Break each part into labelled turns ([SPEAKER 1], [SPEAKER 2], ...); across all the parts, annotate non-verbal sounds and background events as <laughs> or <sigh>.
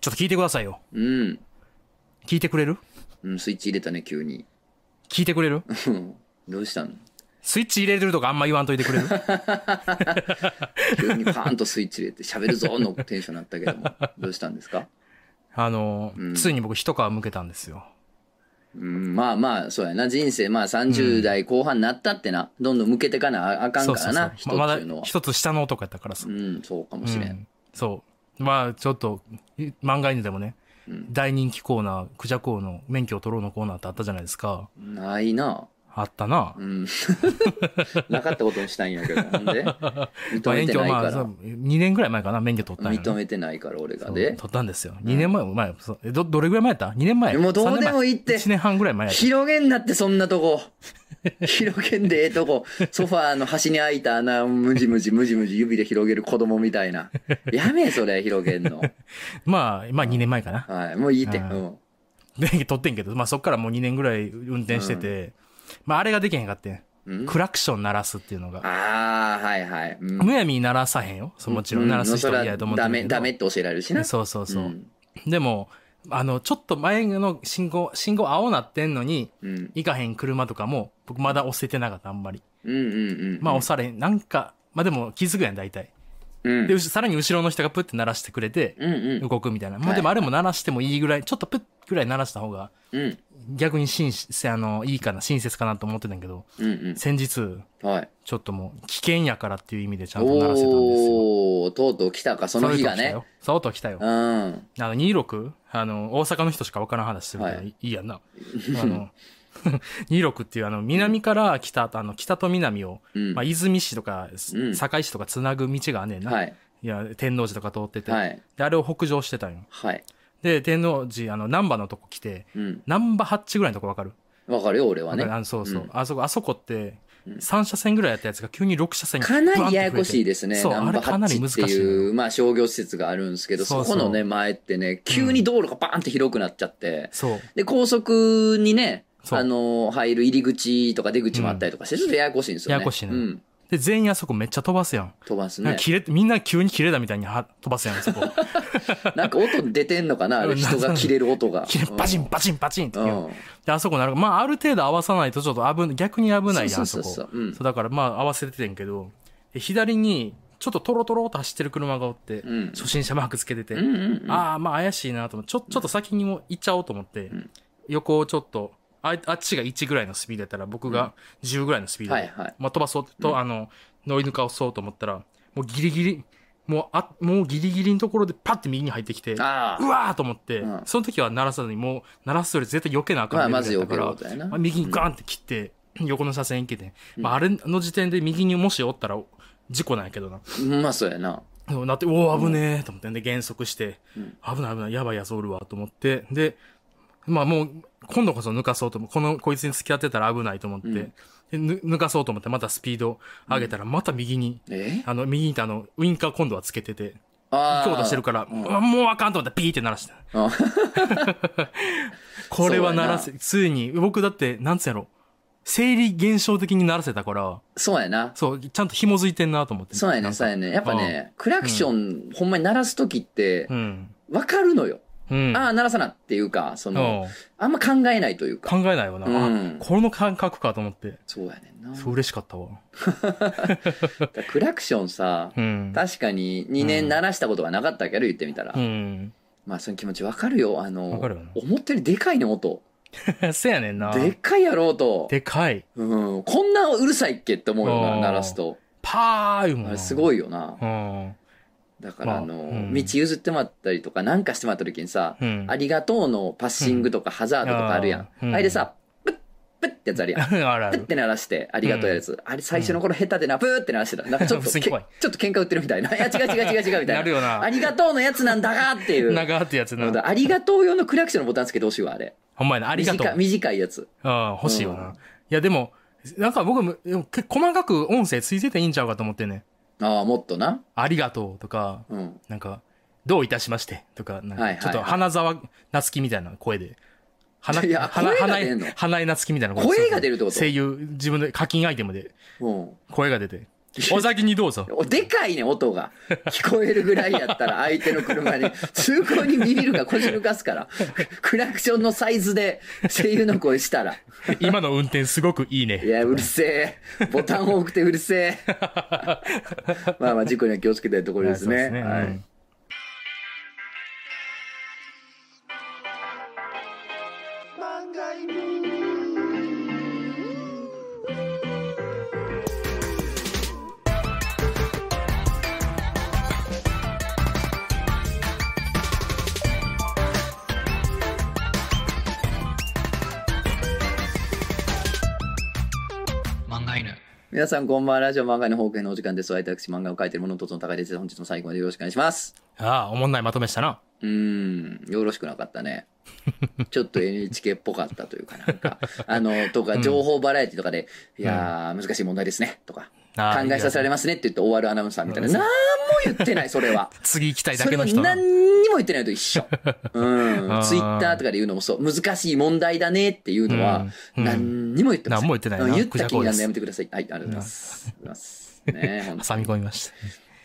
[SPEAKER 1] ちょっと聞いてくださいよ。
[SPEAKER 2] うん。
[SPEAKER 1] 聞いてくれる
[SPEAKER 2] うん、スイッチ入れたね、急に。 <laughs>
[SPEAKER 1] 聞いてくれる
[SPEAKER 2] どうしたの
[SPEAKER 1] スイッチ入れてるとかあんま言わんといてくれる
[SPEAKER 2] <laughs> 急にパーンとスイッチ入れて、喋るぞのテンションになった
[SPEAKER 1] <laughs>
[SPEAKER 2] けども。どうしたんですか
[SPEAKER 1] あの、
[SPEAKER 2] うん
[SPEAKER 1] ついに僕一皮むけたんですよ。
[SPEAKER 2] うん、まあまあ、そうやな。人生、まあ30代後半になったってな。どんどん向けてかなああかん
[SPEAKER 1] そ
[SPEAKER 2] か
[SPEAKER 1] うそうそ
[SPEAKER 2] ら
[SPEAKER 1] う
[SPEAKER 2] な、。人
[SPEAKER 1] まま
[SPEAKER 2] って
[SPEAKER 1] だ
[SPEAKER 2] いうのは。
[SPEAKER 1] 一つ下の男やったからさ。
[SPEAKER 2] うん、そうかもしれ。
[SPEAKER 1] うんんそう。まあ、ちょっと、い漫画犬でもね、
[SPEAKER 2] うん
[SPEAKER 1] 大人気コーナー、クジャコウの免許を取ろうのコーナーってあったじゃないですか。
[SPEAKER 2] ないな。
[SPEAKER 1] あったな
[SPEAKER 2] う。ん。なかったことにしたいんやけど。ほんで認
[SPEAKER 1] <laughs> まあ
[SPEAKER 2] め
[SPEAKER 1] 免
[SPEAKER 2] て
[SPEAKER 1] 許
[SPEAKER 2] ない
[SPEAKER 1] ま
[SPEAKER 2] か
[SPEAKER 1] あ、そ
[SPEAKER 2] ら
[SPEAKER 1] う。2年ぐらい前かな、免許取ったんやな
[SPEAKER 2] 認めてないから、俺が
[SPEAKER 1] そう
[SPEAKER 2] で。
[SPEAKER 1] 取ったんですよ。2年前、前、そうえど、どれぐらい前やった ?2 年前。
[SPEAKER 2] もうどうでもいいって
[SPEAKER 1] 1年半ぐらい前やった。
[SPEAKER 2] 広げんなって、そんなと
[SPEAKER 1] <laughs>
[SPEAKER 2] こ。広げんでええとこ。ソファーの端に開いた穴をむじむじむじむじ指で広げる子供みた
[SPEAKER 1] <laughs>
[SPEAKER 2] いな。やめえ、それ、広げんの。
[SPEAKER 1] まあ、まあ2年前かな。
[SPEAKER 2] はい、もういいって。
[SPEAKER 1] あ
[SPEAKER 2] う
[SPEAKER 1] ー
[SPEAKER 2] ん。
[SPEAKER 1] 免許 <laughs> 取ってんけど、まあそっからもう2年ぐらい運転してて、まああれができへんかってん。
[SPEAKER 2] うん
[SPEAKER 1] クラクション鳴らすっていうのが。
[SPEAKER 2] ああ、はいはい。うん
[SPEAKER 1] むやみに鳴らさへんよ。そうもちろ
[SPEAKER 2] うん
[SPEAKER 1] 鳴らす人
[SPEAKER 2] そ
[SPEAKER 1] は
[SPEAKER 2] ら
[SPEAKER 1] 嫌やと思って
[SPEAKER 2] ダ
[SPEAKER 1] るけ
[SPEAKER 2] メ、
[SPEAKER 1] ど。
[SPEAKER 2] ダメって教えられるしな。
[SPEAKER 1] そうそうそう。
[SPEAKER 2] ん
[SPEAKER 1] でも、あの、ちょっと前の信号、信号青なってんのに、
[SPEAKER 2] うん。
[SPEAKER 1] 行かへん車とかも、僕まだ押せてなかった、あんまり。
[SPEAKER 2] うんうんうん。
[SPEAKER 1] まあ押されへん。なんか、まあでも気づくやん、大体。
[SPEAKER 2] うん。
[SPEAKER 1] で、うしさらに後ろの人がプッて鳴らしてくれて、
[SPEAKER 2] うんうん。
[SPEAKER 1] 動くみたいな。
[SPEAKER 2] は
[SPEAKER 1] まあ
[SPEAKER 2] い
[SPEAKER 1] でもあれも鳴らしてもいいぐらい、ちょっとプッぐらい鳴らした方が、
[SPEAKER 2] うん。
[SPEAKER 1] 逆に親切、あの、いいかな、親切かなと思ってたんやけど、
[SPEAKER 2] うん
[SPEAKER 1] 先日、
[SPEAKER 2] うん。はい。
[SPEAKER 1] ちょっともう危険やからっていう意味でちゃんと鳴らせたんですよ。
[SPEAKER 2] おー、とうとう来たか、その日がね。。
[SPEAKER 1] そうと来たよ
[SPEAKER 2] う。ん。
[SPEAKER 1] あの、26? あの、大阪の人しかわからん話するけど、
[SPEAKER 2] はい
[SPEAKER 1] い、いやんな。あの、26っていうあの、南から北、あの、北と南を、
[SPEAKER 2] うん。
[SPEAKER 1] まあ、
[SPEAKER 2] は
[SPEAKER 1] 泉市とか、
[SPEAKER 2] うん
[SPEAKER 1] 堺市とかつなぐ道があんねんな。い、
[SPEAKER 2] い。
[SPEAKER 1] や、天王寺とか通ってて、
[SPEAKER 2] はい。
[SPEAKER 1] で、あれを北上してたんよ。
[SPEAKER 2] はい。
[SPEAKER 1] で、天王寺、あの、難波のとこ来て、
[SPEAKER 2] うん。
[SPEAKER 1] 難波八ッぐらいのとこわかる
[SPEAKER 2] わかるよ、俺は
[SPEAKER 1] わ
[SPEAKER 2] ね
[SPEAKER 1] か。るあのそうそう、
[SPEAKER 2] うん
[SPEAKER 1] あそこ、あそこって、
[SPEAKER 2] うん
[SPEAKER 1] 3車線ぐらいやったやつが急に6車線に
[SPEAKER 2] かなりやや
[SPEAKER 1] バン
[SPEAKER 2] こ
[SPEAKER 1] って増え
[SPEAKER 2] していですね。
[SPEAKER 1] そう、
[SPEAKER 2] ナ
[SPEAKER 1] あ
[SPEAKER 2] ン
[SPEAKER 1] れ
[SPEAKER 2] バハ
[SPEAKER 1] かな
[SPEAKER 2] ッチ
[SPEAKER 1] り難
[SPEAKER 2] っ
[SPEAKER 1] していの
[SPEAKER 2] い
[SPEAKER 1] よ。
[SPEAKER 2] う、まあ商業施設があるんですけど、
[SPEAKER 1] そ
[SPEAKER 2] そう
[SPEAKER 1] そう
[SPEAKER 2] このね、前ってね、急に道路がバーンって広くなっちゃって、
[SPEAKER 1] そう。
[SPEAKER 2] で、高速にね、
[SPEAKER 1] そう
[SPEAKER 2] あの、入る入り口とか出口もあったりとかして、ちょっとややこしいんですよね。
[SPEAKER 1] ややこしいね
[SPEAKER 2] うん。
[SPEAKER 1] で、全員あそこめっちゃ飛ばすやん。
[SPEAKER 2] 飛ばす
[SPEAKER 1] なん
[SPEAKER 2] ね
[SPEAKER 1] か。切れみんな急に切れたみたいには飛ばすやん、そ
[SPEAKER 2] <laughs>
[SPEAKER 1] こ。
[SPEAKER 2] なんか音出てんのかなあれ
[SPEAKER 1] うん
[SPEAKER 2] 人が切れる音が。
[SPEAKER 1] <laughs> 切れ、バチン、バチン、バチンって
[SPEAKER 2] う
[SPEAKER 1] 言うやん。
[SPEAKER 2] ん。
[SPEAKER 1] で、あそこなるまあ、ある程度合わさないとちょっと危ない、逆に危ないやん、あ
[SPEAKER 2] そ
[SPEAKER 1] そう
[SPEAKER 2] そう
[SPEAKER 1] こ。
[SPEAKER 2] そうそう
[SPEAKER 1] そう
[SPEAKER 2] うん
[SPEAKER 1] だからまあ、合わせててんけど、で左に、ちょっとトロトロっと走ってる車がおって、
[SPEAKER 2] うん
[SPEAKER 1] 初心者マークつけてて、
[SPEAKER 2] うんうんうん。
[SPEAKER 1] ああ、まあ怪しいなと思って、ちょ、ちょっと先にも行っちゃおうと思って、
[SPEAKER 2] ん
[SPEAKER 1] 横をちょっと、あ、あっちが1ぐらいのスピードやったら、僕が10ぐらいのスピードで、
[SPEAKER 2] はいはい
[SPEAKER 1] まあ飛ばそうと、あの、乗り抜かそうと思ったら、もうギリギリ、もう、あ、もうギリギリのところでパッて右に入ってきて、うわ
[SPEAKER 2] ああ。
[SPEAKER 1] ーと思って、
[SPEAKER 2] うん
[SPEAKER 1] その時は鳴らさずに、もう鳴らすより絶対避けなあ
[SPEAKER 2] ま
[SPEAKER 1] か
[SPEAKER 2] あ
[SPEAKER 1] ん
[SPEAKER 2] ま
[SPEAKER 1] レベ
[SPEAKER 2] ず
[SPEAKER 1] ル
[SPEAKER 2] 避
[SPEAKER 1] やった
[SPEAKER 2] け
[SPEAKER 1] か
[SPEAKER 2] る
[SPEAKER 1] ら
[SPEAKER 2] ことやな
[SPEAKER 1] まあ、右にガーンって切って、横の車線行けて、まああれの時点で右にもしおったら事故なんやけどな。
[SPEAKER 2] うんまあそうやな。
[SPEAKER 1] でもなって、おお、危ねえと思って、で、減速して、
[SPEAKER 2] うん
[SPEAKER 1] 危ない危ない、やばいやつおるわ、と思って、で、まあもう、今度こそ抜かそうと思う。この、こいつに付き合ってたら危ないと思って、
[SPEAKER 2] ん
[SPEAKER 1] でぬ抜かそうと思って、またスピード上げたら、また右に、
[SPEAKER 2] え
[SPEAKER 1] あの、右に行ってあの、ウインカー今度はつけてて、
[SPEAKER 2] あ
[SPEAKER 1] 強打してるから、
[SPEAKER 2] うん
[SPEAKER 1] うわもうあかんと思って、ピーって鳴らして。 <laughs>
[SPEAKER 2] あ
[SPEAKER 1] これは鳴らせ、ついに、僕だって、なんつうやろ、生理現象的に鳴らせたから、
[SPEAKER 2] そうやな。
[SPEAKER 1] そう、ちゃんと紐づいてんなと思って。
[SPEAKER 2] そうや
[SPEAKER 1] な
[SPEAKER 2] ね、
[SPEAKER 1] んか
[SPEAKER 2] そうやね。やっぱね、クラクション、ほんまに鳴らすときって
[SPEAKER 1] う、ん。
[SPEAKER 2] わかるのよ。
[SPEAKER 1] うん。
[SPEAKER 2] ああ、鳴らさなっていうか、そ
[SPEAKER 1] う
[SPEAKER 2] の、
[SPEAKER 1] ん
[SPEAKER 2] あんま考えないという
[SPEAKER 1] 考
[SPEAKER 2] か。
[SPEAKER 1] えないよな、あ
[SPEAKER 2] うん
[SPEAKER 1] この感覚かと思って
[SPEAKER 2] そうやねんな。
[SPEAKER 1] そう嬉しかったわ
[SPEAKER 2] だからクラクションさ、
[SPEAKER 1] うん
[SPEAKER 2] 確かに2年鳴らしたことがなかったけど、言ってみたら
[SPEAKER 1] う。ん <laughs>
[SPEAKER 2] まあ、その気持ちわかるよ。あの
[SPEAKER 1] わかるよな、
[SPEAKER 2] 思ったよりでかいね、音。
[SPEAKER 1] せやねんな
[SPEAKER 2] でっかいやろうと。
[SPEAKER 1] でかい
[SPEAKER 2] うん。こんなうるさいっけって思うよ
[SPEAKER 1] う
[SPEAKER 2] な、
[SPEAKER 1] ん
[SPEAKER 2] 鳴らすと。
[SPEAKER 1] パーいうもん
[SPEAKER 2] あ
[SPEAKER 1] な
[SPEAKER 2] れすご
[SPEAKER 1] い
[SPEAKER 2] いよな。
[SPEAKER 1] うん
[SPEAKER 2] だから、あ
[SPEAKER 1] まあ
[SPEAKER 2] の、
[SPEAKER 1] うん
[SPEAKER 2] 道譲ってもらったりとか、なんかしてもらった時にさ、
[SPEAKER 1] うん
[SPEAKER 2] ありがとうのパッシングとかハザードとかあるやん。
[SPEAKER 1] うん
[SPEAKER 2] あれでさ、プッ、プッってやつあるやん。
[SPEAKER 1] <laughs> あるあ
[SPEAKER 2] プッっ
[SPEAKER 1] る
[SPEAKER 2] て鳴らして、ありがとうややつ。あれ最初の頃下手でな、プーって鳴らしてた。なんかちょっと、
[SPEAKER 1] 普通
[SPEAKER 2] け
[SPEAKER 1] に
[SPEAKER 2] ちょ
[SPEAKER 1] 怖
[SPEAKER 2] っ
[SPEAKER 1] い
[SPEAKER 2] と喧嘩売ってるみたいな。いや、違う違う違う違うみたいな。
[SPEAKER 1] なるよな
[SPEAKER 2] ありがとうのやつなんだがっていう。
[SPEAKER 1] 長ってやつ
[SPEAKER 2] うん
[SPEAKER 1] な
[SPEAKER 2] だありがとう用のクラクションのボタンつけてほしいわ、あれ。
[SPEAKER 1] ほんまやなありがと
[SPEAKER 2] 短いう短いやつ。
[SPEAKER 1] うん欲しいよ
[SPEAKER 2] う
[SPEAKER 1] なんいやでもなんか僕もでも結構細かく音声ついてていいんちゃうかと思ってね
[SPEAKER 2] ああ、もっとな。
[SPEAKER 1] ありがとうとか
[SPEAKER 2] うん。
[SPEAKER 1] なんかどういたしましてとかなん
[SPEAKER 2] はいはい
[SPEAKER 1] か
[SPEAKER 2] はい
[SPEAKER 1] ちょっと花沢夏樹みたいな声で花
[SPEAKER 2] いや
[SPEAKER 1] 花
[SPEAKER 2] 声が
[SPEAKER 1] 花
[SPEAKER 2] 出
[SPEAKER 1] 江
[SPEAKER 2] んの
[SPEAKER 1] 花江夏樹みたいな
[SPEAKER 2] 声が出るってこと
[SPEAKER 1] 声優自分で課金アイテムで
[SPEAKER 2] うん。
[SPEAKER 1] 声が出て、お先にどうぞ。
[SPEAKER 2] おでかいね、音が。聞こえるぐらいやったら、相手の車に、通行にビビるか腰抜かすから、クラクションのサイズで、声優の声したら、
[SPEAKER 1] 今の運転すごくいい
[SPEAKER 2] い
[SPEAKER 1] ね。
[SPEAKER 2] や、うるせえ。ボタン多くてうる
[SPEAKER 1] <laughs>
[SPEAKER 2] せえ。まあまあ、事故には気をつけたいところです
[SPEAKER 1] は
[SPEAKER 2] ね。
[SPEAKER 1] いそうですね
[SPEAKER 2] は
[SPEAKER 1] う
[SPEAKER 2] い
[SPEAKER 1] ん。
[SPEAKER 2] 皆さん、こんばんは。ラジオ漫画の方向へのお時間です。私、漫画を描いているものとつの高いです。本日も最後までよろしくお願いします。
[SPEAKER 1] ああ、おもんないまとめしたな。
[SPEAKER 2] うーん、よろしくなかったね。ちょっと NHK っぽかったというかな
[SPEAKER 1] <laughs>
[SPEAKER 2] んか、あの、とか、情報バラエティとかで、いやー、難しい問題ですね、とか、
[SPEAKER 1] あー
[SPEAKER 2] 考えさせられますねって言って終わるアナウンサーみたいな、
[SPEAKER 1] うん
[SPEAKER 2] なんも言ってない、それは。
[SPEAKER 1] 次行きたいだ
[SPEAKER 2] そ
[SPEAKER 1] け
[SPEAKER 2] れ
[SPEAKER 1] の
[SPEAKER 2] は
[SPEAKER 1] 人な。
[SPEAKER 2] 何にも言ってないと一緒。
[SPEAKER 1] <laughs>
[SPEAKER 2] うん
[SPEAKER 1] あ。ー
[SPEAKER 2] ツイッターとかで言うのもそう。難しい問題だねっていうのは、
[SPEAKER 1] うん
[SPEAKER 2] 何にも言ってません。
[SPEAKER 1] 何も言ってないな
[SPEAKER 2] うん言った気になるのやめてください。はい、ありがとうございます。ありがとうございますね、本当
[SPEAKER 1] 挟み込みまし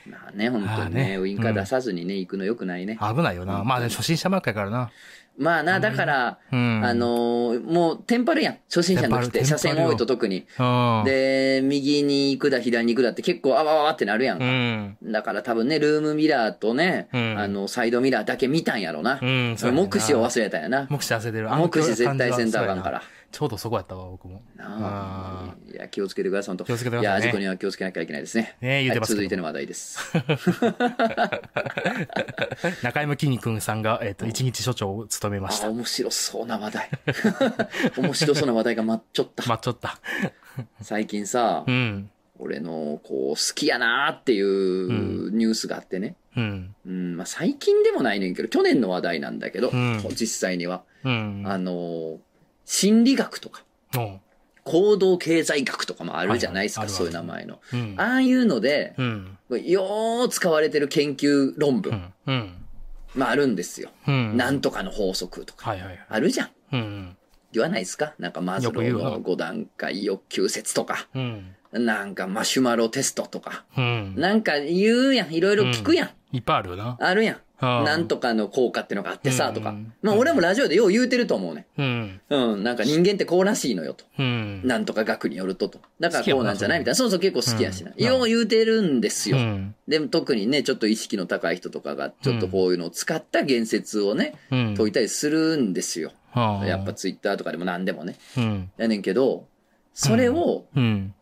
[SPEAKER 2] にまあね、本当
[SPEAKER 1] あー
[SPEAKER 2] に
[SPEAKER 1] ね
[SPEAKER 2] ね、ウインカー出さずにね、行くの良くないね。
[SPEAKER 1] た。危ないよな。まあ、ね、初心者ばっかやからな。
[SPEAKER 2] まあな、だから、
[SPEAKER 1] うん。
[SPEAKER 2] あ、のーもうテンパるやん。初心者の時っ
[SPEAKER 1] テンパる
[SPEAKER 2] て、車線多いと特に。
[SPEAKER 1] うん。
[SPEAKER 2] で、右に行くだ、左に行くだって結構、あわわわってなるや。
[SPEAKER 1] うんん。
[SPEAKER 2] だから多分ね、ルームミラーとね、
[SPEAKER 1] うん
[SPEAKER 2] あの、サイドミラーだけ見たんやろな。
[SPEAKER 1] うんそうやねんな
[SPEAKER 2] 目視を忘れたんやな。
[SPEAKER 1] 目視焦れる。
[SPEAKER 2] 目視絶対センター
[SPEAKER 1] ガ
[SPEAKER 2] ガンから。。
[SPEAKER 1] ちょうどそこやったわ、僕も。
[SPEAKER 2] なあ
[SPEAKER 1] あ
[SPEAKER 2] いや、気をつけてください、本当。
[SPEAKER 1] 気をつけてくださいね
[SPEAKER 2] や、事故には気をつけなきゃいけないですね。
[SPEAKER 1] ね言うてますけど
[SPEAKER 2] はい続いての話題です。
[SPEAKER 1] 中山きんに君さんが、えっ、と、一日所長を務めまし
[SPEAKER 2] あ、
[SPEAKER 1] た。
[SPEAKER 2] 面白そうな話題。 <laughs> 面白そうな話題が待っちょった。
[SPEAKER 1] まっちょった。
[SPEAKER 2] 最近さ
[SPEAKER 1] う、ん。
[SPEAKER 2] 俺の、こう、好きやなーっていうニュースがあってね。
[SPEAKER 1] うん。
[SPEAKER 2] うん、まあ最近でもないねんけど、去年の話題なんだけど、
[SPEAKER 1] うん
[SPEAKER 2] 実際には。
[SPEAKER 1] うん。
[SPEAKER 2] あのー心理学とか、
[SPEAKER 1] うん。
[SPEAKER 2] 行動経済学とかもあるじゃないですか、
[SPEAKER 1] はいはい
[SPEAKER 2] そういう名前の。
[SPEAKER 1] うん。
[SPEAKER 2] ああいうので、
[SPEAKER 1] うん。
[SPEAKER 2] よう使われてる研究論
[SPEAKER 1] う
[SPEAKER 2] 文、
[SPEAKER 1] ん。うん。
[SPEAKER 2] まああるんですよ。
[SPEAKER 1] うん。
[SPEAKER 2] なんとかの法則とか。
[SPEAKER 1] はいはいはい。
[SPEAKER 2] あるじゃん。
[SPEAKER 1] うん。
[SPEAKER 2] 言わないですかなんかマズロー
[SPEAKER 1] よく言うな
[SPEAKER 2] の5段階欲求説とか、
[SPEAKER 1] うん。
[SPEAKER 2] なんかマシュマロテストとか、
[SPEAKER 1] うん。
[SPEAKER 2] なんか言うやん。いろいろ聞くやん。
[SPEAKER 1] いっぱいあるよな。
[SPEAKER 2] あるやん。
[SPEAKER 1] うん
[SPEAKER 2] なんとかの効果ってのがあってさ、と
[SPEAKER 1] う
[SPEAKER 2] か
[SPEAKER 1] ん。
[SPEAKER 2] まあ俺もラジオでよう言うてると思うね。
[SPEAKER 1] うん。
[SPEAKER 2] うん、なんか人間ってこうらしいのよと。
[SPEAKER 1] うん。
[SPEAKER 2] なんとか学によるとと。だか
[SPEAKER 1] 好きや
[SPEAKER 2] らこ
[SPEAKER 1] も
[SPEAKER 2] うん
[SPEAKER 1] な
[SPEAKER 2] なんじゃないみたいな。そうそう結構好きやしな。
[SPEAKER 1] うん
[SPEAKER 2] よう言うてるんです
[SPEAKER 1] う
[SPEAKER 2] よ。
[SPEAKER 1] ん。
[SPEAKER 2] でも特にね、ちょっと意識の高い人とかが、ちょっとこういうのを使った言説をね、
[SPEAKER 1] うん。
[SPEAKER 2] 解いたりするんですよ。
[SPEAKER 1] うん
[SPEAKER 2] やっぱツイッターとかでも何でもね。
[SPEAKER 1] うん。
[SPEAKER 2] やねんけど、それを、
[SPEAKER 1] うん。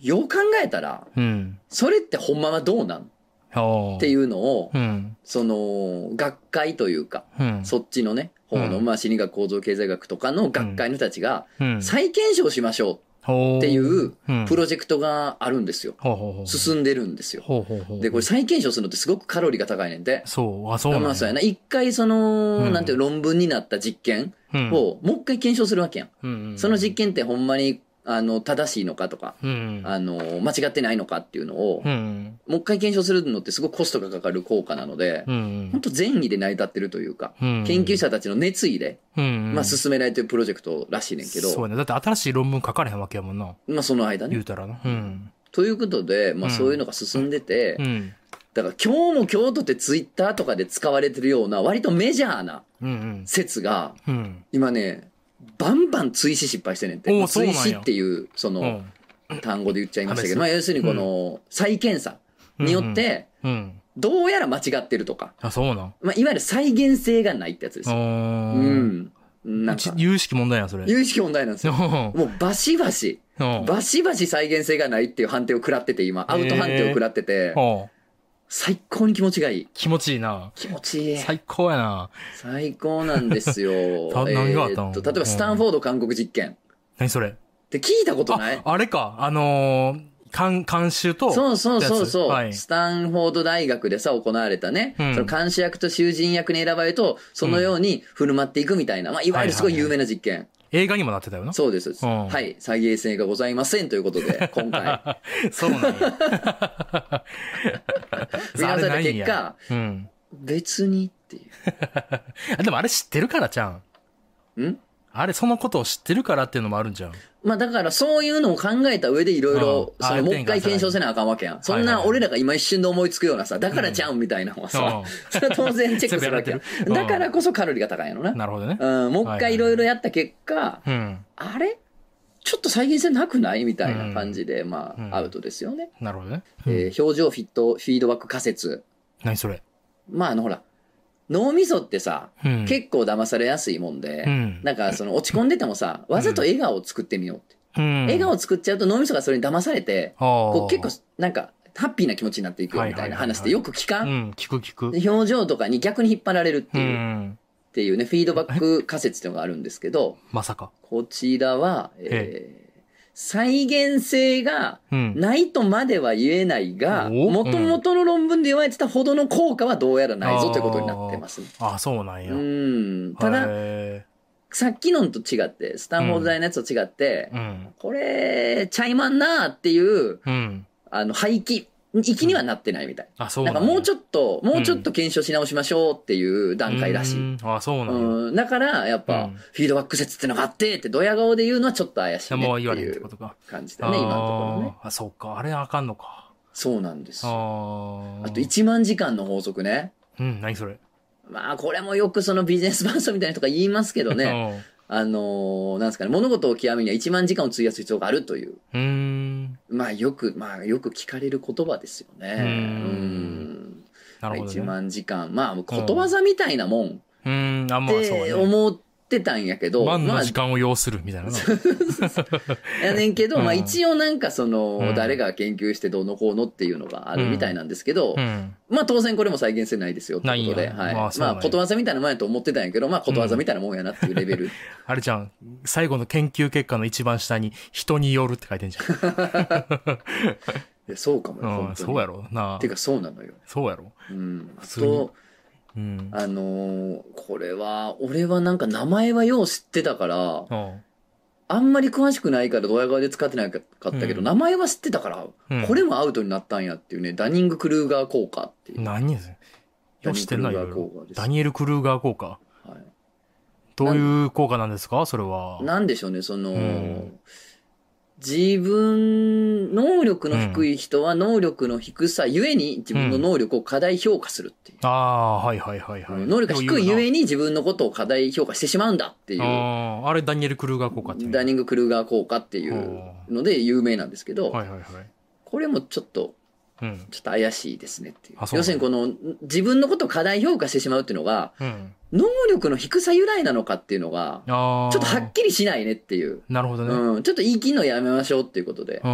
[SPEAKER 2] よう考えたら、
[SPEAKER 1] うん。
[SPEAKER 2] それってほんまはどうなん
[SPEAKER 1] っ
[SPEAKER 2] って
[SPEAKER 1] う。
[SPEAKER 2] いうのを、
[SPEAKER 1] うん。
[SPEAKER 2] その、学会というか、
[SPEAKER 1] うん。
[SPEAKER 2] そっちのね、方の、
[SPEAKER 1] うん
[SPEAKER 2] まあ、心理学、構造経済学とかの学会の人たちが、
[SPEAKER 1] うん。
[SPEAKER 2] 再検証しましょ
[SPEAKER 1] っ
[SPEAKER 2] うっていうプ
[SPEAKER 1] ロ。
[SPEAKER 2] ロジェクトがあるんですよ。
[SPEAKER 1] ほうほうほう。
[SPEAKER 2] 進んでるんですよ。
[SPEAKER 1] ほうほうほう。
[SPEAKER 2] で、これ再検証するのってすごくカロリーが高いねんで。
[SPEAKER 1] そう、あ、そうなん
[SPEAKER 2] ま
[SPEAKER 1] や
[SPEAKER 2] あそうやな。一回その、
[SPEAKER 1] うん
[SPEAKER 2] なんていうの論文になった実験
[SPEAKER 1] うん
[SPEAKER 2] をもう一回検証するわけやん。
[SPEAKER 1] うん。
[SPEAKER 2] その実験ってほんまに、あの、正しいのかとか、
[SPEAKER 1] うん。
[SPEAKER 2] あの、間違ってないのかっていうのを
[SPEAKER 1] う、ん。
[SPEAKER 2] もう一回検証するのってすごくコストがかかる効果なので、
[SPEAKER 1] うん
[SPEAKER 2] 本。当善意で成り立ってるというか、
[SPEAKER 1] うん。
[SPEAKER 2] 研究者たちの熱意で、
[SPEAKER 1] うん。
[SPEAKER 2] まあ進められてるプロジェクトらしいねんけ
[SPEAKER 1] そう
[SPEAKER 2] ど、
[SPEAKER 1] やね。だって新しい論文書かれへんわけやもんな。
[SPEAKER 2] まあその間
[SPEAKER 1] 言う
[SPEAKER 2] ね。
[SPEAKER 1] たらな。うん。
[SPEAKER 2] ということで、まあ
[SPEAKER 1] うん
[SPEAKER 2] そういうのが進んでて
[SPEAKER 1] う、ん。
[SPEAKER 2] だから今日も今日とってツイッターとかで使われてるような割とメジャーな
[SPEAKER 1] うん。
[SPEAKER 2] 説が
[SPEAKER 1] うん。
[SPEAKER 2] 今ねバンバン追試失敗してんねんって
[SPEAKER 1] おう
[SPEAKER 2] まあ
[SPEAKER 1] そう
[SPEAKER 2] 追
[SPEAKER 1] なんや
[SPEAKER 2] 試っていうそうの
[SPEAKER 1] ん。
[SPEAKER 2] 単語で言っちゃいましたけ
[SPEAKER 1] 試す
[SPEAKER 2] ど、まあ、要するにこの再検査によって
[SPEAKER 1] うん。
[SPEAKER 2] どうやら間違ってるとか、
[SPEAKER 1] あ、そうなん。
[SPEAKER 2] まあ、いわゆる再現性がないってやつですよ。う
[SPEAKER 1] うん。
[SPEAKER 2] ん。なんか
[SPEAKER 1] 有識問題や、それ。
[SPEAKER 2] 有意識問題なんですよ。
[SPEAKER 1] うん。
[SPEAKER 2] もうバシバシ、
[SPEAKER 1] うん。
[SPEAKER 2] バシバシ再現性がないっていう判定を食らってて今、アウト判定を食らってて、
[SPEAKER 1] うん
[SPEAKER 2] 最高に気持ちがいい。
[SPEAKER 1] 気持ちいいな。
[SPEAKER 2] 気持ちいい。
[SPEAKER 1] 最高やな。
[SPEAKER 2] 最高なんですよ。
[SPEAKER 1] <laughs> た何があったの
[SPEAKER 2] えーと例えば、スタンフォード韓国実験。っ
[SPEAKER 1] 何それ
[SPEAKER 2] て聞いたことない
[SPEAKER 1] あ、あれか。あのー、監、監修と。
[SPEAKER 2] そうそうそうそう、
[SPEAKER 1] やつはい
[SPEAKER 2] スタンフォード大学でさ、行われたね、
[SPEAKER 1] うん
[SPEAKER 2] その監視役と囚人役に選ばれると、そのように振る舞っていくみたいな、まあ、いわゆるすごい有名な実験。
[SPEAKER 1] 映画にもなってたよな。
[SPEAKER 2] そうです、そうです
[SPEAKER 1] うん
[SPEAKER 2] はい。再現性がございませんというこ
[SPEAKER 1] <laughs>
[SPEAKER 2] とで、今回。
[SPEAKER 1] そう <laughs> なんや。
[SPEAKER 2] 皆
[SPEAKER 1] あ
[SPEAKER 2] さ
[SPEAKER 1] れな
[SPEAKER 2] んの
[SPEAKER 1] いん
[SPEAKER 2] 結
[SPEAKER 1] や
[SPEAKER 2] 果、
[SPEAKER 1] うん。
[SPEAKER 2] 別にっていう。
[SPEAKER 1] あでもあれ知ってるからちゃん。
[SPEAKER 2] ん
[SPEAKER 1] あれ、そのことを知ってるからっていうのもあるんじゃん。
[SPEAKER 2] まあだからそういうのを考えた上でいろいろ、
[SPEAKER 1] うん
[SPEAKER 2] そ
[SPEAKER 1] あ
[SPEAKER 2] のもう一回
[SPEAKER 1] やってんか
[SPEAKER 2] 検証せなあかんわけやん。そん
[SPEAKER 1] はい
[SPEAKER 2] な
[SPEAKER 1] はい
[SPEAKER 2] 俺らが今一瞬で思いつくようなさ、だからちゃうんみたいなのはさ、
[SPEAKER 1] う
[SPEAKER 2] それは当然チェックす
[SPEAKER 1] <laughs>
[SPEAKER 2] るわけやん
[SPEAKER 1] 全。部やられてるうん
[SPEAKER 2] だからこそカロリーが高いやろな。
[SPEAKER 1] なるほどね。
[SPEAKER 2] うん、もう一回いろいろやった結果、
[SPEAKER 1] うん。
[SPEAKER 2] あれちょっと再現性なくないみたいな感じで、ま
[SPEAKER 1] うん
[SPEAKER 2] あ、アウトですよね。
[SPEAKER 1] なるほどね。
[SPEAKER 2] えー表情フィット、フィードバック仮説。
[SPEAKER 1] 何それ。
[SPEAKER 2] まあ、あの、ほら、脳みそってさ、
[SPEAKER 1] うん。
[SPEAKER 2] 結構騙されやすいもんで、
[SPEAKER 1] うん
[SPEAKER 2] なんかその落ち込んでてもさ、わざと笑顔を作ってみようって。
[SPEAKER 1] うん、
[SPEAKER 2] 笑顔を作っちゃうと脳みそがそれに騙されて、こ
[SPEAKER 1] こ
[SPEAKER 2] う結構なんかハッピーな気持ちになっていくよみたいな話ってよく聞か
[SPEAKER 1] うん
[SPEAKER 2] ん。、
[SPEAKER 1] 聞く聞く。
[SPEAKER 2] で表情とかに逆に引っ張られるって
[SPEAKER 1] う
[SPEAKER 2] いう、っ
[SPEAKER 1] ん。
[SPEAKER 2] ていうね、フィードバック仮説っていうのがあるんですけど、
[SPEAKER 1] まさか。
[SPEAKER 2] こちらは、えー再現性が
[SPEAKER 1] うん。
[SPEAKER 2] ないとまでは言えないが、
[SPEAKER 1] お
[SPEAKER 2] もともとの論文で言われてたほどの効果はどうやらないぞということになってます。
[SPEAKER 1] あ、そうなんや。
[SPEAKER 2] うん。ただ、
[SPEAKER 1] へ
[SPEAKER 2] さっきのと違って、スタンフォード大のやつと違って、
[SPEAKER 1] ーうん。
[SPEAKER 2] これ、ちゃいまんなーっていう、
[SPEAKER 1] うん。
[SPEAKER 2] あの、廃棄、域にはなってないみたい。
[SPEAKER 1] あ、そう
[SPEAKER 2] なん
[SPEAKER 1] や
[SPEAKER 2] かもうちょっと、もうちょっと検証し直しましょうっていう段階らしい。
[SPEAKER 1] うん。あ、そうなんや。
[SPEAKER 2] うん、だから、やっぱ、
[SPEAKER 1] うん
[SPEAKER 2] フィードバック説ってのがあって、ってドヤ顔で言うのはちょっと怪しいね
[SPEAKER 1] もう
[SPEAKER 2] って
[SPEAKER 1] 言われへん
[SPEAKER 2] い
[SPEAKER 1] って
[SPEAKER 2] う
[SPEAKER 1] ことか。
[SPEAKER 2] 感じだね、
[SPEAKER 1] あー
[SPEAKER 2] 今のところね。
[SPEAKER 1] あ、そうか。あれあかんのか。
[SPEAKER 2] そうなんです
[SPEAKER 1] あ
[SPEAKER 2] よ。
[SPEAKER 1] ー
[SPEAKER 2] あと1万時間の法則ね。
[SPEAKER 1] うん、何それ。
[SPEAKER 2] まあ、これもよくそのビジネスパーソンみたいな人が言いますけどね、あのーなんですかね、物事を極めには1万時間を費やす必要があるという。
[SPEAKER 1] うん。うーん。
[SPEAKER 2] まあよく、まあよく聞かれる言葉ですよね。
[SPEAKER 1] うん
[SPEAKER 2] うん。
[SPEAKER 1] なるほど、ね。
[SPEAKER 2] 1万時間。まあ、ことわざみたいなもんっ
[SPEAKER 1] うーん、あんまあそう
[SPEAKER 2] て
[SPEAKER 1] やね。
[SPEAKER 2] 思ってたんやけど、
[SPEAKER 1] 万
[SPEAKER 2] ま
[SPEAKER 1] の
[SPEAKER 2] あ
[SPEAKER 1] 時、間を要するみたいなな。
[SPEAKER 2] やねんけど、まあ
[SPEAKER 1] うん
[SPEAKER 2] 一応なんかその、
[SPEAKER 1] うん
[SPEAKER 2] 誰が研究してどうのこうのっていうのがあるみたいなんですけど、
[SPEAKER 1] うん。
[SPEAKER 2] まあ当然これも再現性ないですよってこと
[SPEAKER 1] ない
[SPEAKER 2] で、
[SPEAKER 1] んや
[SPEAKER 2] はい。
[SPEAKER 1] ま
[SPEAKER 2] ま
[SPEAKER 1] あそうなん
[SPEAKER 2] あ
[SPEAKER 1] や
[SPEAKER 2] ことわざみたいなもんやと思ってたんやけど、まあことわざみたいなもんやなっていうレベル。
[SPEAKER 1] あれじゃん。最後の研究結果の一番下に、人によるって書いてんじ
[SPEAKER 2] <laughs>
[SPEAKER 1] ゃん。
[SPEAKER 2] いやそうかもよ、
[SPEAKER 1] うん、
[SPEAKER 2] 本当に。
[SPEAKER 1] そうやろ。なあ
[SPEAKER 2] て。かそうなのよ。
[SPEAKER 1] そうやろ。
[SPEAKER 2] うん。あ
[SPEAKER 1] 普通に
[SPEAKER 2] と、
[SPEAKER 1] うん。
[SPEAKER 2] あのーこれは、俺はなんか名前はよう知ってたから、
[SPEAKER 1] うん
[SPEAKER 2] あんまり詳しくないからドヤ顔で使ってなかったけど、
[SPEAKER 1] うん
[SPEAKER 2] 名前は知ってたから、
[SPEAKER 1] うん
[SPEAKER 2] これもアウトになったんやっていうね、ダニング・クルーガー効果っていう。
[SPEAKER 1] 何やそれ。よく知ってんな、い
[SPEAKER 2] ダ
[SPEAKER 1] ろい
[SPEAKER 2] ニングクルーガー効
[SPEAKER 1] ろ
[SPEAKER 2] 果です
[SPEAKER 1] ダニエル・クルーガー効果。
[SPEAKER 2] は
[SPEAKER 1] どういう効果なんですかそれは。
[SPEAKER 2] い、なんでしょうね、その、
[SPEAKER 1] うん
[SPEAKER 2] 自分、能力の低い人は能力の低さゆえに自分の能力を過大評価するっていう。
[SPEAKER 1] ああ、はいはいはいはい。
[SPEAKER 2] 能力が低いゆ
[SPEAKER 1] っ
[SPEAKER 2] えに自分のことを過大評価してしまうんだっ
[SPEAKER 1] て
[SPEAKER 2] ていうう、
[SPEAKER 1] な。あーあれ、ダニエル・クルーガー効果っていう。
[SPEAKER 2] ダニング・クルーガー効果っていうので有名なんですけど、
[SPEAKER 1] はいはいはい。
[SPEAKER 2] これもちょっと
[SPEAKER 1] うん。
[SPEAKER 2] ちょっと怪しいですねっていう
[SPEAKER 1] あ。そう
[SPEAKER 2] 要するにこの自分のことを過大評価してしまうっていうのが、
[SPEAKER 1] うん。
[SPEAKER 2] 能力の低さ由来なのかっていうのが、
[SPEAKER 1] ああ。
[SPEAKER 2] ちょっとはっきりしないねっていう。
[SPEAKER 1] なるほどね。
[SPEAKER 2] うん、ちょっと言い切るのやめましょうっていうことで
[SPEAKER 1] う。ー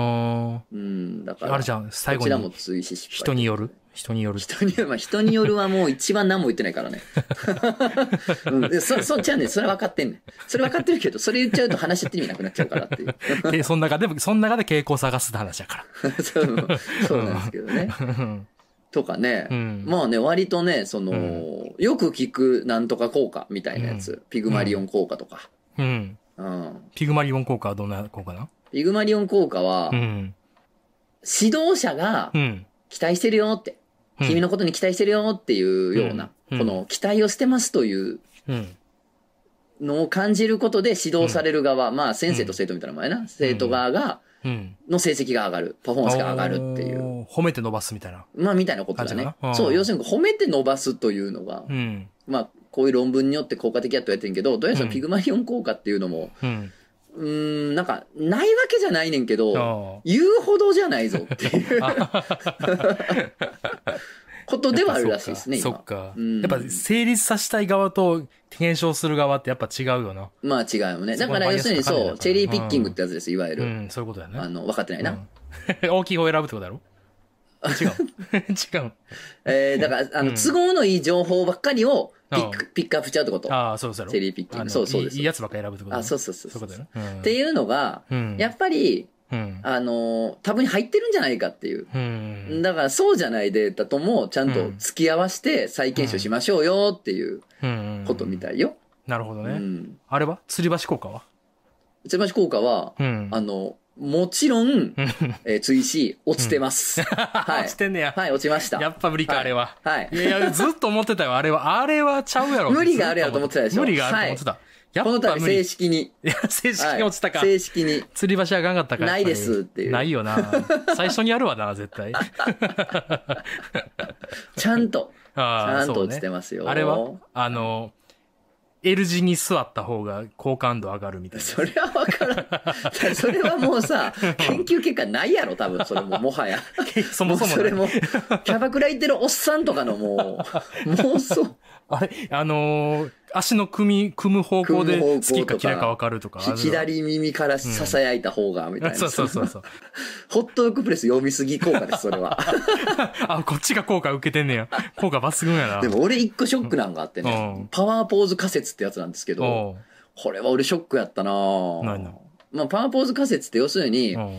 [SPEAKER 1] ん。
[SPEAKER 2] うん、だから、
[SPEAKER 1] あれじゃん、最
[SPEAKER 2] こ
[SPEAKER 1] 後
[SPEAKER 2] ちらも
[SPEAKER 1] に。
[SPEAKER 2] 追試失敗。
[SPEAKER 1] 人による人による。
[SPEAKER 2] 人による、まあ、人によるはもう一番何も言ってな
[SPEAKER 1] <laughs>
[SPEAKER 2] いからね。うん、でそ、そ、じゃあね、それは分かってんねん。それ分かってるけど、それ言っちゃうと話って意味なくなっちゃうからっ
[SPEAKER 1] <laughs>
[SPEAKER 2] ていう。
[SPEAKER 1] で、その中でも、その中で傾向を探すって話やか
[SPEAKER 2] そうそうなんですけど <laughs> ね。
[SPEAKER 1] ら。うん。
[SPEAKER 2] とかね。
[SPEAKER 1] うん。
[SPEAKER 2] まあね、割とね、その、
[SPEAKER 1] う
[SPEAKER 2] よく聞くなんとか効果みたいなやつ。
[SPEAKER 1] う
[SPEAKER 2] ピグマリオン効果とか。
[SPEAKER 1] うん。
[SPEAKER 2] うん。
[SPEAKER 1] ピグマリオン効果はどんな効果な
[SPEAKER 2] ピグマリオン効果は、
[SPEAKER 1] うん。
[SPEAKER 2] 指導者が
[SPEAKER 1] うん。
[SPEAKER 2] 期待してるよって、
[SPEAKER 1] うん
[SPEAKER 2] 君のことに期待してるよっていうような、
[SPEAKER 1] うん
[SPEAKER 2] この期待をしてますという
[SPEAKER 1] うん。
[SPEAKER 2] のを感じることで指導される側、まあ先生と生徒みたいなもんやな。生徒側が、
[SPEAKER 1] うん。
[SPEAKER 2] の成績が上がる、パフォーマンスが上がるっていう。
[SPEAKER 1] おー。褒めて伸ばすみたいな。
[SPEAKER 2] まあみたいなことだ
[SPEAKER 1] あ
[SPEAKER 2] ね
[SPEAKER 1] じゃあ。な
[SPEAKER 2] そうう、
[SPEAKER 1] ん
[SPEAKER 2] 要するに褒めて伸ばすというのが、
[SPEAKER 1] うん。
[SPEAKER 2] まあこういう論文によって効果的やとやってんけど、どうやらその
[SPEAKER 1] うん
[SPEAKER 2] ピグマリオン効果っていうのも、
[SPEAKER 1] うん。
[SPEAKER 2] うーん、なんか、ないわけじゃないねんけど、
[SPEAKER 1] あ
[SPEAKER 2] 言うほどじゃないぞっていうこと
[SPEAKER 1] あ。
[SPEAKER 2] ではあるらしいですね、
[SPEAKER 1] やっぱそ
[SPEAKER 2] 今
[SPEAKER 1] っ。か。
[SPEAKER 2] うん
[SPEAKER 1] やっぱ成立させたい側と検証する側ってやっぱ違うよな。
[SPEAKER 2] まあ違うよね。だ
[SPEAKER 1] そ
[SPEAKER 2] か
[SPEAKER 1] こ
[SPEAKER 2] ら
[SPEAKER 1] は
[SPEAKER 2] 要するに
[SPEAKER 1] バイアスかかるん
[SPEAKER 2] そ
[SPEAKER 1] だ
[SPEAKER 2] う、
[SPEAKER 1] から
[SPEAKER 2] チェリーピッキングってやつです、いわゆ
[SPEAKER 1] う
[SPEAKER 2] る。
[SPEAKER 1] ん、そういうことだよね。
[SPEAKER 2] あの、分かってないな。
[SPEAKER 1] うん <laughs> 大きい方を選ぶってこと
[SPEAKER 2] <laughs>
[SPEAKER 1] だろあ違う。違う。 <laughs>
[SPEAKER 2] えーだから、あの、
[SPEAKER 1] うん
[SPEAKER 2] 都合のいい情報ばっかりをピッ
[SPEAKER 1] う
[SPEAKER 2] クピックアップしちゃうってこと。
[SPEAKER 1] ああ、そうそうやろ。
[SPEAKER 2] チェリーピッキング
[SPEAKER 1] あの
[SPEAKER 2] そうそうで
[SPEAKER 1] い
[SPEAKER 2] す
[SPEAKER 1] いいいやつばっか選ぶってこと
[SPEAKER 2] あ、そううそうそう
[SPEAKER 1] そう
[SPEAKER 2] そ
[SPEAKER 1] いう
[SPEAKER 2] う。
[SPEAKER 1] こ
[SPEAKER 2] っ
[SPEAKER 1] とだよね。
[SPEAKER 2] ていうのが、
[SPEAKER 1] うん、
[SPEAKER 2] やっぱり、
[SPEAKER 1] うん。
[SPEAKER 2] あの、多分に入ってるんじゃないかっていう。
[SPEAKER 1] うん。
[SPEAKER 2] だから、そうじゃないデータとも、ちゃんと付き合わせて再検証しましょうよっていう
[SPEAKER 1] うん。
[SPEAKER 2] ことみたいよ。
[SPEAKER 1] なるほど
[SPEAKER 2] う
[SPEAKER 1] ね。
[SPEAKER 2] ん。
[SPEAKER 1] あれは吊り橋効果は
[SPEAKER 2] 吊り橋効果は、
[SPEAKER 1] うん。
[SPEAKER 2] あの、もちろん、えー追試、落ちてます。はい
[SPEAKER 1] し。てんねや。
[SPEAKER 2] はい、落ちました。
[SPEAKER 1] やっぱ無理か、
[SPEAKER 2] はい
[SPEAKER 1] あれは。
[SPEAKER 2] はい
[SPEAKER 1] いやいや、ずっと思ってたよ、あれは。あれはちゃうやろ。
[SPEAKER 2] 無理があるやろと思ってたでしょ
[SPEAKER 1] 無理があると思ってた。や
[SPEAKER 2] この
[SPEAKER 1] っぱ
[SPEAKER 2] 度
[SPEAKER 1] 無
[SPEAKER 2] 正
[SPEAKER 1] 理。
[SPEAKER 2] 式に。
[SPEAKER 1] いや、正式に落ちたか
[SPEAKER 2] は。い正式に。
[SPEAKER 1] 釣り橋あかんかったから。
[SPEAKER 2] ないですっていう
[SPEAKER 1] ないよな。最初にやるわな、 <laughs> 絶対。あ
[SPEAKER 2] ちゃんと、ち
[SPEAKER 1] あ
[SPEAKER 2] ゃ
[SPEAKER 1] ー、
[SPEAKER 2] んと
[SPEAKER 1] そう
[SPEAKER 2] 落ち
[SPEAKER 1] ね
[SPEAKER 2] て。ますよ。
[SPEAKER 1] あれはあの、L 字に座った方が好感度上がるみたい
[SPEAKER 2] それは
[SPEAKER 1] <laughs>
[SPEAKER 2] わからん。それはもうさ、研究結果ないやろ、多分、それも、もはや。
[SPEAKER 1] な。そ <laughs> もそも
[SPEAKER 2] もうそ
[SPEAKER 1] ね、
[SPEAKER 2] れも、キャバクラ行ってるおっさんとかのもう、妄想、
[SPEAKER 1] あれ、あのー足の組み、組む方向で
[SPEAKER 2] 組む方向
[SPEAKER 1] 好きか嫌いか分かるとか。
[SPEAKER 2] ひ左耳から囁いた方が、みたい
[SPEAKER 1] あ
[SPEAKER 2] な。
[SPEAKER 1] そうそうそうそう。
[SPEAKER 2] ホットドッグプレス読みすぎ効果です、それは。
[SPEAKER 1] <laughs> あ、こっちが効果受けてんねや。効果抜群やな。
[SPEAKER 2] でも俺一個ショックなんがあって
[SPEAKER 1] うん
[SPEAKER 2] ね、パワーポーズ仮説ってやつなんですけど、
[SPEAKER 1] おう
[SPEAKER 2] これは俺ショックやったなぁ
[SPEAKER 1] ないない
[SPEAKER 2] まあ、パワーポーズ仮説って要するに、
[SPEAKER 1] おう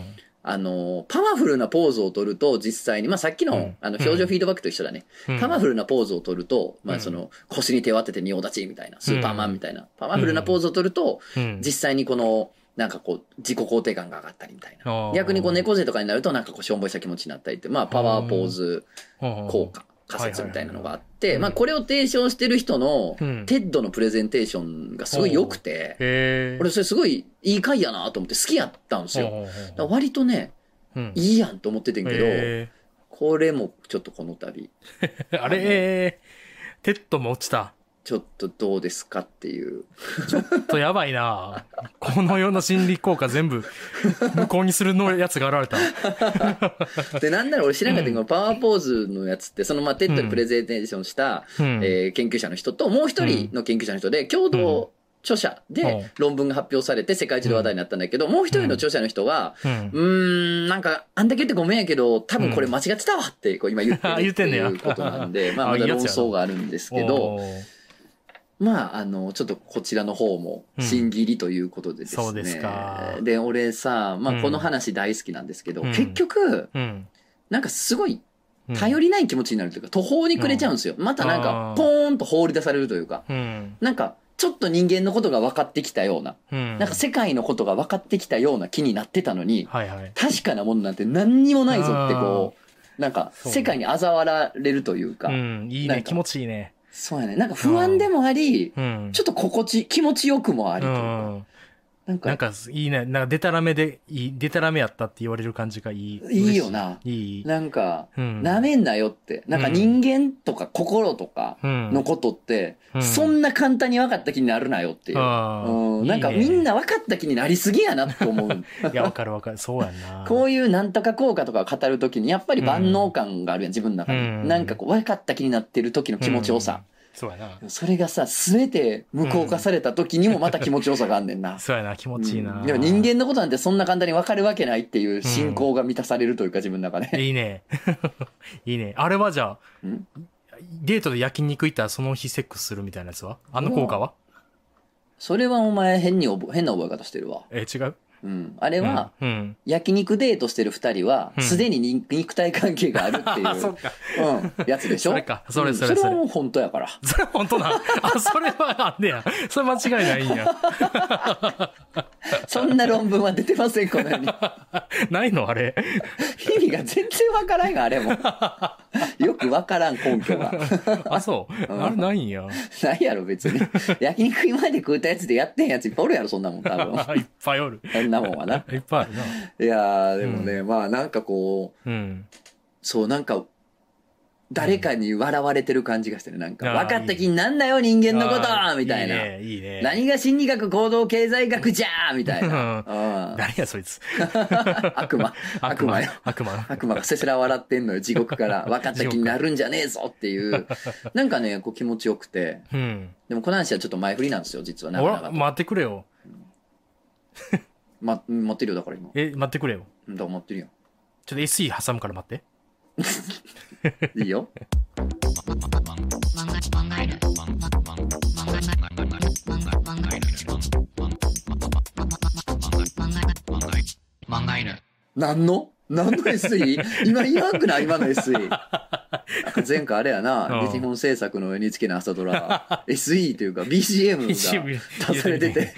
[SPEAKER 2] あの、パワフルなポーズを取ると、実際に、まあ、さっきの、
[SPEAKER 1] うん
[SPEAKER 2] あの、表情フィードバックと一緒だね。パワフルなポーズを取ると、まあ、その、腰に手を当てて仁王立ちみたいな、スーパーマンみたいな。パワフルなポーズを取ると、
[SPEAKER 1] うん
[SPEAKER 2] 実際にこの、なんかこう、自己肯定感が上がったりみたいな。
[SPEAKER 1] あー
[SPEAKER 2] 逆にこう、猫背とかになると、なんかこう、しょんぼりした気持ちになったりって、まあ、パワーポーズ効果、仮説みたいなのが
[SPEAKER 1] は
[SPEAKER 2] あっ
[SPEAKER 1] いはい
[SPEAKER 2] て、
[SPEAKER 1] はい
[SPEAKER 2] まあ、これを提唱してる人の、
[SPEAKER 1] うん
[SPEAKER 2] テッドのプレゼンテーションがすごい良くて、
[SPEAKER 1] へえ。
[SPEAKER 2] 俺、それすごいいい回やなと思って好きやったんですよ。
[SPEAKER 1] おう
[SPEAKER 2] だから割とね、
[SPEAKER 1] うん
[SPEAKER 2] いいやんと思っててんけど、
[SPEAKER 1] へ
[SPEAKER 2] これもちょっとこの度、
[SPEAKER 1] え <laughs> あれ、えーテッドも落ちた。
[SPEAKER 2] ちょっとどうですかっていう。
[SPEAKER 1] ちょっとやばいな。 <laughs> この世の心理効果全
[SPEAKER 2] <laughs>
[SPEAKER 1] 部、無効にするのやつが現れた。
[SPEAKER 2] で、なんなら俺知らんかったけど、パワーポーズのやつって、そのまあテッドでプレゼンテーションした、
[SPEAKER 1] うん
[SPEAKER 2] えー研究者の人と、もう一人の研究者の人で、共同著者
[SPEAKER 1] う
[SPEAKER 2] で
[SPEAKER 1] ん
[SPEAKER 2] 論文が発表されて世界中で話題になったんだけど、もう一人の著者の人は、
[SPEAKER 1] うん
[SPEAKER 2] うーん、なんか、あんだけ言ってごめんやけど、多分これ間違ってたわって、こう今言ってる
[SPEAKER 1] 言
[SPEAKER 2] っ
[SPEAKER 1] っててんね
[SPEAKER 2] い
[SPEAKER 1] や
[SPEAKER 2] うことなんで、まあ
[SPEAKER 1] <laughs> あ
[SPEAKER 2] まだ
[SPEAKER 1] いいや
[SPEAKER 2] 論
[SPEAKER 1] つやな
[SPEAKER 2] 争があるんですけど、
[SPEAKER 1] おー
[SPEAKER 2] まあ、あの、ちょっとこちらの方も、
[SPEAKER 1] うん
[SPEAKER 2] 審議入りということでですね。
[SPEAKER 1] そうですか
[SPEAKER 2] で、俺さ、ま
[SPEAKER 1] う
[SPEAKER 2] あ、
[SPEAKER 1] ん
[SPEAKER 2] この話大好きなんですけど、
[SPEAKER 1] うん
[SPEAKER 2] 結局、
[SPEAKER 1] うん。
[SPEAKER 2] なんかすごい、
[SPEAKER 1] うん
[SPEAKER 2] 頼りない気持ちになるというか、途方に暮れちゃうんですよ。またなんか
[SPEAKER 1] あ、ー
[SPEAKER 2] ポーンと放り出されるというか、
[SPEAKER 1] うん。
[SPEAKER 2] なんか、ちょっと人間のことが分かってきたような、
[SPEAKER 1] うん。
[SPEAKER 2] なんか世界のことが分かってきたような気になってたのに、
[SPEAKER 1] はいはい。
[SPEAKER 2] 確かなものなんて何にもないぞってこう、なんか、
[SPEAKER 1] そうね
[SPEAKER 2] 世界に嘲笑れるというか
[SPEAKER 1] う、ん。いい
[SPEAKER 2] なん
[SPEAKER 1] ね。
[SPEAKER 2] か
[SPEAKER 1] 気持ちいいね。
[SPEAKER 2] そうやね。なんか不安でもあり、
[SPEAKER 1] うん。
[SPEAKER 2] ちょっと心地、気持ちよくもあり
[SPEAKER 1] う
[SPEAKER 2] というか、
[SPEAKER 1] ん。
[SPEAKER 2] なん
[SPEAKER 1] な
[SPEAKER 2] か
[SPEAKER 1] ん、か、いいね。なんか、でたらめで、いい、でたらめやったって言われる感じがいい。
[SPEAKER 2] いいよな
[SPEAKER 1] 嬉しい。いい。
[SPEAKER 2] なんか、
[SPEAKER 1] うん。
[SPEAKER 2] なめんなよって。なんか人間とか心とか
[SPEAKER 1] うん。
[SPEAKER 2] のことって、
[SPEAKER 1] うん
[SPEAKER 2] そんな簡単に分かった気になるなよっていう。
[SPEAKER 1] ああ
[SPEAKER 2] うん、なんか
[SPEAKER 1] いいね
[SPEAKER 2] みんな分かった気になりすぎやなと思
[SPEAKER 1] <laughs>
[SPEAKER 2] う。
[SPEAKER 1] いや、わかるわかる。そうやんな。
[SPEAKER 2] <laughs> こういうなんとか効果とかを語るときに、やっぱり万能感があるやん、自分の中に。
[SPEAKER 1] うん
[SPEAKER 2] なんかこう、分かった気になってる時の気持ちよさ。
[SPEAKER 1] うんそうやな。
[SPEAKER 2] それがさ、すべて無効化された時にもまた気持ちよさがあんねんな。
[SPEAKER 1] そうやな、気持ちいいな。
[SPEAKER 2] うんでも人間のことなんてそんな簡単に分かるわけないっていう信仰が満たされるというか、自分の中で。
[SPEAKER 1] いいね。 <laughs> いいね。あれはじゃあ
[SPEAKER 2] ん、
[SPEAKER 1] デートで焼肉行ったらその日セックスするみたいなやつはあの効果は
[SPEAKER 2] それはお前変に覚え、変な覚え方してるわ。
[SPEAKER 1] え、違う
[SPEAKER 2] うん。あれ
[SPEAKER 1] で
[SPEAKER 2] は、、
[SPEAKER 1] うんうん。
[SPEAKER 2] 焼肉デートしてる二人は、
[SPEAKER 1] うん
[SPEAKER 2] すでにに肉体関係があるってい
[SPEAKER 1] <laughs> あ、そう
[SPEAKER 2] う、
[SPEAKER 1] か。
[SPEAKER 2] うん、やつでしょ
[SPEAKER 1] それかそれ
[SPEAKER 2] うん
[SPEAKER 1] それそれ
[SPEAKER 2] はもう本当
[SPEAKER 1] <laughs>
[SPEAKER 2] やから。
[SPEAKER 1] それ本当な。あ、それはあんねや。それ間違いないんや。 <laughs>
[SPEAKER 2] そんな論文は出てません、こ
[SPEAKER 1] <laughs>
[SPEAKER 2] のように。
[SPEAKER 1] ないのあれ。 <laughs>
[SPEAKER 2] 意味が全然わからんが、あれも。よくわからん根
[SPEAKER 1] <laughs>
[SPEAKER 2] 拠が。
[SPEAKER 1] あ、そう。あれないんや。
[SPEAKER 2] ないやろ、別に。焼肉今まで食うたやつでやってへんやついっぱいおるやろ、そんなもん、
[SPEAKER 1] <laughs>
[SPEAKER 2] 多分。
[SPEAKER 1] いっぱいおる。
[SPEAKER 2] そんなもんはな。
[SPEAKER 1] いっぱいあるな。
[SPEAKER 2] いやー、でもね、まあなんかこう、
[SPEAKER 1] うん。
[SPEAKER 2] そう、なんか、誰かに笑われてる感じがしてる。なんか、
[SPEAKER 1] あー
[SPEAKER 2] 分かった気になんなよ、人間のこと
[SPEAKER 1] あー
[SPEAKER 2] みたいな。
[SPEAKER 1] いね、いいね。
[SPEAKER 2] 何が心理学行動経済学じゃーみた
[SPEAKER 1] <laughs>
[SPEAKER 2] いな。うん
[SPEAKER 1] 誰やそいつ。
[SPEAKER 2] 悪魔。悪魔よ。。
[SPEAKER 1] <laughs> 悪魔。
[SPEAKER 2] 悪魔がせせら笑ってんのよ、地獄から。分かった気になるんじゃねえぞっ
[SPEAKER 1] <laughs>
[SPEAKER 2] ていう。なんかね、こう気持ちよくて。
[SPEAKER 1] うん。
[SPEAKER 2] でもこの話はちょっと前振りなんですよ、実は。な
[SPEAKER 1] ほ
[SPEAKER 2] か
[SPEAKER 1] ら、
[SPEAKER 2] なか。
[SPEAKER 1] 待ってくれよ。
[SPEAKER 2] ま、持ってるよ、だから今。
[SPEAKER 1] え、待ってくれよ。
[SPEAKER 2] うん、だから持ってるよ。
[SPEAKER 1] ちょっと SE 挟むから待って。
[SPEAKER 2] いいよ。 <laughs> 何の何の SE? 今言わんくない今の SE。前回あれやな、
[SPEAKER 1] うん
[SPEAKER 2] 日本制作の NHK の朝ドラ、SE というか BGM
[SPEAKER 1] <laughs>
[SPEAKER 2] が出されてて、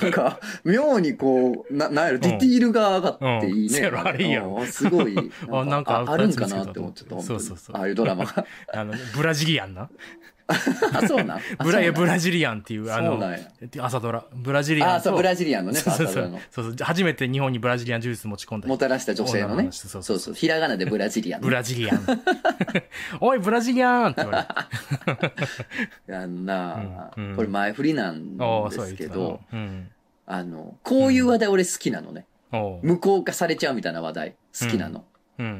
[SPEAKER 2] なんか、妙にこう、な、なんやろ、ディティールが上がってい
[SPEAKER 1] う
[SPEAKER 2] いね。
[SPEAKER 1] んうんせやろあれいいやろ
[SPEAKER 2] うんすごい、
[SPEAKER 1] あなんか
[SPEAKER 2] ああるんかなって思っちゃった、
[SPEAKER 1] そうそうそう
[SPEAKER 2] 本当にああいうドラマが。
[SPEAKER 1] あのブラジリアンな
[SPEAKER 2] あ、そうなん
[SPEAKER 1] <laughs>
[SPEAKER 2] あ
[SPEAKER 1] ブラいや
[SPEAKER 2] そう
[SPEAKER 1] ブ
[SPEAKER 2] なん
[SPEAKER 1] ラジリアンっていうあ
[SPEAKER 2] そう
[SPEAKER 1] の
[SPEAKER 2] なんや
[SPEAKER 1] 朝ドラブラジリアン
[SPEAKER 2] あ、そう、ブラジリアンのね、
[SPEAKER 1] そうそう
[SPEAKER 2] 朝
[SPEAKER 1] そ
[SPEAKER 2] ドラ
[SPEAKER 1] う
[SPEAKER 2] の。
[SPEAKER 1] そうそう初めて日本にブラジリアンジュース持ち込んだ
[SPEAKER 2] もたらした女性の
[SPEAKER 1] 女の
[SPEAKER 2] ね。
[SPEAKER 1] 人そ
[SPEAKER 2] そうう
[SPEAKER 1] そ
[SPEAKER 2] そううひらがなでブラジリアンね。
[SPEAKER 1] ブラジリ
[SPEAKER 2] <laughs>
[SPEAKER 1] アンおいブラジリアンって言われて
[SPEAKER 2] あんなあ、
[SPEAKER 1] うんうん
[SPEAKER 2] これ前振りなん
[SPEAKER 1] お
[SPEAKER 2] で
[SPEAKER 1] そう言
[SPEAKER 2] す
[SPEAKER 1] って
[SPEAKER 2] け
[SPEAKER 1] た
[SPEAKER 2] ど、
[SPEAKER 1] なうん
[SPEAKER 2] あの、こういう話題俺好きなのね。
[SPEAKER 1] おう
[SPEAKER 2] 無効化されちゃうみたいな話題好きなの。
[SPEAKER 1] うん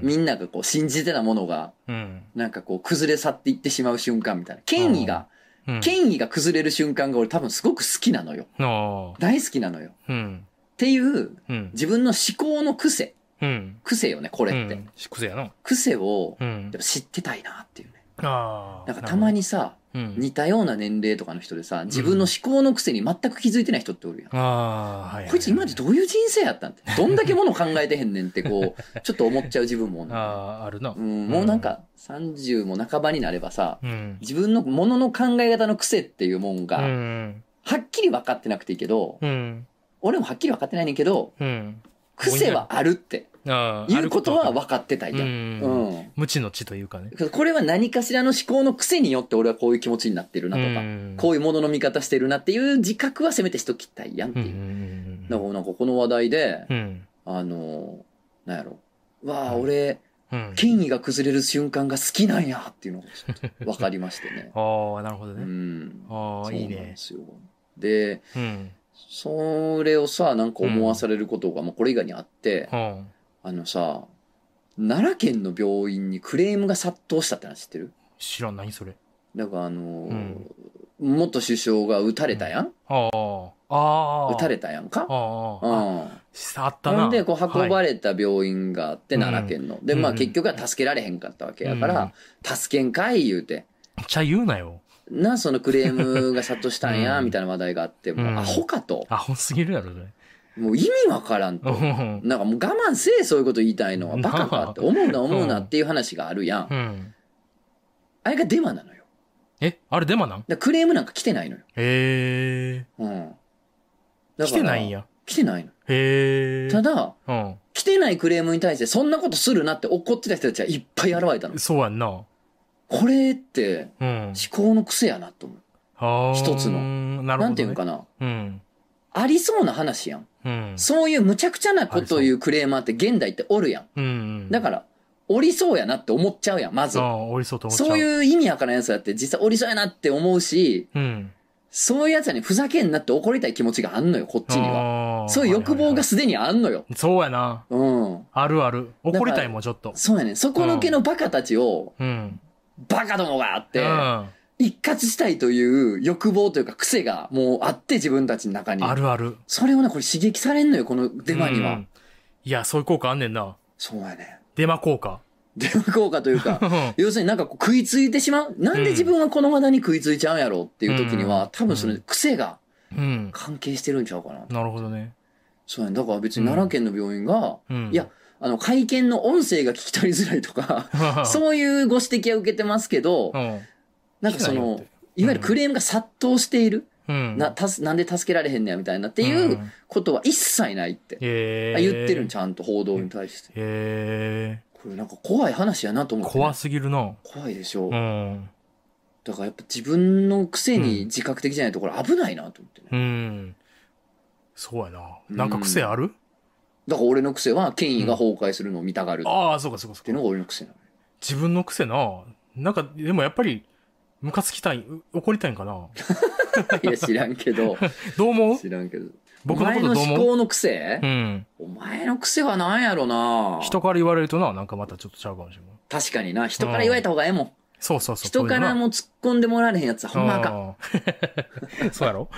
[SPEAKER 2] みんながこう信じてたものが、
[SPEAKER 1] うん
[SPEAKER 2] なんかこう崩れ去っていってしまう瞬間みたいな。権威が、
[SPEAKER 1] うん
[SPEAKER 2] 権威が崩れる瞬間が俺多分すごく好きなのよ。
[SPEAKER 1] おう
[SPEAKER 2] 大好きなのよ。
[SPEAKER 1] うん
[SPEAKER 2] っていう、
[SPEAKER 1] うん
[SPEAKER 2] 自分の思考の癖。
[SPEAKER 1] うん
[SPEAKER 2] 癖よね、こ
[SPEAKER 1] う
[SPEAKER 2] れって。
[SPEAKER 1] ん癖やな
[SPEAKER 2] 癖を、
[SPEAKER 1] うん
[SPEAKER 2] やっぱ知ってたいなっていうね。
[SPEAKER 1] あ
[SPEAKER 2] なんかたま
[SPEAKER 1] に
[SPEAKER 2] にさ、
[SPEAKER 1] うん
[SPEAKER 2] 似たような年齢とかの人でさ、自分の思考の癖に全く気づいてない人っておるやん。
[SPEAKER 1] ああはいはい
[SPEAKER 2] こいつ今までどういう人生やったんって、どんだけもの考えてへんねんってこう、
[SPEAKER 1] <laughs>
[SPEAKER 2] ちょっと思っちゃう自分もおんねん
[SPEAKER 1] あああるな
[SPEAKER 2] うん、もうなんか30も半ばになればさ、
[SPEAKER 1] うん
[SPEAKER 2] 自分のものの考え方の癖っていうもん
[SPEAKER 1] う
[SPEAKER 2] が、
[SPEAKER 1] ん
[SPEAKER 2] はっきり分かってなくていいけど、
[SPEAKER 1] うん
[SPEAKER 2] 俺もはっきり分かってないねんけど、
[SPEAKER 1] うん
[SPEAKER 2] 癖はあるって
[SPEAKER 1] ああ
[SPEAKER 2] いうことは分かってた
[SPEAKER 1] あ
[SPEAKER 2] い
[SPEAKER 1] る
[SPEAKER 2] や。
[SPEAKER 1] うんん
[SPEAKER 2] うん。
[SPEAKER 1] 無知の知というかね
[SPEAKER 2] これは何かしらの思考の癖によって俺はこういう気持ちになってるなとか、
[SPEAKER 1] ん
[SPEAKER 2] こういうものの見方してるなっていう自覚はせめてしときたいやんって
[SPEAKER 1] うんう
[SPEAKER 2] いう。
[SPEAKER 1] ん
[SPEAKER 2] だからなんかこの話題で、
[SPEAKER 1] うんうん
[SPEAKER 2] あの、なんやろ。わあ、俺、
[SPEAKER 1] うん。
[SPEAKER 2] 権威が崩れる瞬間が好きなんやっていうのがちょっと分かりましてね
[SPEAKER 1] <laughs> ああなるほど
[SPEAKER 2] う
[SPEAKER 1] ね
[SPEAKER 2] ん。
[SPEAKER 1] あ
[SPEAKER 2] そ
[SPEAKER 1] あ
[SPEAKER 2] うない
[SPEAKER 1] い
[SPEAKER 2] んで
[SPEAKER 1] ね
[SPEAKER 2] すよ。で、
[SPEAKER 1] うん
[SPEAKER 2] それをさ、なんか思わされることが、もうこれ以外にあって、
[SPEAKER 1] うん
[SPEAKER 2] あのさ、奈良県の病院にクレームが殺到したって話知ってる
[SPEAKER 1] 知らん何それ
[SPEAKER 2] なんかあのー
[SPEAKER 1] うん
[SPEAKER 2] 元首相が撃たれたやん
[SPEAKER 1] ああああ
[SPEAKER 2] 撃た
[SPEAKER 1] れ
[SPEAKER 2] れたやんか
[SPEAKER 1] あ
[SPEAKER 2] う
[SPEAKER 1] ああ
[SPEAKER 2] ん。
[SPEAKER 1] あったな
[SPEAKER 2] ほんで、こう運ば
[SPEAKER 1] れ
[SPEAKER 2] れた病院があって、
[SPEAKER 1] はい
[SPEAKER 2] 奈良県の。で、まあ
[SPEAKER 1] うん
[SPEAKER 2] 結局は助けられへんかったわけやから、助けんかい言うて。
[SPEAKER 1] めっちゃ言うなよ
[SPEAKER 2] な、そのクレームが殺到したん
[SPEAKER 1] <laughs>
[SPEAKER 2] や、
[SPEAKER 1] うん
[SPEAKER 2] みたいな話題があって、も
[SPEAKER 1] うん
[SPEAKER 2] うアホかと。
[SPEAKER 1] アホすぎるやろそれ
[SPEAKER 2] もう意味わからん
[SPEAKER 1] う
[SPEAKER 2] と。
[SPEAKER 1] ん
[SPEAKER 2] なんかもう我慢せえ、そういうこと言いたいのは。バカかって。思うな、思う
[SPEAKER 1] う
[SPEAKER 2] なんっていう話があるやん
[SPEAKER 1] う。ん
[SPEAKER 2] あれがデマなのよ。
[SPEAKER 1] えあれデマなん
[SPEAKER 2] だからクレームなんか来てないのよ。
[SPEAKER 1] へ
[SPEAKER 2] うん。
[SPEAKER 1] え
[SPEAKER 2] だから
[SPEAKER 1] 来てないん。や
[SPEAKER 2] 来てないの。
[SPEAKER 1] へえ
[SPEAKER 2] ただ、
[SPEAKER 1] うん
[SPEAKER 2] 来てないクレームに対して、そんなことするなって怒ってた人たちはいっぱい現れたの。
[SPEAKER 1] そうやんな
[SPEAKER 2] これって、
[SPEAKER 1] うん
[SPEAKER 2] 思考の癖やなと思う。
[SPEAKER 1] あー
[SPEAKER 2] 一つの
[SPEAKER 1] なる
[SPEAKER 2] な
[SPEAKER 1] ほどね
[SPEAKER 2] んていうんかな。
[SPEAKER 1] うん
[SPEAKER 2] ありそうな話やん。
[SPEAKER 1] うん
[SPEAKER 2] そういう無茶苦茶なことを言うクレーマーって現代っておるやん。
[SPEAKER 1] うん
[SPEAKER 2] だから、おりそうやなって思っちゃうやん、まず
[SPEAKER 1] あ。あおりそうと思っちゃう
[SPEAKER 2] そう
[SPEAKER 1] う
[SPEAKER 2] いう意味やからんやつだって実際おりそうやなって思うし、
[SPEAKER 1] うん
[SPEAKER 2] そういうやつらにふざけんなって怒りたい気持ちがあんのよ、こっちには。
[SPEAKER 1] は
[SPEAKER 2] そういう欲望がすでにあんのよ。
[SPEAKER 1] そうやな
[SPEAKER 2] うん。
[SPEAKER 1] あるある怒りたいもんちょっと
[SPEAKER 2] そうやねん。そこのけのバカたちを、
[SPEAKER 1] うん
[SPEAKER 2] バカどもがあっ
[SPEAKER 1] う
[SPEAKER 2] て、
[SPEAKER 1] ん
[SPEAKER 2] 一括したいという欲望というか癖がもうあって自分たちの中に。
[SPEAKER 1] あるある
[SPEAKER 2] それをね、これ刺激されんのよ、このデマに
[SPEAKER 1] う
[SPEAKER 2] は
[SPEAKER 1] ん。いやそういう効果あんねんな
[SPEAKER 2] そうやねん。
[SPEAKER 1] デマ効果 <laughs>
[SPEAKER 2] デマ効果というか
[SPEAKER 1] う、ん
[SPEAKER 2] 要するになんかこう食いついてしまう。なんで自分はこの話題に食いついちゃうんやろうっていう時に
[SPEAKER 1] うん
[SPEAKER 2] は、多分それ癖が
[SPEAKER 1] うん
[SPEAKER 2] 関係してるんちゃうかな。
[SPEAKER 1] なるほどね
[SPEAKER 2] そうやねん。だから別に奈良県の病院が、
[SPEAKER 1] うん <laughs>
[SPEAKER 2] いやあの、会見の音声が聞き取りづらいとか、 <laughs> そういうご指摘は受けてますけど
[SPEAKER 1] う、ん
[SPEAKER 2] なんかそ
[SPEAKER 1] 聞きないよっ
[SPEAKER 2] の
[SPEAKER 1] て、
[SPEAKER 2] いわゆるクレームが殺到している。
[SPEAKER 1] うん
[SPEAKER 2] な、たす、なんで助けられへんねや、みたいなっていうんことは一切ないって。
[SPEAKER 1] え
[SPEAKER 2] あ
[SPEAKER 1] ー
[SPEAKER 2] 言ってるんちゃんと報道に対して。
[SPEAKER 1] え
[SPEAKER 2] これなんか怖い話やなと
[SPEAKER 1] ー
[SPEAKER 2] 思ってね、
[SPEAKER 1] 怖すぎるな
[SPEAKER 2] 怖いでしょ
[SPEAKER 1] う。ん
[SPEAKER 2] だからやっぱ自分の癖
[SPEAKER 1] うん
[SPEAKER 2] に自覚的じゃないとこれ危ないなと思ってね。
[SPEAKER 1] うんそうやななんか癖ある
[SPEAKER 2] だから俺の癖は権威が崩壊するのを見たがるっ
[SPEAKER 1] ああそうかそうかそうか
[SPEAKER 2] ていうのが俺の癖なの。
[SPEAKER 1] <laughs> 自分の癖な。なんか、でもやっぱり、ムカつきたい、う怒りたいんかな。
[SPEAKER 2] いや知らんけど、
[SPEAKER 1] どう
[SPEAKER 2] <laughs>
[SPEAKER 1] 思う
[SPEAKER 2] 知らんけど。
[SPEAKER 1] 僕のこと
[SPEAKER 2] お
[SPEAKER 1] どう
[SPEAKER 2] 前の思
[SPEAKER 1] 思う
[SPEAKER 2] 考の癖
[SPEAKER 1] うん。
[SPEAKER 2] お前の癖はなんやろな
[SPEAKER 1] 人から言われるとな、なんかまたちょっとちゃうかもしれない。
[SPEAKER 2] 確かにな。人から言われた方がええもん。
[SPEAKER 1] そうそうそう。
[SPEAKER 2] 人からも突っ込んでもらわれへんやつは
[SPEAKER 1] こ
[SPEAKER 2] ほ
[SPEAKER 1] うい
[SPEAKER 2] ん
[SPEAKER 1] う
[SPEAKER 2] ま
[SPEAKER 1] の
[SPEAKER 2] あ
[SPEAKER 1] な
[SPEAKER 2] かん。
[SPEAKER 1] うん <laughs> そうやろ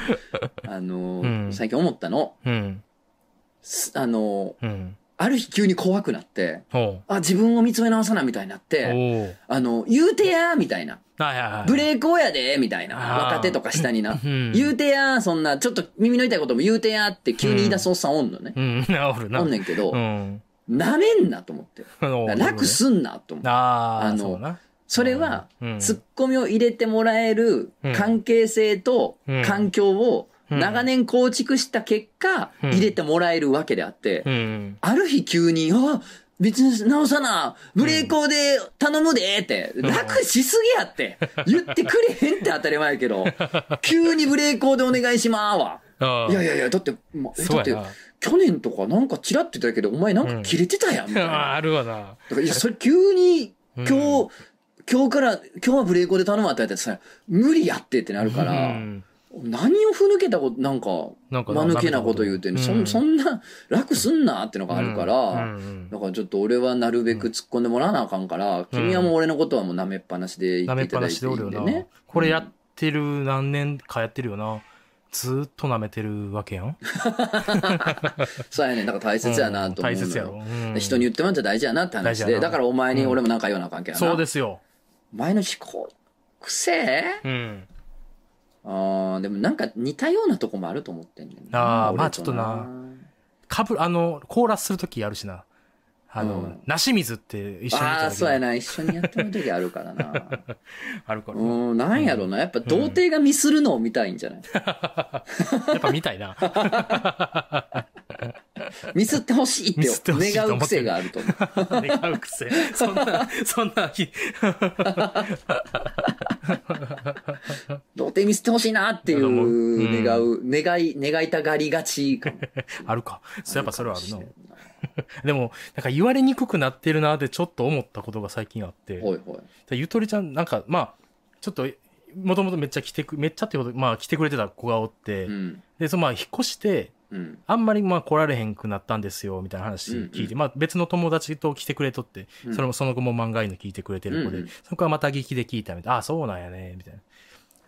[SPEAKER 2] あの
[SPEAKER 1] うん
[SPEAKER 2] ー、最近思ったの。
[SPEAKER 1] うん。
[SPEAKER 2] すあのー、
[SPEAKER 1] うん。
[SPEAKER 2] ある日急に怖くなって、
[SPEAKER 1] おう。
[SPEAKER 2] あ、自分を見つめ直さなみたいになっ
[SPEAKER 1] お
[SPEAKER 2] て、
[SPEAKER 1] う。
[SPEAKER 2] あの、言うてやみたいな。
[SPEAKER 1] はいはいはい。
[SPEAKER 2] ブレーコーやでみたい
[SPEAKER 1] あ
[SPEAKER 2] な。
[SPEAKER 1] ー
[SPEAKER 2] 若手とか下にな。
[SPEAKER 1] うん。
[SPEAKER 2] 言うてやそんな、ちょっと耳の痛いことも言うてやって急に言い出すおっさんおんのね。
[SPEAKER 1] うん、おるな。
[SPEAKER 2] おんねんけど
[SPEAKER 1] う、ん。
[SPEAKER 2] なめんなと思って。
[SPEAKER 1] おう
[SPEAKER 2] 楽すんなと思って。
[SPEAKER 1] あ
[SPEAKER 2] あ
[SPEAKER 1] あ、
[SPEAKER 2] の
[SPEAKER 1] そうな。
[SPEAKER 2] それは、
[SPEAKER 1] うん
[SPEAKER 2] ツッコミを入れてもらえる関係性と
[SPEAKER 1] うん
[SPEAKER 2] 環境を
[SPEAKER 1] うん
[SPEAKER 2] 長年構築した結果、
[SPEAKER 1] うん
[SPEAKER 2] 入れてもらえるわけであって、
[SPEAKER 1] うん。
[SPEAKER 2] ある日急に、あ別に直さな、ブレーコーで頼むでって、
[SPEAKER 1] ん
[SPEAKER 2] 楽しすぎやって、言ってくれへんって当たり前や
[SPEAKER 1] <laughs>
[SPEAKER 2] けど、急にブレーコーでお願いしまーわ。
[SPEAKER 1] ああ。
[SPEAKER 2] いやいやいや、だって、まえ
[SPEAKER 1] そう
[SPEAKER 2] だっ
[SPEAKER 1] や
[SPEAKER 2] て
[SPEAKER 1] な、
[SPEAKER 2] 去年とかなんかチラッと言ってたけど、お前なんか切れてたやん、みた
[SPEAKER 1] <laughs>
[SPEAKER 2] い
[SPEAKER 1] ああ
[SPEAKER 2] な。
[SPEAKER 1] あるわな。
[SPEAKER 2] だから、いや、それ急に、
[SPEAKER 1] うん
[SPEAKER 2] 今日、今日から、今日はブレーコーで頼むわって言ったらさ、無理やってってなるか
[SPEAKER 1] う
[SPEAKER 2] ら、
[SPEAKER 1] ん
[SPEAKER 2] 何をふぬけたこと、なんか、
[SPEAKER 1] なんか
[SPEAKER 2] 間抜けなこと言うてんの、そん、そ
[SPEAKER 1] なん
[SPEAKER 2] な楽すんなってのがあるから、
[SPEAKER 1] うんうん
[SPEAKER 2] だからちょっと俺はなるべく突っ込んでもらわなあかんから、君はもう俺のことはもう舐めっぱなしで言
[SPEAKER 1] 舐
[SPEAKER 2] って
[SPEAKER 1] めっ
[SPEAKER 2] いた
[SPEAKER 1] ぱ
[SPEAKER 2] だ
[SPEAKER 1] ないして
[SPEAKER 2] い
[SPEAKER 1] でお
[SPEAKER 2] い
[SPEAKER 1] る
[SPEAKER 2] んで
[SPEAKER 1] よな
[SPEAKER 2] ね。。
[SPEAKER 1] これやってる何年かやってるよな。ずーっと舐めてるわけやん。
[SPEAKER 2] そうやねんだから大切やなと思う
[SPEAKER 1] 大切
[SPEAKER 2] の
[SPEAKER 1] や
[SPEAKER 2] よ、
[SPEAKER 1] ろ。うん
[SPEAKER 2] 人に言ってもらっちゃ大事やなって
[SPEAKER 1] 大事
[SPEAKER 2] 話
[SPEAKER 1] や
[SPEAKER 2] で、
[SPEAKER 1] な
[SPEAKER 2] だからお前に俺もなんか言わなあかんけどな。
[SPEAKER 1] そうですよ。
[SPEAKER 2] お前の思考、癖
[SPEAKER 1] うん。
[SPEAKER 2] あーでもなんか似たようなとこもあると思ってんねん
[SPEAKER 1] あーまあちょっとな。かぶ、あの、コーラスするときやるしな。あ
[SPEAKER 2] う
[SPEAKER 1] の
[SPEAKER 2] ん、
[SPEAKER 1] なし水って一緒にやっ
[SPEAKER 2] ああ
[SPEAKER 1] た
[SPEAKER 2] ー、
[SPEAKER 1] 時
[SPEAKER 2] そうやな。一緒にやってる時あるか
[SPEAKER 1] <laughs>
[SPEAKER 2] らな。
[SPEAKER 1] あるから。
[SPEAKER 2] う
[SPEAKER 1] や
[SPEAKER 2] ん、なんやろな。やっぱ童貞がミスるのを見たいんじゃない
[SPEAKER 1] っぱ見たい
[SPEAKER 2] <laughs>
[SPEAKER 1] な。
[SPEAKER 2] ミスってほしいっ
[SPEAKER 1] ミスっててほしいと
[SPEAKER 2] 願
[SPEAKER 1] 思
[SPEAKER 2] う
[SPEAKER 1] って
[SPEAKER 2] 癖
[SPEAKER 1] る
[SPEAKER 2] があると思う。
[SPEAKER 1] 願う癖。そんな、そんな、ひ
[SPEAKER 2] 童貞見せてほしいなってい
[SPEAKER 1] だと思う
[SPEAKER 2] う
[SPEAKER 1] うん
[SPEAKER 2] 願う、願い、願いたがりがちかも。
[SPEAKER 1] あるか。そうやっぱそれはある
[SPEAKER 2] か
[SPEAKER 1] の
[SPEAKER 2] もし。れんな
[SPEAKER 1] <laughs> でも、なんか言われにくくなってるなってちょっと思ったことが最近あって。
[SPEAKER 2] ほいほい。
[SPEAKER 1] でゆとりちゃん、なんか、まあ、ちょっと、もともとめっちゃ来てく、めっちゃってこと、まあ来てくれてた子がおって、
[SPEAKER 2] うん。
[SPEAKER 1] で、そのまあ引っ越して、
[SPEAKER 2] うん。
[SPEAKER 1] あんまりまあ来られへんくなったんですよ、みたいな話聞いて、
[SPEAKER 2] うんうん
[SPEAKER 1] まあ別の友達と来てくれとって、
[SPEAKER 2] うん
[SPEAKER 1] それもその子も漫画犬聞いてくれてる子で、
[SPEAKER 2] うんうん
[SPEAKER 1] その子はまた劇で聞いたみたいな、ああ、そうなんやね、みたいな。